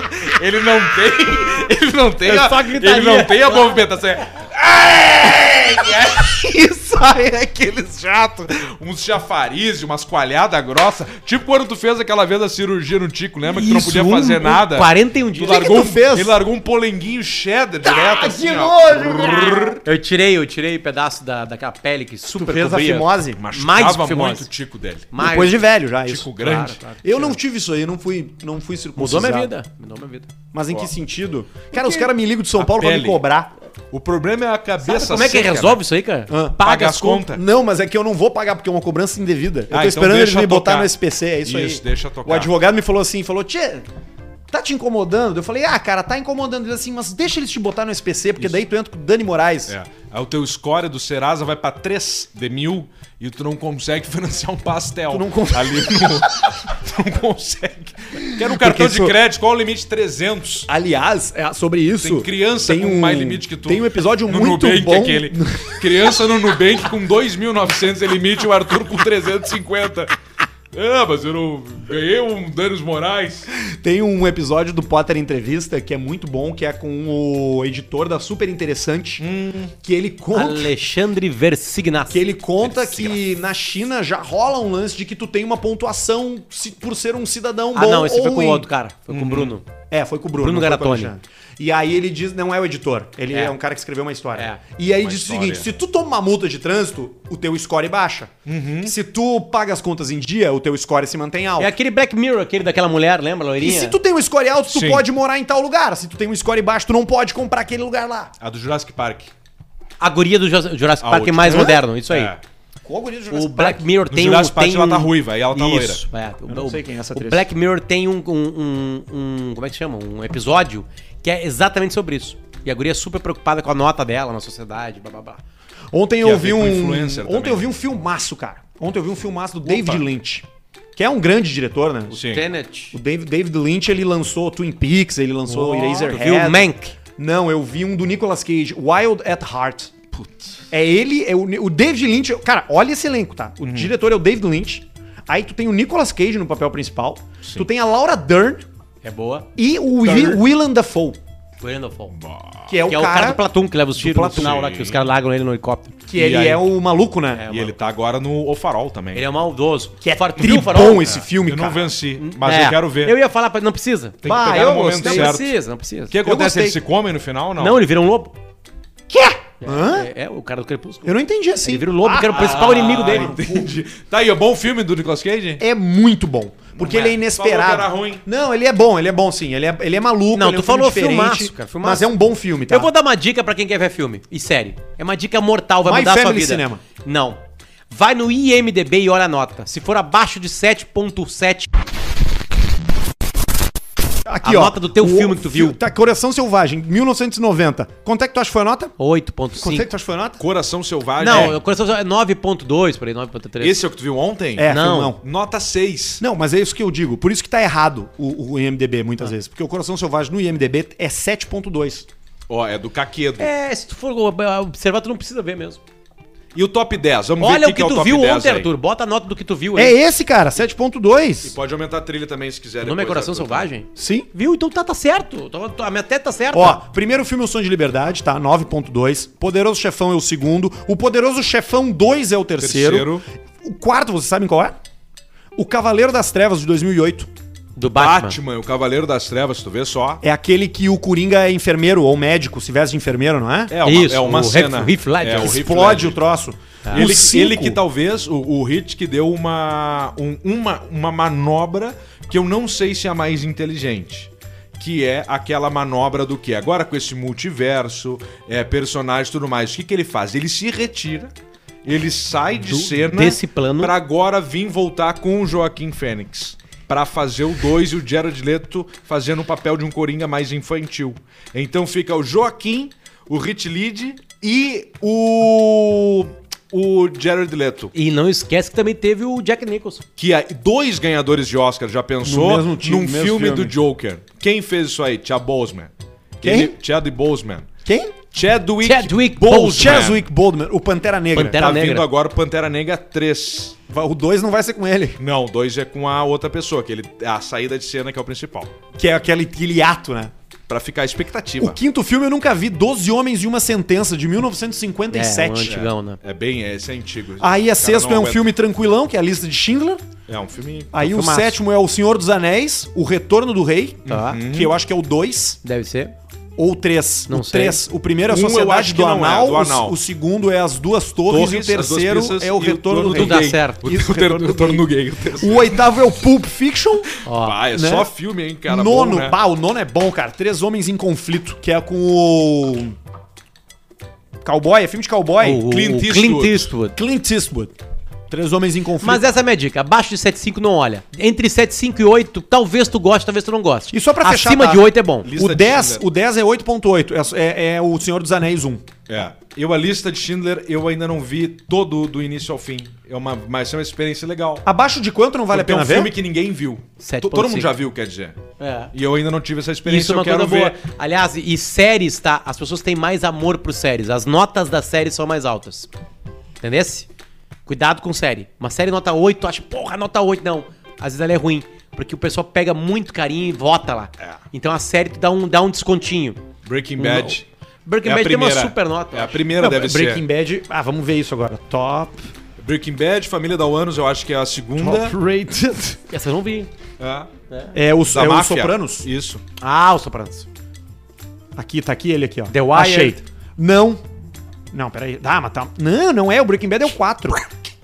[SPEAKER 3] Ele não tem. Ele não tem.
[SPEAKER 2] É
[SPEAKER 3] a-
[SPEAKER 2] só gritaria.
[SPEAKER 3] ele não tem a movimentação. é, "Ah!" E aí sai
[SPEAKER 1] é
[SPEAKER 3] aqueles chatos, um uns chafarizes, umas coalhadas grossas. Tipo quando tu fez aquela vez a cirurgia no Tico, lembra? que tu não podia
[SPEAKER 2] um-
[SPEAKER 3] fazer
[SPEAKER 2] um
[SPEAKER 3] nada.
[SPEAKER 2] 41 dias.
[SPEAKER 3] Tu largou,
[SPEAKER 1] tu fez?
[SPEAKER 3] Ele largou um polenguinho cheddar direto. assim, ó.
[SPEAKER 2] Eu tirei, eu tirei um pedaço da, daquela pele que super
[SPEAKER 1] Fez a
[SPEAKER 2] cobria.
[SPEAKER 1] fimose.
[SPEAKER 2] Mais
[SPEAKER 3] Machucava
[SPEAKER 2] que fimose.
[SPEAKER 3] muito o tico dele.
[SPEAKER 2] Mas
[SPEAKER 1] Depois de velho já,
[SPEAKER 3] Tico
[SPEAKER 1] isso.
[SPEAKER 3] grande.
[SPEAKER 1] Eu não tive isso aí, não fui, não fui circuncisado.
[SPEAKER 2] mudou minha vida. Mudou minha vida.
[SPEAKER 1] Mas em que sentido? Cara, os caras me ligam de São Paulo pra me
[SPEAKER 3] pele.
[SPEAKER 1] cobrar.
[SPEAKER 3] O problema é a cabeça
[SPEAKER 2] Como é que
[SPEAKER 3] seca, né? Ah,
[SPEAKER 2] resolve isso aí, cara?
[SPEAKER 1] Hã?
[SPEAKER 2] Paga,
[SPEAKER 3] Paga
[SPEAKER 2] as
[SPEAKER 3] as
[SPEAKER 2] contas.
[SPEAKER 3] contas.
[SPEAKER 1] Não, mas é que eu não vou pagar, porque é uma cobrança indevida. Eu tô
[SPEAKER 3] Ah, então
[SPEAKER 1] esperando eles
[SPEAKER 3] deixa
[SPEAKER 1] me botar
[SPEAKER 3] tocar.
[SPEAKER 1] no SPC, é isso, aí.
[SPEAKER 3] Isso, deixa tocar.
[SPEAKER 1] O advogado me falou assim, falou, Tchê, tá te incomodando? Eu falei, ah, cara, tá incomodando. Ele assim, mas deixa eles te botar no SPC, porque daí tu entra com o Dani Moraes.
[SPEAKER 3] É. Aí o teu score do Serasa vai pra 3 de mil e tu não consegue *laughs* financiar um pastel.
[SPEAKER 1] Tu não consegue.
[SPEAKER 3] Ali no... *laughs* tu não consegue. Quer um cartão de
[SPEAKER 1] isso-
[SPEAKER 3] crédito, qual é o limite? 300.
[SPEAKER 1] Aliás, é, sobre isso...
[SPEAKER 3] Tem criança
[SPEAKER 1] tem
[SPEAKER 3] com
[SPEAKER 1] um-
[SPEAKER 3] mais limite que tu.
[SPEAKER 1] Tem um episódio
[SPEAKER 3] no
[SPEAKER 1] muito
[SPEAKER 3] Nubank
[SPEAKER 1] bom...
[SPEAKER 3] aquele.
[SPEAKER 1] *laughs*
[SPEAKER 3] Criança no Nubank com 2.900 é limite e o Arthur com 350. Ah, mas eu não ganhei um Danos Moraes.
[SPEAKER 1] Tem um episódio do Potter Entrevista que é muito bom, que é com o editor da Super Interessante,
[SPEAKER 3] Hum.
[SPEAKER 1] que ele conta...
[SPEAKER 2] Alexandre Versignas.
[SPEAKER 1] Que ele conta que na China já rola um lance de que tu tem uma pontuação se- por ser um cidadão
[SPEAKER 2] Ah,
[SPEAKER 1] bom
[SPEAKER 2] não, esse
[SPEAKER 1] ou
[SPEAKER 2] foi com
[SPEAKER 1] ruim.
[SPEAKER 2] o outro cara. Foi
[SPEAKER 3] Uhum.
[SPEAKER 2] com o Bruno.
[SPEAKER 1] É, foi com o Bruno.
[SPEAKER 2] Bruno
[SPEAKER 1] não foi com o
[SPEAKER 2] Garatoni.
[SPEAKER 1] Alexandre. E aí ele diz, não é o editor, ele é,
[SPEAKER 2] É.
[SPEAKER 1] um cara que escreveu uma história.
[SPEAKER 2] É.
[SPEAKER 1] E aí
[SPEAKER 3] Uma
[SPEAKER 1] diz
[SPEAKER 3] história.
[SPEAKER 1] o seguinte, se tu toma uma multa de trânsito, o teu score é baixa. Se tu paga as contas em dia, o teu score se mantém alto.
[SPEAKER 2] Uhum. É aquele Black Mirror, aquele daquela mulher, lembra,
[SPEAKER 1] E
[SPEAKER 2] loirinha?
[SPEAKER 1] se tu tem um score alto, tu
[SPEAKER 3] Sim.
[SPEAKER 1] pode morar em tal lugar. Se tu tem um score baixo, tu não pode comprar aquele lugar lá.
[SPEAKER 3] A do Jurassic Park.
[SPEAKER 2] A guria do Jurassic Jurassic
[SPEAKER 3] A
[SPEAKER 2] Park
[SPEAKER 3] última.
[SPEAKER 2] mais moderno, isso aí.
[SPEAKER 3] É.
[SPEAKER 1] Qual o guri do
[SPEAKER 2] O
[SPEAKER 1] Jurassic Park?
[SPEAKER 2] Black Mirror
[SPEAKER 3] No
[SPEAKER 2] tem
[SPEAKER 3] Jurassic
[SPEAKER 2] um...
[SPEAKER 3] Park
[SPEAKER 2] tem
[SPEAKER 3] ela tá
[SPEAKER 2] um-
[SPEAKER 3] ruiva, aí ela tá
[SPEAKER 2] Isso, é. O,
[SPEAKER 1] não sei quem é essa
[SPEAKER 2] o
[SPEAKER 1] atriz.
[SPEAKER 2] Black Mirror tem um, um- um- um- Como é que chama? Um episódio que é exatamente sobre isso. E a guria é super preocupada com a nota dela na sociedade, blá blá blá.
[SPEAKER 1] Ontem
[SPEAKER 3] a
[SPEAKER 1] eu
[SPEAKER 3] ver
[SPEAKER 1] vi
[SPEAKER 3] com
[SPEAKER 1] um. Ontem
[SPEAKER 3] influencer também.
[SPEAKER 1] eu vi um filmaço, cara. Ontem eu vi um filmaço do David Lynch. Que é um grande diretor, né?
[SPEAKER 3] Sim.
[SPEAKER 2] Tenet.
[SPEAKER 1] O David, David Lynch, ele lançou Twin Peaks, ele lançou
[SPEAKER 2] Tu
[SPEAKER 1] Eraserhead.
[SPEAKER 2] viu o Mank?
[SPEAKER 1] Não, eu vi um do Nicolas Cage, Wild at Heart. É ele, é o, Ni- o David Lynch. Cara, olha esse elenco, tá? O diretor é o David Lynch. Aí tu tem o Nicolas Cage no papel principal. Tu tem a Laura Dern
[SPEAKER 2] É boa.
[SPEAKER 1] e o Will, Willem Dafoe,
[SPEAKER 2] Grandophone.
[SPEAKER 1] que é o
[SPEAKER 2] que é
[SPEAKER 1] cara,
[SPEAKER 2] o cara do Platão que leva os tiros no
[SPEAKER 1] Platoon.
[SPEAKER 2] final lá, que os caras largam ele no helicóptero.
[SPEAKER 1] que
[SPEAKER 3] E
[SPEAKER 1] ele
[SPEAKER 3] aí-
[SPEAKER 1] é o maluco, né?
[SPEAKER 3] E ele tá agora no O Farol também.
[SPEAKER 2] Ele é maldoso.
[SPEAKER 1] Que é
[SPEAKER 2] Fora- tu
[SPEAKER 1] tri
[SPEAKER 2] viu o
[SPEAKER 1] bom
[SPEAKER 2] farol?
[SPEAKER 1] esse filme,
[SPEAKER 3] eu
[SPEAKER 1] cara.
[SPEAKER 3] não venci, mas
[SPEAKER 2] É.
[SPEAKER 3] eu quero ver.
[SPEAKER 2] Eu ia falar pra ele, não precisa.
[SPEAKER 3] Tem
[SPEAKER 1] Bah,
[SPEAKER 3] que pegar
[SPEAKER 1] eu
[SPEAKER 3] no momento
[SPEAKER 2] Não
[SPEAKER 3] certo.
[SPEAKER 2] precisa, não precisa.
[SPEAKER 3] O que é acontece?
[SPEAKER 1] gostei.
[SPEAKER 3] Eles se comem no final ou não?
[SPEAKER 2] Não, *laughs* ele vira um lobo.
[SPEAKER 1] Hã?
[SPEAKER 2] É, é o cara do Crepúsculo.
[SPEAKER 1] Eu não entendi assim.
[SPEAKER 2] Ele vira
[SPEAKER 3] um
[SPEAKER 2] o lobo, que era o principal inimigo dele.
[SPEAKER 3] Ah, Entendi. Tá aí, é bom filme do Nicolas Cage?
[SPEAKER 1] é muito bom. Porque
[SPEAKER 3] Não é.
[SPEAKER 1] ele é inesperado.
[SPEAKER 3] Falou que era ruim.
[SPEAKER 1] Não, ele é bom, ele é bom sim. Ele é, ele é maluco,
[SPEAKER 2] Não,
[SPEAKER 1] ele é
[SPEAKER 2] tu falou
[SPEAKER 1] filme
[SPEAKER 2] filmaço, cara, filmaço.
[SPEAKER 1] Mas é um bom filme, tá?
[SPEAKER 2] Eu vou dar uma dica pra quem quer ver filme e série. É uma dica mortal, vai
[SPEAKER 1] My
[SPEAKER 2] mudar a sua
[SPEAKER 1] Family
[SPEAKER 2] vida.
[SPEAKER 1] Cinema.
[SPEAKER 2] Não. Vai no IMDB e olha a nota. Se for abaixo de 7.7,
[SPEAKER 1] Aqui,
[SPEAKER 2] a nota do teu filme que tu viu.
[SPEAKER 1] Tá, Coração Selvagem, 1990. Quanto é que tu acha que foi a nota? Quanto é que
[SPEAKER 2] 8.5.
[SPEAKER 1] tu acha que foi a nota?
[SPEAKER 3] Coração Selvagem.
[SPEAKER 2] Não,
[SPEAKER 3] É.
[SPEAKER 2] o coração é 9.2, por aí, 9.3.
[SPEAKER 3] Esse é o que tu viu ontem?
[SPEAKER 1] É,
[SPEAKER 2] Não.
[SPEAKER 1] filmão.
[SPEAKER 3] Nota 6.
[SPEAKER 1] Não, mas é isso que eu digo. Por isso que tá errado o, o IMDB
[SPEAKER 2] Ah.
[SPEAKER 1] muitas vezes. Porque o Coração Selvagem no IMDB é 7.2.
[SPEAKER 3] Ó, é do Caquedo.
[SPEAKER 2] É, se tu for observar, tu não precisa ver mesmo.
[SPEAKER 3] E o top 10? Vamos
[SPEAKER 2] Olha
[SPEAKER 3] ver
[SPEAKER 2] o que,
[SPEAKER 3] é
[SPEAKER 2] tu
[SPEAKER 3] top
[SPEAKER 2] viu
[SPEAKER 3] 10
[SPEAKER 2] ontem,
[SPEAKER 3] aí.
[SPEAKER 2] Arthur. Bota a nota do que tu viu
[SPEAKER 1] É
[SPEAKER 2] aí.
[SPEAKER 1] esse, cara, 7.2.
[SPEAKER 3] Pode aumentar a trilha também, se quiser.
[SPEAKER 2] O nome é
[SPEAKER 3] depois,
[SPEAKER 2] Coração
[SPEAKER 3] Arthur.
[SPEAKER 2] Selvagem?
[SPEAKER 1] Sim.
[SPEAKER 2] Viu? Então tá, tá certo. Tô- tô- A minha teta tá certa.
[SPEAKER 1] Ó, primeiro filme O Sonho de Liberdade, tá? 9.2. Poderoso Chefão é o segundo. O Poderoso Chefão 2 é o terceiro.
[SPEAKER 3] Terceiro.
[SPEAKER 1] O quarto, vocês sabem qual é? O Cavaleiro das Trevas de 2008.
[SPEAKER 2] do Batman.
[SPEAKER 3] Batman, o Cavaleiro das Trevas, tu vê só.
[SPEAKER 1] É aquele que o Coringa é enfermeiro ou médico, se veste de enfermeiro, não é?
[SPEAKER 3] É uma,
[SPEAKER 2] Isso,
[SPEAKER 3] é uma
[SPEAKER 2] o
[SPEAKER 3] cena.
[SPEAKER 2] Heath- Heath Ledger.
[SPEAKER 3] É, o Heath
[SPEAKER 1] Explode
[SPEAKER 3] Ledger. É.
[SPEAKER 1] o troço.
[SPEAKER 2] Ah.
[SPEAKER 1] O
[SPEAKER 3] Ele,
[SPEAKER 1] cinco-
[SPEAKER 3] ele que tá- talvez, o, o Hit que deu uma, um- uma, uma manobra que eu não sei se é a mais inteligente. Que é aquela manobra do que? Agora com esse multiverso, é, personagens e tudo mais, o que, que ele faz? Ele se retira, ele sai de
[SPEAKER 2] Do-
[SPEAKER 3] cena
[SPEAKER 2] desse plano.
[SPEAKER 3] pra agora vir voltar com o Joaquim Fênix. Pra fazer o 2 e o Jared Leto fazendo o papel de um Coringa mais infantil. Então fica o Joaquim, o Hit Lead e o. O Jared Leto.
[SPEAKER 2] E não esquece que também teve o Jack Nicholson.
[SPEAKER 3] Que é dois ganhadores de Oscar já pensou
[SPEAKER 1] No mesmo time,
[SPEAKER 3] num
[SPEAKER 1] mesmo
[SPEAKER 3] filme,
[SPEAKER 1] filme.
[SPEAKER 3] do Joker. Quem fez isso aí? Chad Boseman.
[SPEAKER 1] Quem?
[SPEAKER 3] Ele- Chad Boseman.
[SPEAKER 1] Quem?
[SPEAKER 3] Chadwick,
[SPEAKER 2] Chadwick
[SPEAKER 3] Boseman.
[SPEAKER 1] Chadwick Boldman, o Pantera Negra.
[SPEAKER 2] Pantera-
[SPEAKER 3] Tá
[SPEAKER 2] Negra.
[SPEAKER 3] vindo agora o Pantera Negra 3.
[SPEAKER 1] Vai- O 2 não vai ser com ele,
[SPEAKER 3] Não, dois é com a outra pessoa, que ele, a saída de cena que é o principal.
[SPEAKER 1] que é aquele, aquele ato, né?
[SPEAKER 3] Pra ficar a expectativa.
[SPEAKER 1] O quinto filme eu nunca vi, Doze Homens e uma Sentença, de
[SPEAKER 2] É,
[SPEAKER 1] 1957.
[SPEAKER 2] antigão, né?
[SPEAKER 3] É bem, é, esse é antigo.
[SPEAKER 1] Aí é
[SPEAKER 3] O cara
[SPEAKER 1] sexto
[SPEAKER 3] não
[SPEAKER 1] é um
[SPEAKER 3] aguenta.
[SPEAKER 1] filme tranquilão, que é a lista de Schindler.
[SPEAKER 3] É um filme.
[SPEAKER 1] Aí o
[SPEAKER 2] filmaço.
[SPEAKER 1] sétimo é O Senhor dos Anéis, O Retorno do Rei,
[SPEAKER 2] Tá.
[SPEAKER 1] que eu acho que é o 2
[SPEAKER 2] Deve ser.
[SPEAKER 1] ou o 3.
[SPEAKER 2] Não
[SPEAKER 1] o
[SPEAKER 2] sei.
[SPEAKER 1] 3, o primeiro é a
[SPEAKER 3] Um eu
[SPEAKER 1] Sociedade
[SPEAKER 3] acho que
[SPEAKER 1] do,
[SPEAKER 3] não é,
[SPEAKER 1] Anal,
[SPEAKER 3] do
[SPEAKER 1] o-
[SPEAKER 3] Anal.
[SPEAKER 1] O, segundo é As Duas Torres,
[SPEAKER 3] Torres,
[SPEAKER 1] e o
[SPEAKER 3] as duas
[SPEAKER 1] terceiro
[SPEAKER 3] pistas
[SPEAKER 1] é O
[SPEAKER 3] e o
[SPEAKER 1] Retorno do
[SPEAKER 3] Torno
[SPEAKER 1] Rei.
[SPEAKER 2] Tudo dá certo.
[SPEAKER 3] O,
[SPEAKER 1] Isso,
[SPEAKER 3] o, ter- o torno gay. o terceiro.
[SPEAKER 1] O oitavo é o Pulp Fiction.
[SPEAKER 2] Ó,
[SPEAKER 3] Pá, é
[SPEAKER 1] né?
[SPEAKER 3] só filme, hein, cara.
[SPEAKER 1] nono,
[SPEAKER 3] bom, né?
[SPEAKER 1] bah, o nono é bom, cara. Três Homens em Conflito, que é com o... Cowboy, é filme de cowboy.
[SPEAKER 2] o, o-
[SPEAKER 3] Clint
[SPEAKER 2] o
[SPEAKER 3] Eastwood.
[SPEAKER 2] Clint Eastwood.
[SPEAKER 1] Clint Eastwood. Três Homens em Conflito.
[SPEAKER 2] Mas essa é a minha dica. Abaixo de 7,5 não olha. Entre 7,5 e 8, talvez tu goste, talvez tu não goste.
[SPEAKER 1] E só pra fechar,
[SPEAKER 2] Acima
[SPEAKER 1] tá?
[SPEAKER 2] de 8 é bom.
[SPEAKER 3] Lista
[SPEAKER 1] o
[SPEAKER 3] de
[SPEAKER 1] 10,
[SPEAKER 3] Schindler.
[SPEAKER 1] o 10 é 8.8, é, é o Senhor dos Anéis 1.
[SPEAKER 3] É. Eu, a lista de Schindler, eu ainda não vi todo do início ao fim. É uma, mas é uma experiência legal.
[SPEAKER 1] Abaixo de quanto não vale
[SPEAKER 3] Porque
[SPEAKER 1] a pena
[SPEAKER 3] é um
[SPEAKER 1] ver?
[SPEAKER 3] filme que ninguém viu.
[SPEAKER 2] Sete
[SPEAKER 3] To-
[SPEAKER 2] ponto
[SPEAKER 3] Todo mundo
[SPEAKER 2] cinco.
[SPEAKER 3] já viu, quer dizer.
[SPEAKER 2] É.
[SPEAKER 3] E eu ainda não tive essa
[SPEAKER 2] E
[SPEAKER 3] experiência.
[SPEAKER 2] Isso é uma
[SPEAKER 3] eu quero
[SPEAKER 2] coisa boa.
[SPEAKER 3] ver.
[SPEAKER 2] Aliás, e séries, tá? As pessoas têm mais amor por séries. As notas das séries são mais altas. Entendesse? Cuidado com série. Uma série nota 8, tu acha, porra, nota 8. Não. Às vezes ela é ruim. Porque o pessoal pega muito carinho e vota lá.
[SPEAKER 3] É.
[SPEAKER 2] Então a série tu dá um, dá um descontinho.
[SPEAKER 3] Breaking Bad.
[SPEAKER 2] Breaking
[SPEAKER 3] É a
[SPEAKER 2] Bad tem uma
[SPEAKER 3] primeira.
[SPEAKER 2] super nota,
[SPEAKER 3] É
[SPEAKER 2] eu
[SPEAKER 3] a
[SPEAKER 2] acho.
[SPEAKER 3] primeira
[SPEAKER 1] Não,
[SPEAKER 3] deve ser.
[SPEAKER 1] Breaking Bad. Ah, vamos ver isso agora. Top.
[SPEAKER 3] Breaking Bad, Família da Anos, eu acho que é a segunda.
[SPEAKER 1] Top
[SPEAKER 3] *laughs*
[SPEAKER 1] rated.
[SPEAKER 2] Essa eu não vi.
[SPEAKER 3] É.
[SPEAKER 1] É o,
[SPEAKER 3] Da
[SPEAKER 1] é o
[SPEAKER 3] máfia.
[SPEAKER 1] Sopranos?
[SPEAKER 3] Isso.
[SPEAKER 2] Ah, o Sopranos.
[SPEAKER 1] Aqui, tá aqui ele aqui, ó.
[SPEAKER 2] The Wire.
[SPEAKER 1] Achei. Não. Não, peraí. Ah, mas tá. Não, não é. O Breaking Bad é o 4.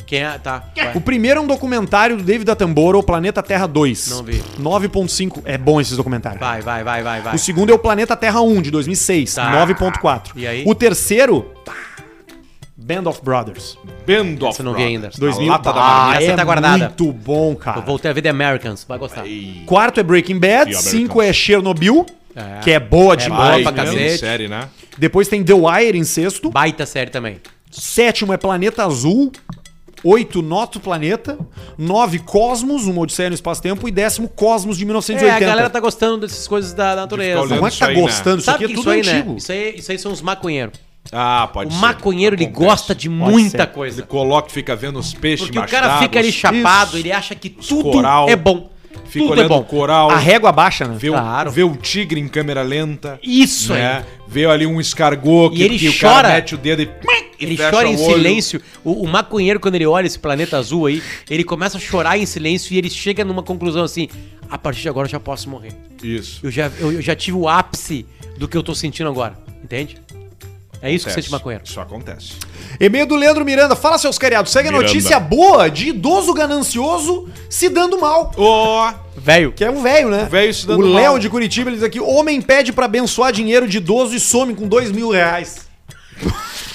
[SPEAKER 2] Quem é? Tá. vai.
[SPEAKER 1] O primeiro é um documentário do David Attenborough, Planeta Terra 2.
[SPEAKER 2] Não vi.
[SPEAKER 1] 9.5. É bom esses documentários.
[SPEAKER 2] Vai, vai, vai, vai, vai.
[SPEAKER 1] O segundo é o Planeta Terra 1, de 2006.
[SPEAKER 2] Tá.
[SPEAKER 1] 9.4.
[SPEAKER 2] E aí?
[SPEAKER 1] O terceiro... pá, Band of Brothers.
[SPEAKER 3] Band of
[SPEAKER 2] Essa eu não vi
[SPEAKER 3] Brothers.
[SPEAKER 2] ainda.
[SPEAKER 1] 2000.
[SPEAKER 3] A lata da
[SPEAKER 1] Ah,
[SPEAKER 2] Maria.
[SPEAKER 1] é
[SPEAKER 2] Essa tá guardada.
[SPEAKER 1] muito bom, cara.
[SPEAKER 2] Eu voltei a ver The Americans, vai gostar.
[SPEAKER 1] Quarto é Breaking Bad.
[SPEAKER 3] E Americans.
[SPEAKER 1] Cinco é Chernobyl,
[SPEAKER 2] É.
[SPEAKER 1] que é boa demais.
[SPEAKER 2] boa pra
[SPEAKER 3] Ai,
[SPEAKER 2] cacete.
[SPEAKER 3] mesmo série, né?
[SPEAKER 1] Depois tem The Wire em sexto.
[SPEAKER 2] Baita série também.
[SPEAKER 1] Sétimo é Planeta Azul. Oito, Noto Planeta. Nove, Cosmos, uma Odisseia no Espaço-Tempo. E décimo, Cosmos, de
[SPEAKER 2] É,
[SPEAKER 1] 1980.
[SPEAKER 2] a galera tá gostando dessas coisas da natureza.
[SPEAKER 3] olhando
[SPEAKER 1] Como é que
[SPEAKER 3] isso
[SPEAKER 1] tá
[SPEAKER 3] aí, né?
[SPEAKER 1] gostando? Isso
[SPEAKER 2] Sabe
[SPEAKER 1] aqui
[SPEAKER 2] o
[SPEAKER 1] é
[SPEAKER 2] que
[SPEAKER 1] tudo
[SPEAKER 2] isso aí,
[SPEAKER 1] antigo.
[SPEAKER 2] né? Isso aí, isso aí são os maconheiros.
[SPEAKER 3] Ah, pode
[SPEAKER 2] O
[SPEAKER 3] ser.
[SPEAKER 2] maconheiro, ele
[SPEAKER 3] Acontece.
[SPEAKER 2] gosta de
[SPEAKER 1] Pode
[SPEAKER 2] muita
[SPEAKER 1] ser.
[SPEAKER 2] coisa.
[SPEAKER 3] Ele coloca, fica vendo os peixes
[SPEAKER 2] Porque o cara fica ali
[SPEAKER 3] ali
[SPEAKER 2] chapado, ele acha que tudo
[SPEAKER 3] coral.
[SPEAKER 2] é bom.
[SPEAKER 3] Fica
[SPEAKER 2] tudo é
[SPEAKER 3] olhando
[SPEAKER 2] bom.
[SPEAKER 3] o coral,
[SPEAKER 1] A régua baixa, né?
[SPEAKER 3] vê, o-
[SPEAKER 2] Claro.
[SPEAKER 3] vê o tigre em câmera lenta.
[SPEAKER 2] Isso aí.
[SPEAKER 3] né? Vê ali um escargot
[SPEAKER 2] E ele
[SPEAKER 3] o cara
[SPEAKER 2] chora.
[SPEAKER 3] mete o dedo e...
[SPEAKER 2] Ele
[SPEAKER 3] e fecha
[SPEAKER 2] chora em
[SPEAKER 3] o olho.
[SPEAKER 2] silêncio. O, o maconheiro, quando ele olha esse planeta azul aí, ele começa a chorar em silêncio e ele chega numa conclusão assim: a partir de agora eu já posso morrer.
[SPEAKER 3] Isso.
[SPEAKER 2] Eu já, eu, eu já tive o ápice do que eu tô sentindo agora. Entende? É isso que sente maconheiro.
[SPEAKER 3] Isso acontece.
[SPEAKER 1] E-mail do Leandro Miranda. Fala, seus cariados. Segue a
[SPEAKER 3] Miranda.
[SPEAKER 1] notícia boa de idoso ganancioso se dando mal.
[SPEAKER 3] Ó,
[SPEAKER 2] Velho.
[SPEAKER 1] Que é um velho, né?
[SPEAKER 3] velho se dando
[SPEAKER 1] O Léo
[SPEAKER 3] mal.
[SPEAKER 1] de Curitiba, ele diz aqui, homem pede pra abençoar dinheiro de idoso e some com dois mil reais.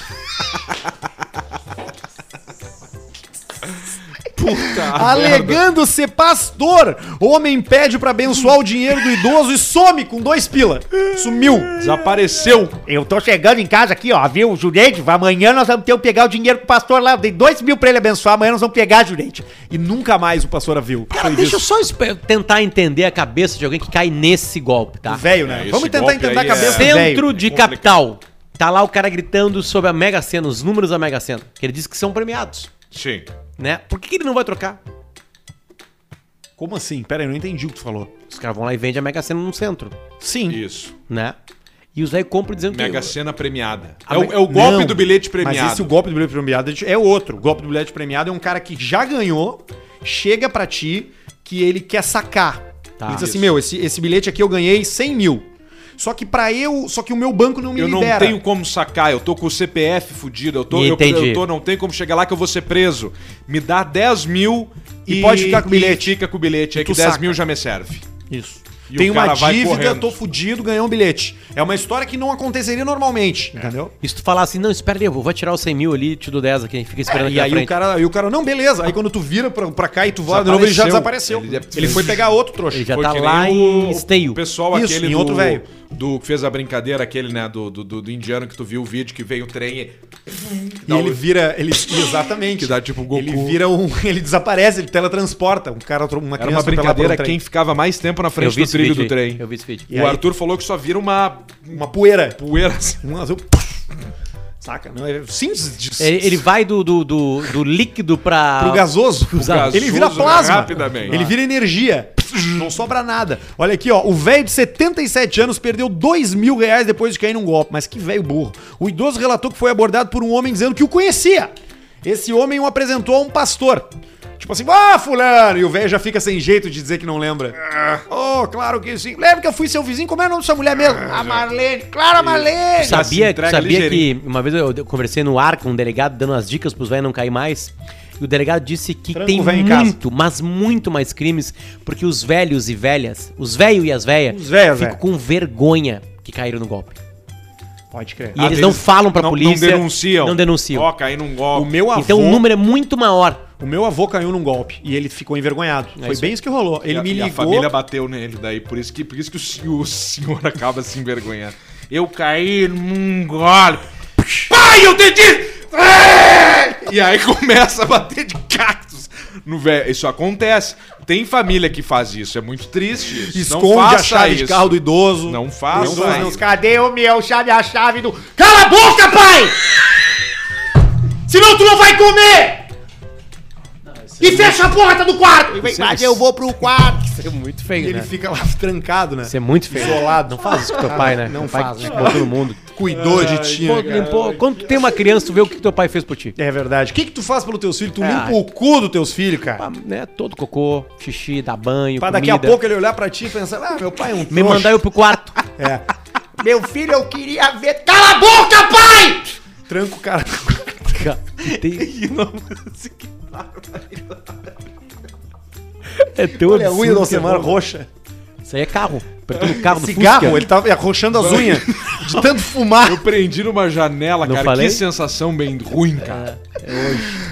[SPEAKER 2] *laughs*
[SPEAKER 3] puta Ah, merda.
[SPEAKER 1] Alegando ser pastor, homem pede pra abençoar o dinheiro do idoso e some com dois pila. Sumiu.
[SPEAKER 3] Desapareceu.
[SPEAKER 6] Eu tô chegando em casa aqui, ó, viu, Jureide? Amanhã nós vamos ter que pegar o dinheiro pro pastor lá. Eu dei dois mil pra ele abençoar, amanhã nós vamos pegar, Jureide.
[SPEAKER 1] E nunca mais o pastor a viu.
[SPEAKER 2] Cara, deixa eu só espe- tentar entender a cabeça de alguém que cai nesse golpe, tá?
[SPEAKER 1] Velho, é
[SPEAKER 3] É,
[SPEAKER 1] né?
[SPEAKER 3] esse
[SPEAKER 1] Vamos tentar
[SPEAKER 3] golpe
[SPEAKER 1] entender a
[SPEAKER 3] aí
[SPEAKER 1] cabeça do
[SPEAKER 2] Centro de
[SPEAKER 3] complicado.
[SPEAKER 2] capital. Tá lá o cara gritando sobre a Mega Sena, os números da Mega Sena. Que ele diz que são premiados,
[SPEAKER 3] Sim.
[SPEAKER 2] né? Por que, que ele não vai trocar?
[SPEAKER 1] Como assim? Pera aí, eu não entendi o que tu falou.
[SPEAKER 2] Os caras vão lá e vendem a Mega Sena no centro,
[SPEAKER 1] Sim.
[SPEAKER 3] Isso.
[SPEAKER 2] né? E os velhos compram dizendo
[SPEAKER 3] Mega
[SPEAKER 2] que...
[SPEAKER 3] Sena premiada.
[SPEAKER 2] Ah,
[SPEAKER 3] É o,
[SPEAKER 2] mas-
[SPEAKER 3] é o golpe
[SPEAKER 1] Não,
[SPEAKER 3] do bilhete premiado.
[SPEAKER 1] Mas esse o golpe do bilhete premiado é outro. O golpe do bilhete premiado é um cara que já ganhou, chega pra ti, que ele quer sacar.
[SPEAKER 2] Tá.
[SPEAKER 1] Ele diz assim,
[SPEAKER 2] Isso.
[SPEAKER 1] meu, esse, esse bilhete aqui eu ganhei 100 mil. Só que pra eu... Só que o meu banco não me
[SPEAKER 3] Eu não
[SPEAKER 1] libera.
[SPEAKER 3] tenho como sacar, eu tô com o CPF fudido, eu tô, eu,
[SPEAKER 2] Entendi.
[SPEAKER 3] eu tô, não tem como chegar lá que eu vou ser preso. Me dá 10 mil
[SPEAKER 1] E pode ficar com o bilhete.
[SPEAKER 3] Fica com o bilhete, é
[SPEAKER 1] tu
[SPEAKER 3] que 10
[SPEAKER 1] saca.
[SPEAKER 3] mil já me serve.
[SPEAKER 1] Isso.
[SPEAKER 3] E
[SPEAKER 1] Tem
[SPEAKER 3] o
[SPEAKER 1] uma
[SPEAKER 3] cara vai
[SPEAKER 1] dívida,
[SPEAKER 3] correndo.
[SPEAKER 1] tô fudido, ganhei um bilhete. É uma história que não aconteceria
[SPEAKER 3] É.
[SPEAKER 1] normalmente, entendeu?
[SPEAKER 2] E se tu falar assim, não, espera aí, eu vou vou tirar os 100 mil ali, te dou 10 aqui, fica esperando aqui
[SPEAKER 1] É, E
[SPEAKER 2] na
[SPEAKER 1] aí o
[SPEAKER 2] frente.
[SPEAKER 1] cara, aí o cara, não, beleza. Aí quando tu vira pra, pra cá e tu vai de novo, ele já
[SPEAKER 3] Desapareceu.
[SPEAKER 1] desapareceu.
[SPEAKER 3] Ele- é
[SPEAKER 1] Ele, foi pegar outro trouxa.
[SPEAKER 2] Ele já
[SPEAKER 3] Foi
[SPEAKER 2] tá
[SPEAKER 3] que nem
[SPEAKER 2] lá em Esteio.
[SPEAKER 3] O pessoal
[SPEAKER 1] Isso,
[SPEAKER 3] aquele
[SPEAKER 1] em
[SPEAKER 3] do,
[SPEAKER 1] outro velho.
[SPEAKER 3] do que fez a brincadeira, aquele, né, do, do, do- do indiano que tu viu o vídeo que veio o trem e...
[SPEAKER 1] E ele vira, ele exatamente.
[SPEAKER 3] Que dá tipo o Goku.
[SPEAKER 1] Ele vira um, *laughs* ele desaparece, ele teletransporta. Um cara, atro- uma
[SPEAKER 3] Era
[SPEAKER 1] criança
[SPEAKER 3] uma brincadeira
[SPEAKER 1] atropelada
[SPEAKER 3] quem
[SPEAKER 1] pelo
[SPEAKER 3] ficava mais tempo na
[SPEAKER 2] eu
[SPEAKER 3] frente
[SPEAKER 2] vi
[SPEAKER 3] do
[SPEAKER 2] esse
[SPEAKER 3] trilho
[SPEAKER 2] vídeo
[SPEAKER 3] do
[SPEAKER 2] aí,
[SPEAKER 3] trem.
[SPEAKER 2] Eu vi esse vídeo.
[SPEAKER 1] E
[SPEAKER 3] o
[SPEAKER 1] aí?
[SPEAKER 3] Arthur falou que só vira uma
[SPEAKER 1] trem. uma poeira.
[SPEAKER 3] poeira assim.
[SPEAKER 1] Um azul. Saca? Não, é simples de
[SPEAKER 2] Ele, ele vai do, do, do, do líquido pra.
[SPEAKER 1] pro gasoso.
[SPEAKER 3] gasoso,
[SPEAKER 1] ele vira plasma.
[SPEAKER 3] rapidamente.
[SPEAKER 1] Ele vira energia. Não sobra nada. Olha aqui, ó. O velho de 77 anos perdeu 2 mil reais depois de cair num golpe. Mas que velho burro. O idoso relatou que foi abordado por um homem dizendo que o conhecia. Esse homem o apresentou a um pastor. Tipo assim, ah, fulano! E o velho já fica sem jeito de dizer que não lembra. Oh, claro que sim. Lembra que eu fui seu vizinho? Como é o nome da sua mulher mesmo? A Marlene. Claro, a Marlene!
[SPEAKER 3] Já se
[SPEAKER 2] sabia,
[SPEAKER 3] entrega
[SPEAKER 2] sabia que
[SPEAKER 3] ligeirinho.
[SPEAKER 2] uma vez eu eu conversei no ar com um delegado dando as dicas pros velhos não cair mais. E o delegado disse que
[SPEAKER 1] Tranca
[SPEAKER 2] tem
[SPEAKER 1] o velho em casa.
[SPEAKER 2] muito, mas muito mais crimes, porque os velhos e velhas, os velhos e as velhas,
[SPEAKER 1] Os velhos,
[SPEAKER 2] ficam
[SPEAKER 1] velho.
[SPEAKER 2] com vergonha que caíram no golpe.
[SPEAKER 1] Pode crer.
[SPEAKER 2] E
[SPEAKER 3] Ah,
[SPEAKER 2] eles não falam pra
[SPEAKER 3] não-
[SPEAKER 2] polícia.
[SPEAKER 3] Não denunciam.
[SPEAKER 2] Não denunciam.
[SPEAKER 3] Ó, cair num golpe.
[SPEAKER 1] O meu avô.
[SPEAKER 2] Então o número é muito maior.
[SPEAKER 1] O meu avô caiu num golpe e ele ficou envergonhado. Foi
[SPEAKER 2] isso
[SPEAKER 1] bem isso que rolou.
[SPEAKER 3] É E
[SPEAKER 1] Ele
[SPEAKER 3] a-
[SPEAKER 1] me
[SPEAKER 3] e
[SPEAKER 1] ligou.
[SPEAKER 3] a família bateu nele, daí por isso que, por isso que o, se- o senhor *laughs* acaba se envergonhando. Eu caí num golpe. Pai, eu te disse! E aí começa a bater de cactos no velho. Isso acontece. Tem família que faz isso, é muito triste. isso.
[SPEAKER 1] Esconde a chave de carro do idoso.
[SPEAKER 3] Não faça
[SPEAKER 1] Os dois não
[SPEAKER 3] isso.
[SPEAKER 7] Cadê o meu chave, a chave do... Cala a boca, pai! Senão tu não vai comer! E fecha a porta do quarto! Mas
[SPEAKER 3] é
[SPEAKER 7] eu vou pro quarto.
[SPEAKER 2] Isso é muito
[SPEAKER 1] E
[SPEAKER 2] feio,
[SPEAKER 1] ele fica lá trancado, né?
[SPEAKER 2] Isso é muito feio. Isolado. Não faz isso com teu pai, né?
[SPEAKER 1] Não
[SPEAKER 2] Teu pai
[SPEAKER 1] faz,
[SPEAKER 2] que te
[SPEAKER 1] né?
[SPEAKER 2] botou no mundo.
[SPEAKER 1] Cuidou de ti.
[SPEAKER 2] Pô,
[SPEAKER 1] né, cara?
[SPEAKER 2] limpou. Quando tu tem uma criança, tu vê o que que teu pai fez por ti.
[SPEAKER 1] É verdade. O que, que tu faz pelo teus filhos? Tu
[SPEAKER 2] É.
[SPEAKER 3] Ah.
[SPEAKER 1] limpa o cu dos teus filhos,
[SPEAKER 2] Ah,
[SPEAKER 1] cara.
[SPEAKER 2] né? Todo cocô, xixi, dá banho,
[SPEAKER 1] Pra daqui a pouco ele olhar pra ti e pensar, ah, meu pai é um
[SPEAKER 2] Me
[SPEAKER 1] trouxa."
[SPEAKER 2] mandar eu pro quarto.
[SPEAKER 1] É.
[SPEAKER 7] *laughs* Meu filho, eu queria ver... Cala a boca, pai!
[SPEAKER 1] Tranca o cara.
[SPEAKER 2] Tem- É teu
[SPEAKER 1] Olha a unha
[SPEAKER 2] absurdo
[SPEAKER 1] da
[SPEAKER 2] que é
[SPEAKER 1] semana
[SPEAKER 2] bom.
[SPEAKER 1] roxa.
[SPEAKER 2] Isso aí é carro. Apertando o carro do
[SPEAKER 1] Cigarro,
[SPEAKER 2] Fusca.
[SPEAKER 1] ele tava arrochando as unhas. De
[SPEAKER 3] *laughs*
[SPEAKER 1] tanto fumar.
[SPEAKER 3] Eu prendi numa janela,
[SPEAKER 2] Não
[SPEAKER 3] cara.
[SPEAKER 2] falei?
[SPEAKER 3] Que sensação bem ruim, cara.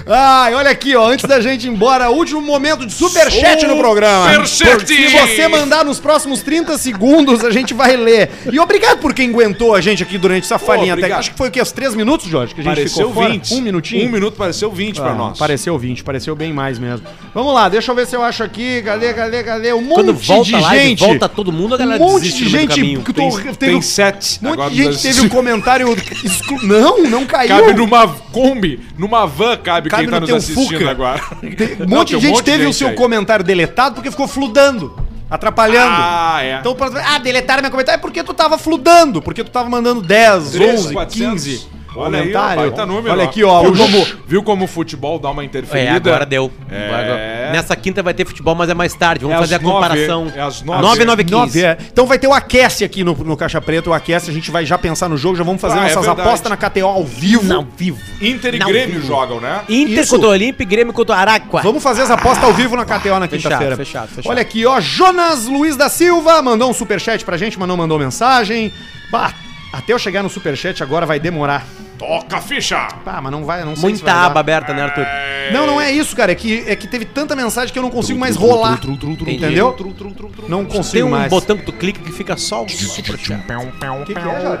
[SPEAKER 1] Ai, olha aqui, ó. Antes da gente ir embora, último momento de superchat no programa.
[SPEAKER 3] Oh, Superchat!
[SPEAKER 1] Porque Se você mandar nos próximos 30 segundos, a gente vai ler. E obrigado por quem aguentou a gente aqui durante essa falinha até.
[SPEAKER 3] Oh, obrigado.
[SPEAKER 1] Acho que foi o quê? Os três minutos, Jorge? Que a gente
[SPEAKER 3] Pareceu
[SPEAKER 1] ficou fora?
[SPEAKER 3] 20.
[SPEAKER 1] Um minutinho? Ah,
[SPEAKER 3] Um minuto pareceu 20 pra nós.
[SPEAKER 1] Pareceu 20, pareceu bem mais mesmo. Vamos lá, deixa eu ver se eu acho aqui. Cadê, cadê, cadê? Um monte
[SPEAKER 2] Quando volta
[SPEAKER 1] de
[SPEAKER 2] a live,
[SPEAKER 1] gente.
[SPEAKER 2] volta todo mundo, a
[SPEAKER 1] um
[SPEAKER 2] galera
[SPEAKER 1] monte
[SPEAKER 2] desiste
[SPEAKER 1] de
[SPEAKER 2] no meio do
[SPEAKER 1] gente
[SPEAKER 2] caminho.
[SPEAKER 1] que
[SPEAKER 3] Tem,
[SPEAKER 1] tô-
[SPEAKER 3] tem
[SPEAKER 1] teve-
[SPEAKER 3] sete.
[SPEAKER 1] um monte
[SPEAKER 3] Agora
[SPEAKER 1] de gente
[SPEAKER 3] das-
[SPEAKER 1] teve um comentário. exclu- Não, não caiu.
[SPEAKER 3] Cabe numa Kombi, numa van
[SPEAKER 1] Cabe
[SPEAKER 3] cabe, quem tá
[SPEAKER 1] no
[SPEAKER 3] nos
[SPEAKER 1] teu
[SPEAKER 3] assistindo
[SPEAKER 1] Fuca. *laughs*
[SPEAKER 3] agora.
[SPEAKER 1] Um
[SPEAKER 3] Não,
[SPEAKER 1] monte
[SPEAKER 3] tem
[SPEAKER 1] de gente
[SPEAKER 3] monte de
[SPEAKER 1] teve o
[SPEAKER 3] gente
[SPEAKER 1] seu
[SPEAKER 3] aí.
[SPEAKER 1] comentário deletado porque ficou fludando, atrapalhando.
[SPEAKER 3] Ah, é.
[SPEAKER 1] Então, pra- ah, deletaram meu comentário é porque tu tava fludando, porque tu tava mandando 10,
[SPEAKER 3] 13,
[SPEAKER 1] 11,
[SPEAKER 3] 400.
[SPEAKER 1] 15
[SPEAKER 3] Olha aí,
[SPEAKER 1] comentário.
[SPEAKER 3] baita número,
[SPEAKER 1] Olha aqui, ó, o
[SPEAKER 3] Viu
[SPEAKER 1] Jomo-
[SPEAKER 3] como, viu como o futebol dá uma interferida?
[SPEAKER 2] É, agora deu.
[SPEAKER 3] É.
[SPEAKER 2] Agora- Nessa quinta vai ter futebol, mas é mais tarde.
[SPEAKER 3] É
[SPEAKER 2] Vamos
[SPEAKER 3] às
[SPEAKER 2] fazer a
[SPEAKER 3] nove,
[SPEAKER 2] comparação.
[SPEAKER 3] é às nove.
[SPEAKER 2] 9 9
[SPEAKER 1] Nove, é. Então vai ter o aquece aqui no, no Caixa Preta, o aquece, a gente vai já pensar no jogo, já vamos fazer
[SPEAKER 3] Ah, é
[SPEAKER 1] nossas
[SPEAKER 3] verdade.
[SPEAKER 1] apostas na KTO ao vivo.
[SPEAKER 2] Não, vivo.
[SPEAKER 3] Inter e
[SPEAKER 2] Não,
[SPEAKER 3] Grêmio
[SPEAKER 2] vivo.
[SPEAKER 3] jogam, né?
[SPEAKER 2] Inter
[SPEAKER 1] Isso.
[SPEAKER 2] contra o Olímpio e Grêmio contra o Aracua.
[SPEAKER 1] Vamos fazer as apostas ao vivo na KTO na
[SPEAKER 2] Fechado,
[SPEAKER 1] quinta-feira.
[SPEAKER 2] fechado, fechado.
[SPEAKER 1] Olha aqui, ó, Jonas Luiz da Silva mandou um superchat pra gente, mas não mandou mensagem. Bah, até eu chegar no superchat agora vai demorar.
[SPEAKER 3] Toca a ficha!
[SPEAKER 1] Pá, mas não vai, não sei se
[SPEAKER 2] Muita
[SPEAKER 1] vai dar.
[SPEAKER 2] aba aberta, né, Arthur?
[SPEAKER 1] Não, não é isso, cara. É que, é que teve tanta mensagem que eu não consigo mais
[SPEAKER 2] tru,
[SPEAKER 1] rolar.
[SPEAKER 2] tru, tru, tru,
[SPEAKER 1] entendeu?
[SPEAKER 3] Tru, tru, tru, tru.
[SPEAKER 1] Não
[SPEAKER 2] Tem
[SPEAKER 1] consigo
[SPEAKER 2] um
[SPEAKER 1] mais.
[SPEAKER 2] botão que tu clica que fica só o superchat.
[SPEAKER 1] que que é, Jorge?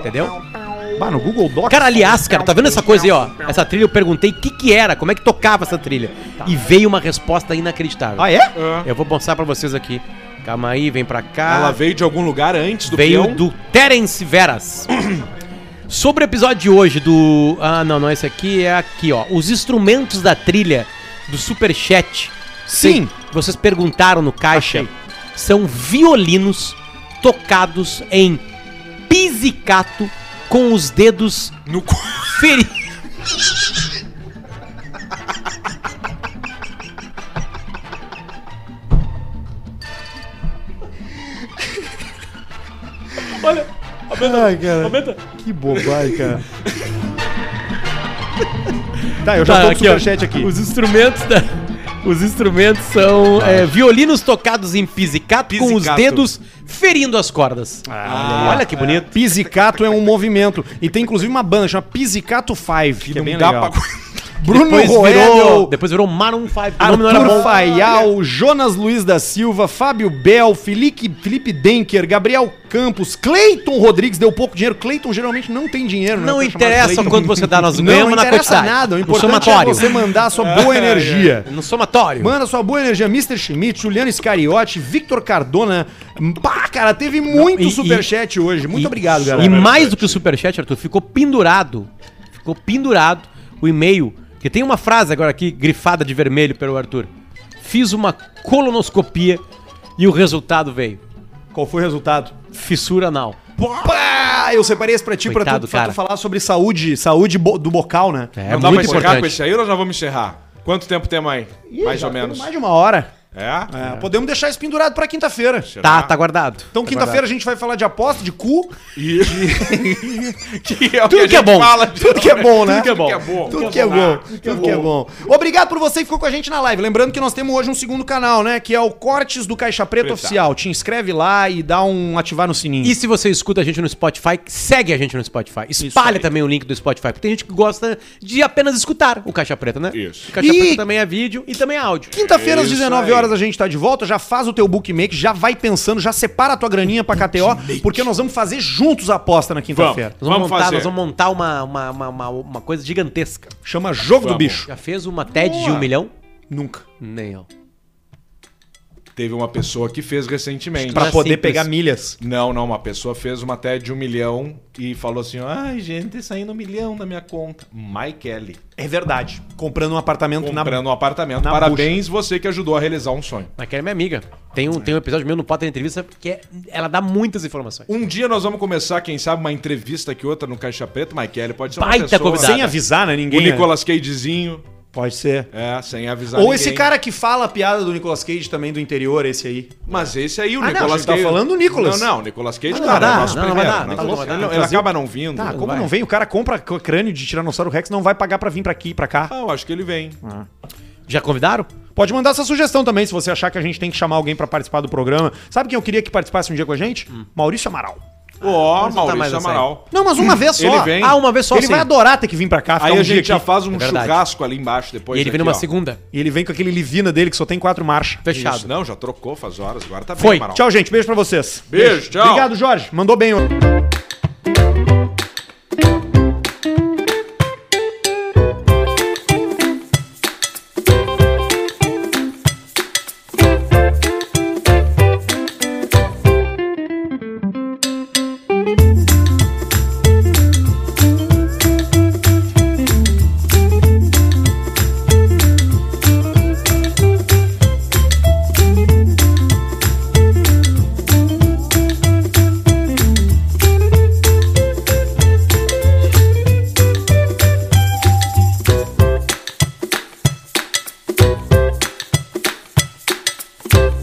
[SPEAKER 2] Entendeu?
[SPEAKER 1] Bah, no Google Docs.
[SPEAKER 2] Cara, aliás, cara, tá vendo essa coisa aí, ó?
[SPEAKER 1] É um
[SPEAKER 2] Essa trilha eu perguntei o que que era, como é que tocava essa trilha. E veio uma resposta inacreditável.
[SPEAKER 1] Tá. Ah, é?
[SPEAKER 2] Eu vou mostrar pra vocês aqui. Calma aí, vem pra
[SPEAKER 1] Ah.
[SPEAKER 2] cá.
[SPEAKER 3] Ela veio de algum lugar antes do
[SPEAKER 2] veio
[SPEAKER 3] peão?
[SPEAKER 2] do Terence Veras. *clears throat* Sobre o episódio de hoje do... Ah, não, não é esse aqui, é aqui, ó. Os instrumentos da trilha do Superchat.
[SPEAKER 1] Sim.
[SPEAKER 2] Vocês perguntaram no caixa. São violinos tocados em pizzicato com os dedos
[SPEAKER 3] No cu-
[SPEAKER 2] Feri...
[SPEAKER 1] Ai, cara. Que bobagem, cara. tá, eu já
[SPEAKER 2] Tá,
[SPEAKER 1] tô com o
[SPEAKER 2] aqui, ó.
[SPEAKER 1] superchat aqui.
[SPEAKER 2] Os instrumentos da... Os instrumentos são é, violinos tocados em pizzicato, com os
[SPEAKER 3] Pizzicato.
[SPEAKER 2] dedos ferindo as cordas. Ah, Olha que bonito.
[SPEAKER 1] é Pizzicato é um movimento. E tem inclusive uma banda chama Pizzicato Five, que, é
[SPEAKER 3] não
[SPEAKER 1] bem
[SPEAKER 3] dá
[SPEAKER 1] legal.
[SPEAKER 3] pra-
[SPEAKER 1] Bruno
[SPEAKER 2] depois
[SPEAKER 1] Roedel,
[SPEAKER 2] virou, depois virou Maroon 5. que O nome Ah, não era
[SPEAKER 1] Arthur
[SPEAKER 2] bom.
[SPEAKER 1] Faial, Jonas Luiz da Silva, Fábio Bel, Felipe, Felipe Denker, Gabriel Campos, Cleiton Rodrigues deu pouco dinheiro. Cleiton geralmente não tem dinheiro, né?
[SPEAKER 2] Não
[SPEAKER 1] Pra chamar
[SPEAKER 2] interessa
[SPEAKER 1] Cleiton.
[SPEAKER 2] quanto você dá, nós
[SPEAKER 1] Não
[SPEAKER 2] ganhamos na
[SPEAKER 1] interessa
[SPEAKER 2] quantidade.
[SPEAKER 1] nada, o
[SPEAKER 2] No
[SPEAKER 1] importante é
[SPEAKER 2] somatório.
[SPEAKER 1] você mandar a sua boa energia.
[SPEAKER 2] No somatório.
[SPEAKER 1] Manda sua boa energia, Mr. Schmidt, Juliano Scariotti, Victor Cardona. Pá, cara, teve muito
[SPEAKER 2] e- e-
[SPEAKER 1] superchat hoje. Muito
[SPEAKER 2] E-
[SPEAKER 1] obrigado,
[SPEAKER 2] E
[SPEAKER 1] galera.
[SPEAKER 2] mais do que o superchat, Arthur, ficou pendurado. Ficou pendurado o e-mail. Que tem uma frase agora aqui, grifada de vermelho pelo Arthur. Fiz uma colonoscopia e o resultado veio.
[SPEAKER 1] Qual foi o resultado?
[SPEAKER 2] Fissura anal.
[SPEAKER 1] Pá, eu separei esse pra ti, pra,
[SPEAKER 2] Coitado,
[SPEAKER 1] tu, pra tu
[SPEAKER 2] cara.
[SPEAKER 1] falar sobre saúde, saúde bo- do bocal, né?
[SPEAKER 2] É
[SPEAKER 3] Não dá pra
[SPEAKER 2] muito
[SPEAKER 3] encerrar com
[SPEAKER 2] importante.
[SPEAKER 3] esse aí ou nós já vamos encerrar? Quanto tempo temos aí? mais ou menos.
[SPEAKER 1] Mais de uma hora.
[SPEAKER 3] *laughs* É?
[SPEAKER 1] É, Podemos deixar isso pendurado pra quinta-feira.
[SPEAKER 2] Tá, tá guardado.
[SPEAKER 1] Então, quinta-feira a gente vai falar de aposta, de cu.
[SPEAKER 3] *laughs* Que é o
[SPEAKER 2] Tudo
[SPEAKER 3] a
[SPEAKER 2] que é
[SPEAKER 3] gente
[SPEAKER 2] bom.
[SPEAKER 3] Fala de
[SPEAKER 1] Tudo que é bom, né?
[SPEAKER 3] Tudo que é bom.
[SPEAKER 1] Tudo que é bom. Tudo que é bom. Obrigado por você que ficou com a gente na live. Lembrando que nós temos hoje um segundo canal, né? Que é o Cortes do Caixa Preta
[SPEAKER 3] Preta.
[SPEAKER 1] Oficial. Te inscreve lá e dá um ativar no sininho.
[SPEAKER 2] E se você escuta a gente no Spotify, segue a gente no Spotify. Espalha também o link do Spotify, porque tem gente que gosta de apenas escutar o Caixa Preta, né?
[SPEAKER 3] Isso.
[SPEAKER 2] O Caixa
[SPEAKER 1] E-
[SPEAKER 2] Preta também é vídeo e também é áudio.
[SPEAKER 1] Quinta-feira, às
[SPEAKER 3] Isso
[SPEAKER 1] 19
[SPEAKER 3] aí.
[SPEAKER 1] horas, a gente tá de volta. Já faz o teu bookmake, já vai pensando, já separa a tua graninha pra KTO, porque nós vamos fazer juntos a aposta na quinta-feira.
[SPEAKER 2] Nós vamos,
[SPEAKER 3] Vamos
[SPEAKER 2] montar,
[SPEAKER 3] fazer.
[SPEAKER 2] nós vamos montar uma, uma, uma, uma, uma coisa gigantesca.
[SPEAKER 1] Chama Jogo do
[SPEAKER 3] Vamos.
[SPEAKER 1] Bicho.
[SPEAKER 2] Já fez uma TED de um milhão?
[SPEAKER 1] Nunca.
[SPEAKER 2] Nem, ó.
[SPEAKER 3] Teve uma pessoa que fez recentemente.
[SPEAKER 1] Pra
[SPEAKER 2] Era
[SPEAKER 1] poder
[SPEAKER 2] simples.
[SPEAKER 1] pegar milhas.
[SPEAKER 3] Não, não, uma pessoa fez uma TED de um milhão e falou assim: ai, gente, saindo um milhão da minha conta. Mike Kelly.
[SPEAKER 1] É verdade. Comprando um apartamento
[SPEAKER 3] Comprando um apartamento.
[SPEAKER 1] na
[SPEAKER 3] Parabéns, você que ajudou a realizar um sonho.
[SPEAKER 2] Mas que é minha amiga. Tem um, tem um episódio meu no Potter Entrevista que é- ela dá muitas informações.
[SPEAKER 3] Um dia nós vamos começar, quem sabe, uma entrevista que outra no Caixa Preto. Mike Kelly pode ser uma
[SPEAKER 2] Baita
[SPEAKER 1] na.
[SPEAKER 2] convidado.
[SPEAKER 1] Sem avisar, né?
[SPEAKER 3] O
[SPEAKER 1] Ninguém. né?
[SPEAKER 3] Nicolas Cagezinho.
[SPEAKER 1] Pode ser.
[SPEAKER 3] É, sem avisar
[SPEAKER 1] Ou
[SPEAKER 3] ninguém.
[SPEAKER 1] esse cara que fala a piada do Nicolas Cage também do interior, esse aí.
[SPEAKER 3] Mas esse aí, o
[SPEAKER 1] Ah, não, a
[SPEAKER 3] Nicolas
[SPEAKER 1] gente tá falando do Nicolas.
[SPEAKER 3] Não, não, o Nicolas Cage,
[SPEAKER 1] Mas não
[SPEAKER 3] cara,
[SPEAKER 1] vai
[SPEAKER 3] é o
[SPEAKER 1] dar,
[SPEAKER 3] nosso
[SPEAKER 2] não, não vai
[SPEAKER 3] primeiro.
[SPEAKER 2] dar,
[SPEAKER 3] nós
[SPEAKER 2] não,
[SPEAKER 3] vamos-
[SPEAKER 2] não vai dar.
[SPEAKER 3] não, ele acaba não vindo.
[SPEAKER 1] Tá, como
[SPEAKER 2] vai.
[SPEAKER 1] não vem? O cara compra c- crânio de Tiranossauro Rex, não vai pagar pra vir pra aqui, pra cá.
[SPEAKER 3] Ah, eu acho que ele vem.
[SPEAKER 2] Já convidaram?
[SPEAKER 1] Pode mandar essa sugestão também, se você achar que a gente tem que chamar alguém pra participar do programa. Sabe quem eu queria que participasse um dia com a gente? Maurício Amaral.
[SPEAKER 3] Ó,
[SPEAKER 2] não tá mais
[SPEAKER 3] Maurício
[SPEAKER 2] essa aí.
[SPEAKER 3] Amaral.
[SPEAKER 1] Não, mas *clears throat* uma vez só.
[SPEAKER 3] Ele vem.
[SPEAKER 2] Ah, uma vez só
[SPEAKER 1] Ele
[SPEAKER 2] sim.
[SPEAKER 1] vai adorar ter que vir pra cá, ficar
[SPEAKER 3] Aí
[SPEAKER 1] um
[SPEAKER 3] a
[SPEAKER 1] dia
[SPEAKER 3] gente já
[SPEAKER 1] aqui.
[SPEAKER 3] faz um
[SPEAKER 2] É verdade.
[SPEAKER 3] churrasco ali embaixo depois.
[SPEAKER 2] e ele vem
[SPEAKER 3] daqui,
[SPEAKER 2] numa
[SPEAKER 3] é, ó.
[SPEAKER 2] segunda.
[SPEAKER 1] E ele vem com aquele Livina dele que só tem quatro marchas.
[SPEAKER 2] Fechado.
[SPEAKER 3] Isso, não, já trocou faz horas. Agora tá bem,
[SPEAKER 2] Foi.
[SPEAKER 3] Amaral.
[SPEAKER 1] Tchau, gente. Beijo pra vocês.
[SPEAKER 3] Beijo, tchau.
[SPEAKER 1] Obrigado, Jorge. Mandou bem. hoje.
[SPEAKER 8] Thank